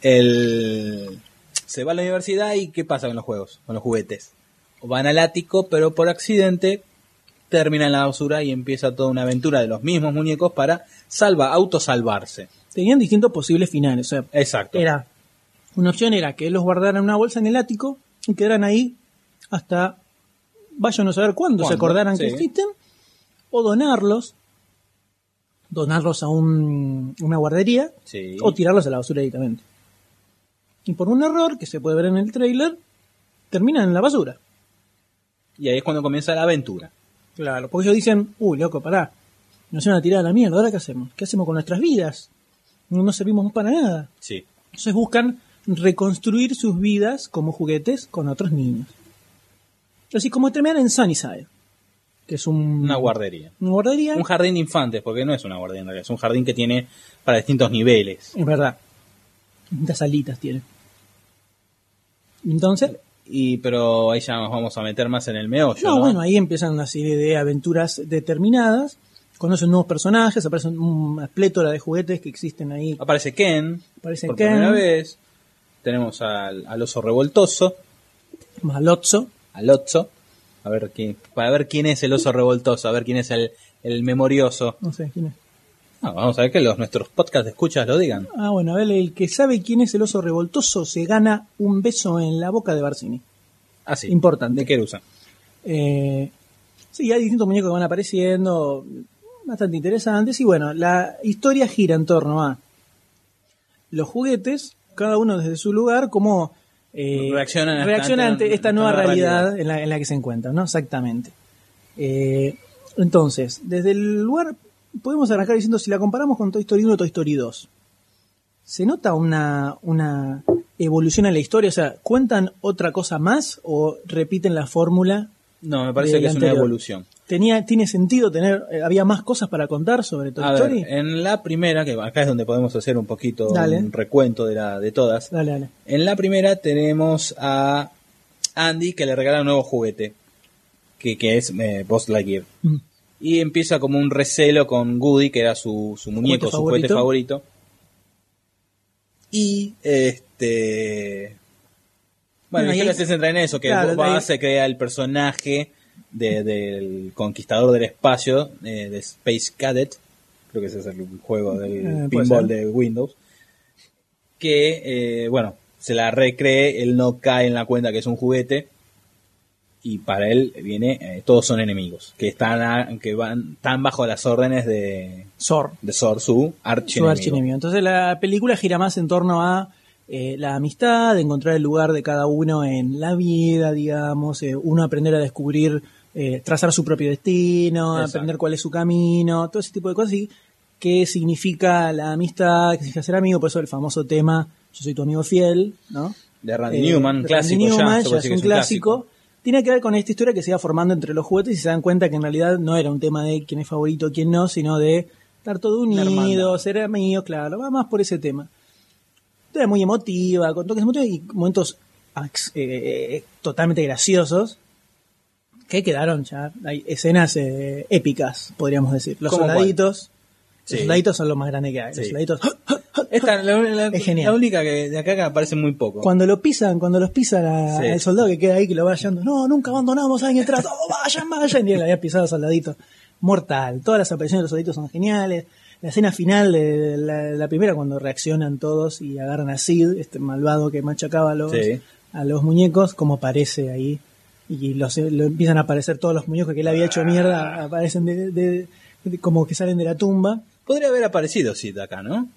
El, se va a la universidad y ¿qué pasa con los juegos? Con los juguetes. Van al ático, pero por accidente termina en la basura y empieza toda una aventura de los mismos muñecos para salva, autosalvarse.
Tenían distintos posibles finales, o sea,
Exacto.
era una opción era que los guardaran en una bolsa en el ático y quedaran ahí hasta vayan a saber cuándo, se
¿Cuándo?
acordaran que
Sí.
existen o donarlos donarlos a un- una guardería
Sí.
o tirarlos a la basura directamente y por un error que se puede ver en el trailer terminan en la basura
Y ahí es cuando comienza la aventura.
claro porque ellos dicen uy loco pará nos van a tirar a la mierda ahora qué hacemos qué hacemos con nuestras vidas no nos servimos para nada
Sí.
Entonces buscan reconstruir sus vidas como juguetes con otros niños. Así como terminan en Sunnyside, que es un,
Una guardería.
una guardería.
Un jardín de infantes, porque no es una guardería en realidad, es un jardín que tiene para distintos niveles.
es verdad. Distintas alitas tiene. Entonces,
Y pero ahí ya nos vamos a meter más en el meollo.
no,
No,
bueno, ahí empiezan una serie de aventuras determinadas. Conocen nuevos personajes, aparecen una plétora de juguetes que existen ahí.
Aparece Ken.
Aparece
por
Ken.
primera vez. Tenemos al, al oso revoltoso,
Malotso,
al Otso. A ver quién, para ver quién es el oso revoltoso, a ver quién es el, el memorioso.
no sé quién es.
No, vamos a ver que los nuestros podcast de escuchas lo digan.
Ah, bueno, a ver, el que sabe quién es el oso revoltoso se gana un beso en la boca de Barcini.
Así.
Importante.
Ah, De Kerusa.
Eh, sí, hay distintos muñecos que van apareciendo, bastante interesantes. Y bueno, la historia gira en torno a los juguetes, cada uno desde su lugar, como eh,
Reaccionan a-
reaccionan
ante-
ante esta
ante
nueva
la
realidad,
realidad.
En, la, en la que se encuentran, ¿no? Exactamente. Eh, entonces, desde el lugar, podemos arrancar diciendo, si la comparamos con Toy Story 1 o Toy Story 2, ¿se nota una, una evolución en la historia? O sea, ¿cuentan otra cosa más o repiten la fórmula
No, me parece
Del
que es una
anterior.
evolución.
tenía tiene sentido tener eh, había más cosas para contar sobre Toy
A ver, eh,
Story
en la primera, que acá es donde podemos hacer un poquito
Dale.
un recuento de la, de todas.
dale dale
En la primera tenemos a Andy que le regala un nuevo juguete, que, que es eh, Buzz Lightyear.
Mm.
Y empieza como un recelo con Goody, que era su, su muñeco,
¿Juguete
su juguete
favorito?
favorito. Y este. Bueno,
Bueno,
la
y
historia
ahí-
se centra en eso, que
claro,
va,
ahí-
se crea el personaje de- del conquistador del espacio, eh, de Space Cadet, creo que ese es el juego del
Eh, puede
pinball
ser.
de Windows, que, eh, bueno, se la recree, él no cae en la cuenta que es un juguete, y para él viene, eh, todos son enemigos, que están, a- que van, tan bajo las órdenes de,
Sor
de Sor, su
su
archienemigo.
archienemigo entonces la película gira más en torno a eh, la amistad encontrar el lugar de cada uno en la vida digamos eh, uno aprender a descubrir eh, trazar su propio destino
Exacto.
aprender cuál es su camino todo ese tipo de cosas y que significa la amistad, que significa ser amigo, por eso el famoso tema Yo soy tu amigo fiel, ¿no?
De Randy
Eh,
Newman,
de
clásico
Randy Newman,
ya, se
ya
puede
es
decir
un
que es un clásico.
clásico. Tiene que ver con esta historia que se iba formando entre los juguetes y se dan cuenta que en realidad no era un tema de quién es favorito, quién no, sino de estar todo unido,
hermandad.
ser amigos, claro, va más por ese tema. Era muy emotiva, con toques emotivos y momentos ax- eh, eh, totalmente graciosos que quedaron ya. Hay escenas eh, épicas, podríamos decir. Los
¿Cómo cuál?
soldaditos.
Sí.
Los soldaditos son lo más grande que hay. Los
Sí.
soldaditos. ¡ah,
Esta es la, la-
Es genial.
la única que de acá que aparece muy poco.
Cuando lo pisan, cuando los pisan a-
Sí.
al soldado que queda ahí, que lo va hallando. No, nunca abandonamos a alguien atrás. Oh, vayan, vayan. Y él había pisado al soldadito. Mortal. Todas las apariciones de los soldaditos son geniales. La escena final de la, la primera, cuando reaccionan todos y agarran a Sid, este malvado que machacaba a los,
Sí.
a los muñecos, como aparece ahí. Y los, lo empiezan a aparecer todos los muñecos que él había hecho mierda, aparecen de- de- de- como que salen de la tumba.
Podría haber aparecido Sid acá, ¿no?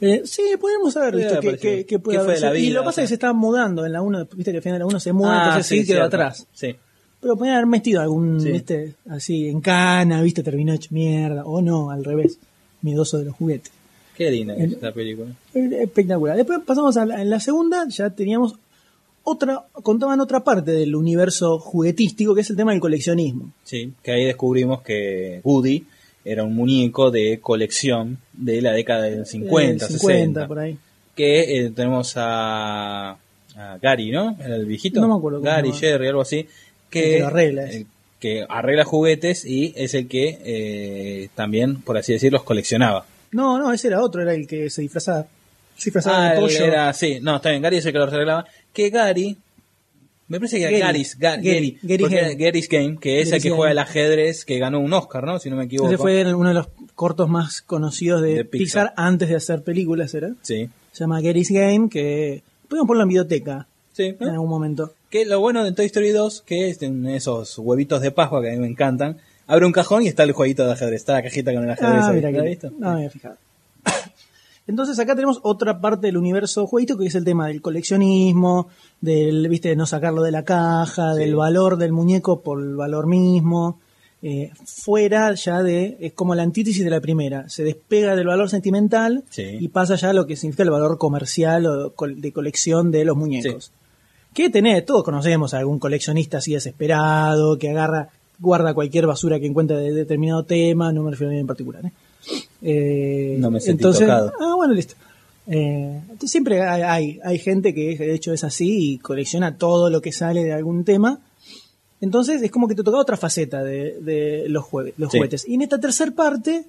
Eh, sí, podemos haber
Podría
visto
haber
que, que,
aparecido.
que puede
¿Qué fue
haber
de la
sido. Y
vida?
lo que pasa es que se está mudando en la 1, viste que al final la 1 se muda,
Ah,
entonces sí, quedó
cierto.
atrás.
Sí.
Pero podrían haber metido algún,
Sí.
viste, así en cana, viste, terminó hecho mierda, o no, al revés, miedoso de los juguetes.
Qué linda que
El-
es la película.
Espectacular. Después pasamos a la, en la segunda, ya teníamos otra, contaban otra parte del universo juguetístico, que es el tema del coleccionismo.
Sí, que ahí descubrimos que Woody era un muñeco de colección de la década del 50,
Eh, 50
60.
por ahí.
Que eh, tenemos a, a Gary, ¿no? Era el viejito.
No me acuerdo cómo
Gary,
se llama.
Jerry, algo así.
El
Que,
que lo arregla,
el que arregla juguetes y es el que eh, también, por así decir, los coleccionaba.
No, no, ese era otro, era el que se disfrazaba. Se disfrazaba
Ah,
de
él
pollo.
era, sí, no, está bien, Gary es el que lo arreglaba. Que Gary, me parece que era
Gary.
Gary's, Ga-
Gary.
Gary,
Gary's
porque
Game.
era Gary's Game, que es
Gary's
el que
Game.
juega el ajedrez, que ganó un Oscar, ¿no? Si no me equivoco.
Ese fue uno de los cortos más conocidos de,
De
Pixar.
Pixar.
antes de hacer películas, ¿era?
Sí,
Se llama Gary's Game, que podemos ponerlo en videoteca
sí.
en algún momento.
Que lo bueno de Toy Story 2, que es en esos huevitos de Pascua que a mí me encantan, abre un cajón y está el jueguito de ajedrez, está la cajita con el ajedrez.
Ah,
ahí,
mira
¿la
que-
viste?
no me había fijado. Entonces acá tenemos otra parte del universo jueguito que es el tema del coleccionismo, del viste de no sacarlo de la caja, del valor del muñeco por el valor mismo, eh, fuera ya de es como la antítesis de la primera, se despega del valor sentimental
Sí.
y pasa ya a lo que significa el valor comercial o col- de colección de los muñecos. ¿Qué tenés? Todos conocemos a algún coleccionista así desesperado que agarra, guarda cualquier basura que encuentra de determinado tema, no me refiero a nadie en particular. ¿eh? Eh,
No me sentí
entonces,
tocado.
Ah, bueno, listo. Eh, entonces siempre hay, hay, hay gente que de hecho es así y colecciona todo lo que sale de algún tema. Entonces es como que te toca otra faceta de, de los, jue- los
Sí.
juguetes. Y en esta tercera parte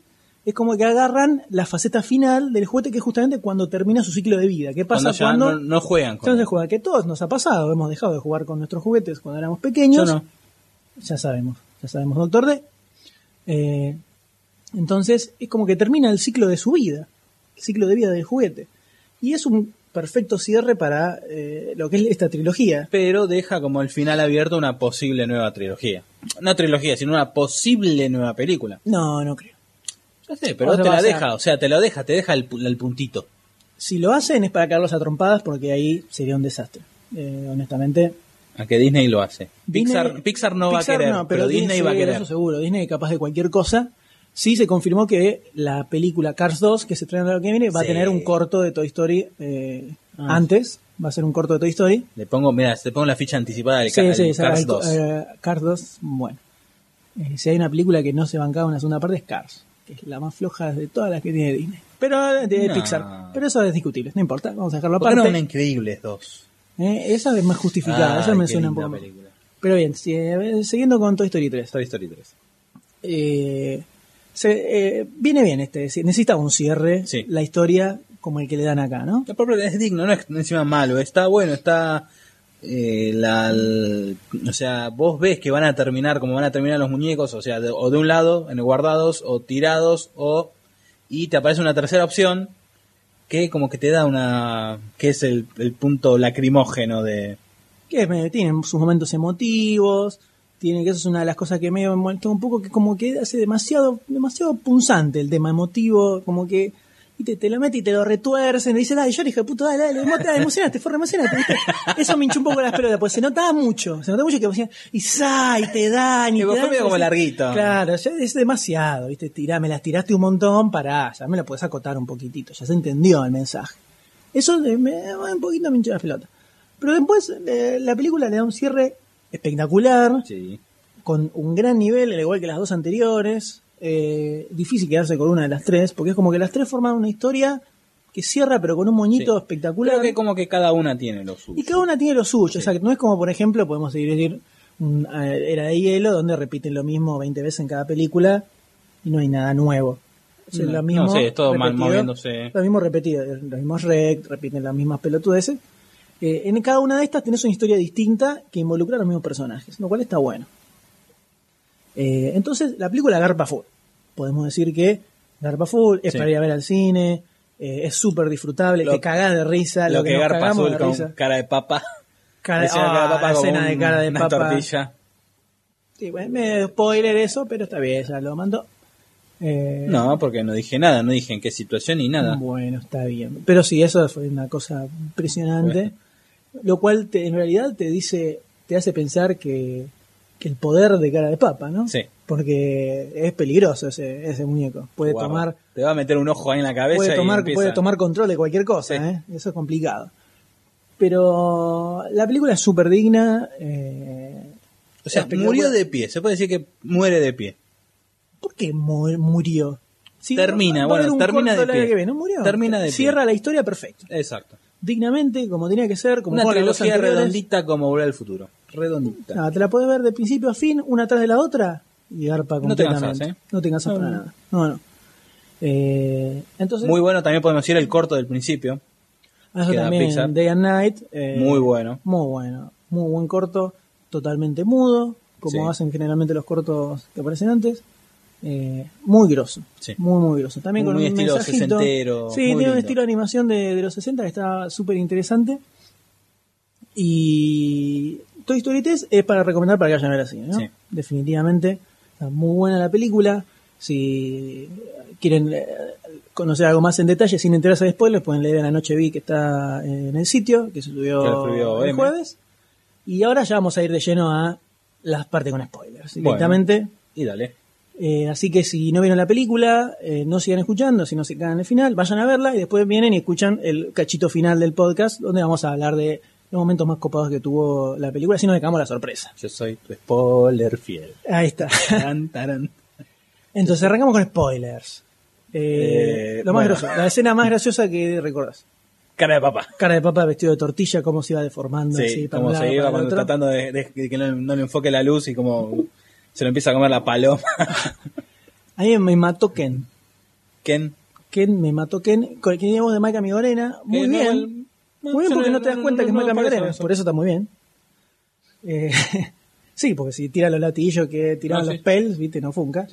es como que agarran la faceta final del juguete que es justamente cuando termina su ciclo de vida. ¿Qué pasa
Cuando ya
cuando,
no, no juegan con
entonces
él.
juega que todos nos ha pasado, hemos dejado de jugar con nuestros juguetes cuando éramos pequeños.
Yo no.
Ya sabemos, ya sabemos, doctor D. Eh, entonces es como que termina el ciclo de su vida, el ciclo de vida del juguete. Y es un perfecto cierre para eh, lo que es esta trilogía.
Pero deja como el final abierto una posible nueva trilogía. No trilogía, sino una posible nueva película.
No, no creo.
Ya sé, pero
Otra
te
va
la
a ser.
deja, o sea, te lo deja, te deja el, pu- el puntito.
Si lo hacen es para cagarlos a trompadas porque ahí sería un desastre. Eh, honestamente,
A que Disney lo hace. Pixar,
Disney-
Pixar no va
Pixar
a querer,
no,
pero, Disney, va a
sí,
querer.
Eso seguro, Disney es capaz de cualquier cosa. Sí se confirmó que la película Cars 2, que se estrena el año que viene, va a
Sí.
tener un corto de Toy Story eh,
Ah.
antes. Va a ser un corto de Toy Story.
Le pongo, mira, te pongo la ficha anticipada del, ca- del
será
Cars
el-
2.
eh, Cars 2, bueno. Eh, si hay una película que no se bancaba una segunda parte es Cars, que es la más floja de todas las que tiene Disney. Pero eh, de
No.
Pixar. Pero eso es discutible, no importa, vamos a dejarlo
¿Por qué
aparte.
no una Increíbles 2?
Eh, esa es más justificada, esa
Ay,
me
qué
suena un
linda
poco. más.
película.
Pero bien, si- eh, siguiendo con Toy Story 3.
Toy Story 3.
eh, se, eh, viene bien este, si- necesita un cierre
Sí.
la historia como el que le dan acá, ¿no?
La propia es digno, no es encima malo, está bueno, está... eh, la, l- o sea, vos ves que van a terminar como van a terminar los muñecos, o sea, de- o de un lado, en guardados, o tirados, o... Y te aparece una tercera opción que como que te da una... que es el, el punto lacrimógeno de...
Que eh, tienen sus momentos emotivos, tienen que eso es una de las cosas que medio me molestó un poco, que como que hace demasiado, demasiado punzante el tema emotivo, como que Y te, te lo mete y te lo retuercen. Y dice, dale, yo dije, puto, dale, dale, emo- dale, emocionate, forra, emocionate. ¿viste? Eso me hinchó un poco las pelotas, pues se notaba mucho. Se notaba mucho que decían, y sa, y te dan, y
Que
te
fue
dan,
medio como
y-
larguito.
Claro, ya es demasiado, viste, tirá, me las tiraste un montón, pará, ya me lo podés acotar un poquitito, ya se entendió el mensaje. Eso de- me, un poquito me hinchó las pelotas. Pero después eh, la película le da un cierre espectacular
Sí.
con un gran nivel, al igual que las dos anteriores. Eh, difícil quedarse con una de las tres, porque es como que las tres forman una historia que cierra, pero con un moñito
Sí.
espectacular.
Creo que como que cada una tiene lo suyo.
Y cada una tiene lo suyo. O sea, que no es como, por ejemplo, podemos seguir decir un, eh, Era de Hielo, donde repiten lo mismo 20 veces en cada película y no hay nada nuevo. O sea,
No,
lo mismo
no sé, es todo mal
repetido,
moviéndose.
Lo mismo repetido, eh, los mismos rec, repiten las mismas pelotudeces. Eh, en cada una de estas tenés una historia distinta que involucra a los mismos personajes, lo cual está bueno. Eh, entonces, la película garpa full. Podemos decir que garpa full, es
Sí.
para ir a ver al cine, eh, es súper disfrutable,
Lo-
te cagás de risa,
lo
lo,
que,
nos
Garpa
cagamos
Azul
de
con
risa.
cara de papa.
Cara,
Escena
ah,
con
escena de
un-
cara de
una
papa.
tortilla.
Sí, bueno, medio spoiler eso, pero está bien, ya lo mandó. Eh,
No, porque no dije nada, no dije en qué situación ni nada.
Bueno, está bien. Pero sí, eso fue una cosa impresionante. Lo cual te- en realidad te dice, te hace pensar que, que el poder de cara de papa, ¿no?
Sí.
Porque es peligroso ese, ese muñeco. Puede
Guarda.
tomar
Te va a meter un ojo ahí en la cabeza.
puede
y
tomar,
empieza-
puede tomar control de cualquier cosa,
Sí.
¿eh? eso es complicado. Pero la película es súper digna. eh,
O sea,
la película-
murió de pie. Se puede decir que muere de pie.
¿Por qué mu- murió? Sí,
Termina,
va a
bueno,
haber un
termina
corto
de
el año
pie.
que viene, ¿no? Murió.
Termina de pie.
Cierra la historia perfecto.
Exacto.
Dignamente, como tenía que ser, como
Una
fueron las dos
trilogía
anteriores.
redondita como Volver al Futuro. Redondita.
Ah, te la podés ver de principio a fin, una atrás de la otra, y garpa
No te
completamente.
cansás, ¿eh?
No te cansas
No,
para
no.
nada. No, no. Eh, entonces,
Muy bueno, también podemos decir el corto del principio.
a eso
queda
también,
Pixar.
Day and Night. eh,
Muy bueno.
Muy bueno, muy buen corto, totalmente mudo, como
Sí.
hacen generalmente los cortos que aparecen antes. Eh, muy grosso,
Sí.
muy muy grosso. También
Muy
con un
estilo
mensajito.
sesentero,
Sí,
muy
tiene un
lindo.
estilo de animación de, de los 60 que está súper interesante. Y Toy Story 3 es para recomendar para que vayan a ver así, ¿no?
Sí.
Definitivamente. Está muy buena la película. Si quieren eh, conocer algo más en detalle sin enterarse de spoilers, pueden leer en la noche vi que está eh, en el sitio, que se
Que
subió,
lo subió
el
M.
jueves. Y ahora ya vamos a ir de lleno a las partes con spoilers
Bueno.
directamente.
Y dale.
Eh, así que si no vieron la película, eh, no sigan escuchando, si no se quedan en el final, vayan a verla y después vienen y escuchan el cachito final del podcast donde vamos a hablar de los momentos más copados que tuvo la película, si no le cagamos la sorpresa.
Yo soy tu spoiler fiel.
Ahí está.
Tan, taran.
Entonces arrancamos con spoilers. Eh,
Eh,
lo más
bueno.
gracioso, la escena más graciosa que recordás.
Cara de papá.
Cara de papa vestido de tortilla, cómo se iba deformando. así,
Sí,
para
como
un lado,
se iba
para el
cuando
otro.
tratando de, de que no, no le enfoque la luz y como se lo empieza a comer la paloma.
A mí me mató Ken.
Ken.
Ken me mató Ken. Con el que teníamos de Maika Migorena. Muy
Que Eh, no,
bien.
el- no,
Muy bien,
yo
porque no te das cuenta que es
no,
Maika
por eso,
Magrena.
eso.
Por eso está muy bien. Eh, sí, porque si tira los latillos que tiraban
No, Ah, sí.
los pels, viste, no funca.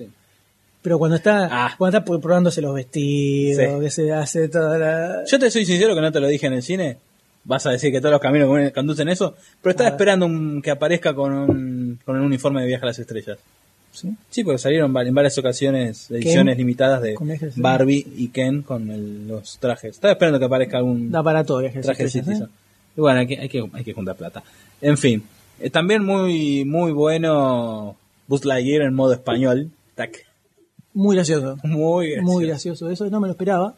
Pero cuando está,
Ah.
cuando está probándose los vestidos,
Sí.
que se hace toda la.
Yo te soy sincero que no te lo dije en el cine. Vas a decir que todos los caminos que conducen eso. Pero estaba
Ah.
esperando un- que aparezca con un, con un uniforme de Viaje a las Estrellas.
¿Sí?
Sí, porque salieron va- en varias ocasiones ediciones limitadas de
con Viaje a las Estrellas.
Barbie y Ken con el- los trajes. Estaba esperando que aparezca algún
Da para todo viaje a las
traje
estrellas,
Citizen.
¿eh?
Y bueno, hay que, hay, que, hay que juntar plata. En fin, eh, también muy muy bueno Buzz Lightyear en modo español. Tac.
Muy gracioso.
Muy gracioso.
Muy gracioso eso, no me lo esperaba.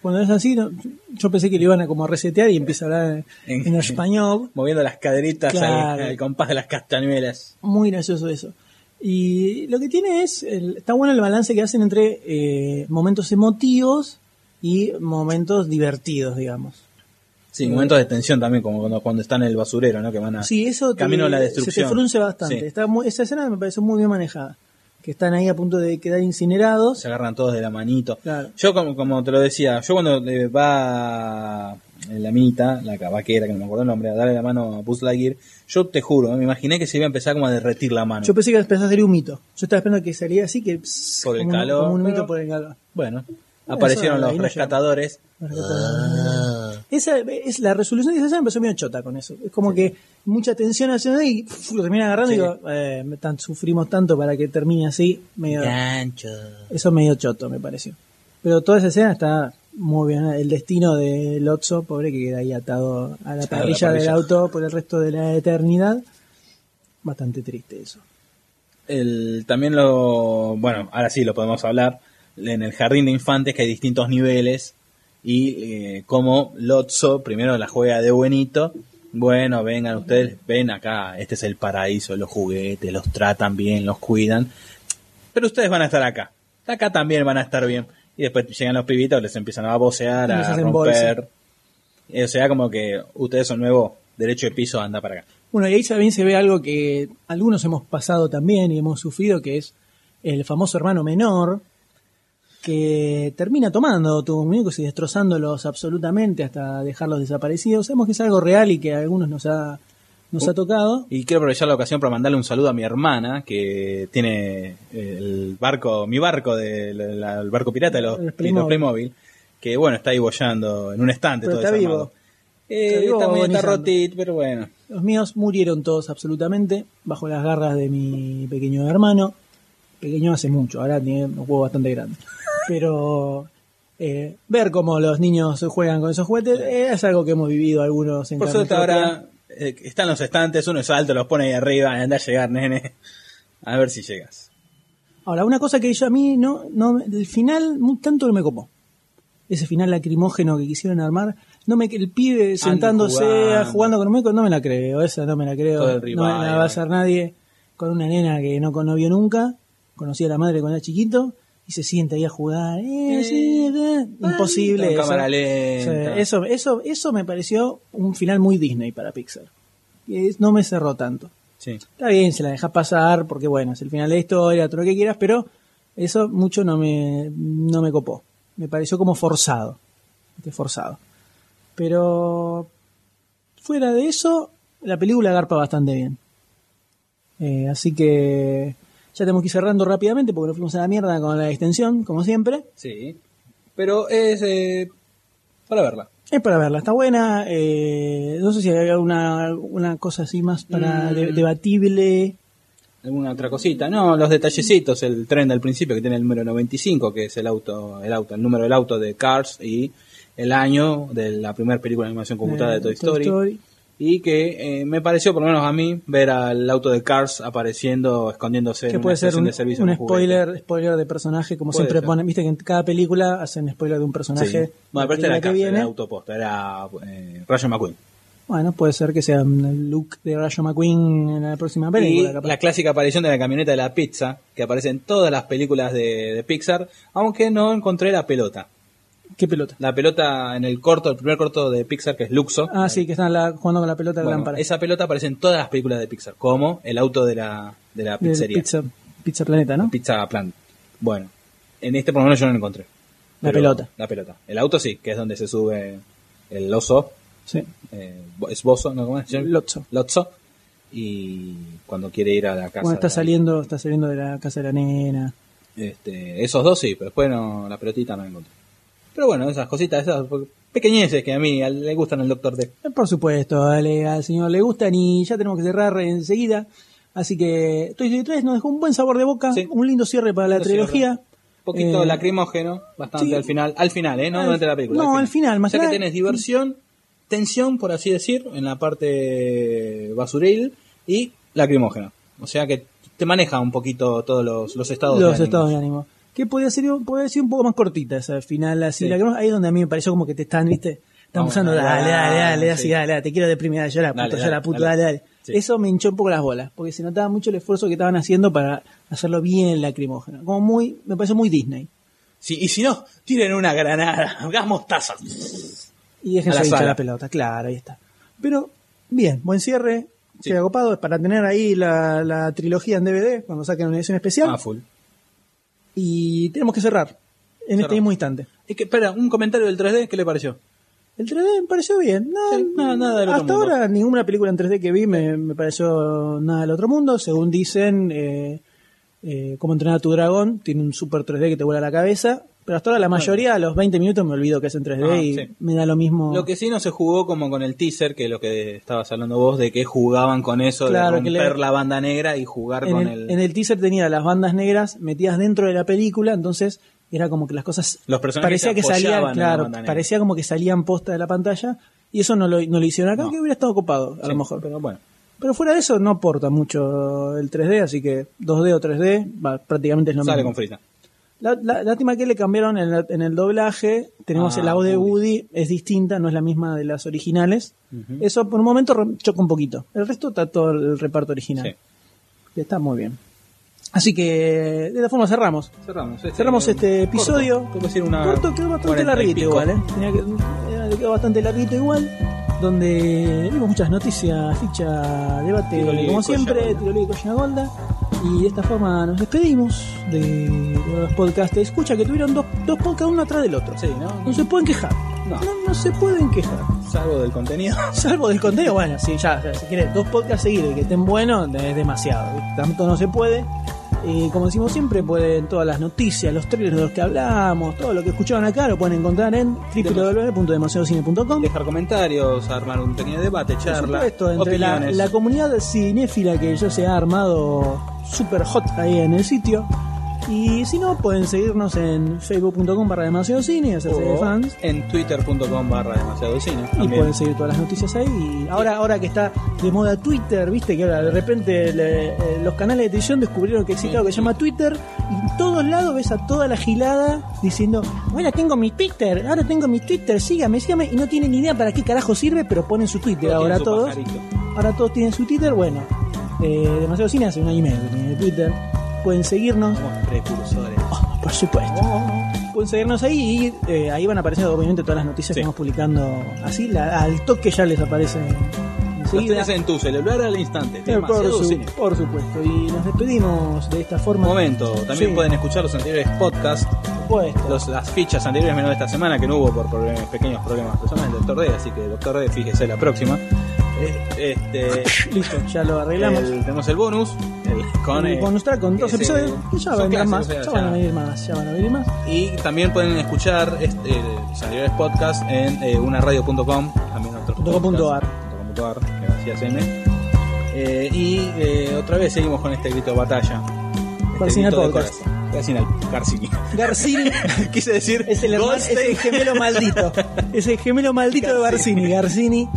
Cuando es así, no- yo pensé que lo iban a como resetear y empieza a hablar en,
En-
en español.
Moviendo las caderitas al-
Claro.
al, compás de las castañuelas.
Muy gracioso eso. Y lo que tiene es, el- está bueno el balance que hacen entre eh, momentos emotivos y momentos divertidos, digamos.
Sí, momentos de tensión también, como cuando, cuando están en el basurero, ¿no? Que van a...
Sí, eso te-
Ah, Camino a la
se
destrucción.
te frunce bastante.
Sí.
Está muy- esa escena me pareció muy bien manejada. Que están ahí a punto de quedar incinerados.
se agarran todos de la manito.
Claro.
Yo, como, como te lo decía, yo cuando eh, va eh, la minita, la cavaquera, que no me acuerdo el nombre, a darle la mano a Buzz Lightyear, yo te juro, me imaginé que se iba a empezar como a derretir la mano.
Yo pensé que empezaba a salir un mito. Yo estaba esperando que saliera así, que... pss,
Por el
como un-
calor,
como un mito
pero-
por el calor.
Bueno,
Bueno,
aparecieron
eso, ahí
los
no
rescatadores.
Esa es la resolución de esa escena me empezó medio chota con eso. Es como que mucha tensión haciendo y pf, lo terminan agarrando y
Sí.
digo, eh, me tan, sufrimos tanto para que termine así. Medio, Eso medio choto me pareció. Pero toda esa escena está muy bien. ¿eh? El destino de Lotso, pobre, que queda ahí atado a la
la
parrilla del
parrilla.
auto por el resto de la eternidad. Bastante triste eso.
el, también lo, bueno, ahora sí lo podemos hablar, en el jardín de infantes que hay distintos niveles y eh, como Lotso primero la juega de buenito, bueno, vengan ustedes, ven acá, este es el paraíso, los juguetes, los tratan bien, los cuidan, pero ustedes van a estar acá, acá también van a estar bien. Y después llegan los pibitos, les empiezan a vocear,
Y
a
les hacen
romper. Eh, O sea, como que ustedes son nuevos, derecho de piso, anda para acá.
Bueno, y ahí también se ve algo que algunos hemos pasado también y hemos sufrido, que es el famoso hermano menor, que termina tomando tus muñecos y destrozándolos absolutamente hasta dejarlos desaparecidos. Sabemos que es algo real y que a algunos nos ha, nos ha tocado.
Y quiero aprovechar la ocasión para mandarle un saludo a mi hermana, que tiene eh, el barco, mi barco, de, la- la- el barco pirata de los,
El
de los
Playmobil.
Playmobil. que bueno, está ahí bollando en un estante
Pero
todo
está
desarmado.
vivo.
Eh,
Está
está,
vivo
muy- está
agonizando.
rotito, pero bueno.
Los míos murieron todos absolutamente bajo las garras de mi pequeño hermano. Pequeño hace mucho, ahora tiene un juego bastante grande. Pero eh, ver cómo los niños juegan con esos juguetes eh, es algo que hemos vivido algunos en
Por
carne
suerte
propia.
ahora eh, están los estantes, uno es alto, los pone ahí arriba, anda a llegar, nene. A ver si llegas.
Ahora, una cosa que yo a mí no, no el final mu- tanto no me copó. Ese final lacrimógeno que quisieron armar, no me el pibe sentándose jugando.
jugando.
con un muñeco, no me la creo, esa no me la creo,
Todo el
no me
revival.
la va a hacer nadie con una nena que no conovió nunca, conocía a la madre cuando era chiquito y se sienta ahí a jugar, eh,
Eh,
sí, eh, imposible.
Con
eso.
cámara
O sea,
lenta.
eso, eso, eso me pareció un final muy Disney para Pixar. Y es- No me cerró tanto.
Sí.
Está bien, se la dejas pasar porque bueno, es el final de la historia, todo lo que quieras, pero eso mucho no me, no me copó. Me pareció como forzado. este, Forzado. Pero fuera de eso, la película garpa bastante bien. Eh, así que ya tenemos que ir cerrando rápidamente porque nos fuimos a la mierda con la extensión, como siempre.
Sí. Pero es eh, para verla.
Es para verla, está buena. eh, no sé si hay alguna una cosa así más para
Mm.
de- debatible.
alguna otra cosita. No, los detallecitos, el tren del principio que tiene el número 95, que es el auto, el auto, el número del auto de Cars y el año de la primera película de animación computada de
eh,
Toy, Story. Y que eh, me pareció, por lo menos a mí, ver al auto de Cars apareciendo, escondiéndose en
que
una
puede ser
estación
un,
de servicio.
un
en juguete.
spoiler spoiler de personaje como
Puede
siempre
ser.
ponen viste que en cada película hacen spoiler de un personaje
Sí. Bueno, pero
de
este
la película
era
que
Cars,
viene.
era autoposta, era eh, Rayo McQueen.
bueno puede ser que sea un look de Rayo McQueen en la próxima
Y
película capaz.
la clásica aparición de la camioneta de la pizza, que aparece en todas las películas de, de Pixar, aunque no encontré la pelota.
qué pelota
la pelota en el corto, el primer corto de Pixar que es Luxo.
ah sí que están la- jugando con la pelota de la
Bueno,
lámpara
esa pelota aparece en todas las películas de Pixar, como el auto de la, de la
Del
pizzería, pizza.
pizza pizza planeta no
Plan. Bueno, en este por lo menos yo no lo encontré.
La
Pero-
pelota.
La pelota. El auto sí, que es donde se sube el oso,
sí
eh, bo- es bozo, ¿no? ¿Cómo es?
Lotso.
Lotso. Y cuando quiere ir a la casa.
bueno está
de-
saliendo está saliendo de la casa de la nena
Este, esos dos sí, pero después no, la pelotita no la encontré. Pero bueno, esas cositas, esas pequeñeces que a mí le gustan al Doctor D.
Eh, Por supuesto, dale, al señor le gustan y ya tenemos que cerrar enseguida. Así que Toy Story 3 nos dejó un buen sabor de boca,
Sí.
un lindo cierre para la
Lindo
trilogía.
poquito
Eh,
lacrimógeno, bastante
sí.
al final, al final, ¿eh? No
Al-
durante la película.
no, al final, más
o sea que
allá-
tenés diversión, tensión, por así decir, en la parte basuril y lacrimógeno. O sea que te maneja un poquito todos los, los estados. de
Los
ánimo.
estados de ánimo. Que podía ser, podía ser un poco más cortita esa final, así.
Sí.
la que no- ahí es donde a mí me pareció como que te están, viste, están
Vamos,
usando,
dale,
dale, dale, dale,
sí.
así, dale, dale, te quiero deprimir, dale, llora,
Dale,
puto,
dale,
llora, puto, dale,
dale.
dale.
Sí.
Eso me hinchó un poco las bolas, porque se notaba mucho el esfuerzo que estaban haciendo para hacerlo bien lacrimógeno. Como muy, me pareció muy Disney.
Sí, y si no, tiren una granada, gas mostaza.
Y déjense
A la
hinchar
sala.
la pelota, claro, ahí está. Pero, bien, buen cierre.
Sí.
Queda copado, es para tener ahí la, la trilogía en DVD cuando saquen una edición especial.
Ah, full.
y tenemos que cerrar en este
Cerramos.
mismo instante.
Es que, espera, un comentario del 3D, ¿qué le pareció?
El 3D me pareció bien. No,
Sí, nada- nada del otro
hasta
mundo.
ahora ninguna película en 3D que vi me, me pareció nada del otro mundo. Según dicen, eh, eh, Cómo entrenar a tu dragón tiene un super 3D que te vuela la cabeza. Pero hasta ahora la mayoría, a los 20 minutos, me olvido que es en 3D
Ah,
y
sí.
me da lo mismo.
Lo que sí no se jugó como con el teaser, que es lo que estabas hablando vos, de que jugaban con eso
Claro,
de
que le-
romper la banda negra y jugar
en
con
el, en el teaser tenía las bandas negras metidas dentro de la película, entonces era como que las cosas
Los personajes
parecía
se
que
apoyaban
salían,
en la
claro,
banda negra.
parecía como que salían posta de la pantalla y eso no lo, no lo hicieron acá,
No.
que hubiera estado ocupado a
Sí,
lo mejor.
Pero bueno.
Pero fuera de eso no aporta mucho el 3D, así que 2D o 3D va, prácticamente es lo
Sale
mismo.
con frita.
La, la- lástima que le cambiaron en, la- en el doblaje. Tenemos
Ah,
el audio de
Woody.
Woody, es distinta, no es la misma de las originales. Eso por un momento re- choca un poquito. El resto está todo el reparto original.
Sí.
Y Está muy bien. Así que, de esta forma cerramos.
Cerramos este,
Cerramos este
corto.
episodio.
Tengo que decir una
Corto, quedó bastante
40 y
larguito
pico.
igual, ¿eh? Tenía que- era- quedó bastante larguito igual. Donde vimos muchas noticias, ficha, debate,
Tiro libre
como
y
siempre,
Colla Golda.
tiro libre y Colla Golda. Y de esta forma nos despedimos de los podcasts. de Escucha que tuvieron dos, dos podcasts uno atrás del otro.
Sí, ¿no?
No se pueden quejar.
No.
No, no se pueden quejar.
Salvo del contenido.
Salvo del contenido, bueno, sí, ya, ya, si querés, dos podcasts seguidos y que estén buenos, es demasiado. Tanto no se puede. Y como decimos siempre, pueden todas las noticias, los trailers de los que hablamos, todo lo que escucharon acá, lo pueden encontrar en www.demasiadocine.com.
Dejar comentarios, armar un pequeño debate,
Por
charla,
supuesto, entre la,
opiniones.
la comunidad cinéfila que ya se ha armado super hot ahí en el sitio. Y si no, pueden seguirnos en facebook.com barra demasiado cine, hacerse
o
fans.
en twitter.com barra demasiado cine.
Y
también.
pueden seguir todas las noticias ahí. Y ahora, ahora que está de moda Twitter, viste que ahora de repente le- eh, los canales de televisión descubrieron que existe algo que se llama Twitter. Y en todos lados ves a toda la gilada diciendo: Ahora tengo mi Twitter, ahora tengo mi Twitter, sígame, sígame. Y no tienen ni idea para qué carajo sirve, pero ponen su Twitter
Todos
ahora
tienen su
todos.
pajarito.
Ahora todos tienen su Twitter. Bueno, eh, demasiado cine hace un año y medio que tiene Twitter. Pueden seguirnos.
Somos precursores.
Oh, por supuesto. Pueden seguirnos ahí y eh, ahí van apareciendo obviamente todas las noticias que
Sí.
vamos publicando así, la- al toque ya les aparece
Los
enseguida.
tenés en tu celular al instante.
Eh, por,
Demasiado
su-
cine.
por supuesto, y nos despedimos de esta forma.
Momento, también
Sí,
pueden escuchar los anteriores podcasts,
Por supuesto.
los- las fichas anteriores menos de esta semana que no hubo por problemas- pequeños problemas personales del Doctor D, así que Doctor D, fíjese la próxima. Eh, Este,
Listo, ya lo arreglamos.
el- tenemos el bonus el- con,
Y
eh,
con nuestra, con dos
ese-
episodios, que ya
son
vendrán
clásicos,
más,
o sea,
ya
ya-
van a venir más, ya van a venir más.
Y también pueden escuchar este, eh, los anteriores podcasts en eh, unaradio.com, también otros
Punto com punto
podcasts, punto com punto ar, gracias M. Eh, y eh, otra vez seguimos con este grito de batalla. Este
Garcina
grito de
Podcast.
corazón. Garcina, Garcini.
Garcini
Quise decir
es el, hermano, es
Goldstein.
el gemelo maldito, es el gemelo maldito de Barcini. Garcini,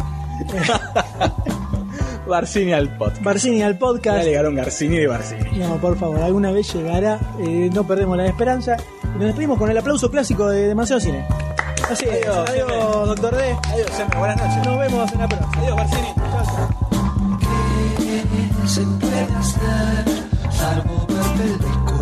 Barcini al podcast.
Barcini al
Ya
podcast.
llegaron Garcini de Barcini.
No, por favor, alguna vez llegará, eh, no perdemos la esperanza. Y nos despedimos con el aplauso clásico de Demasiado Cine. Así es,
Adiós,
adiós, doctor D.
Adiós, Seme, buenas noches.
Nos vemos en la próxima.
Adiós, Barcini.
se puede hacer algo perfecto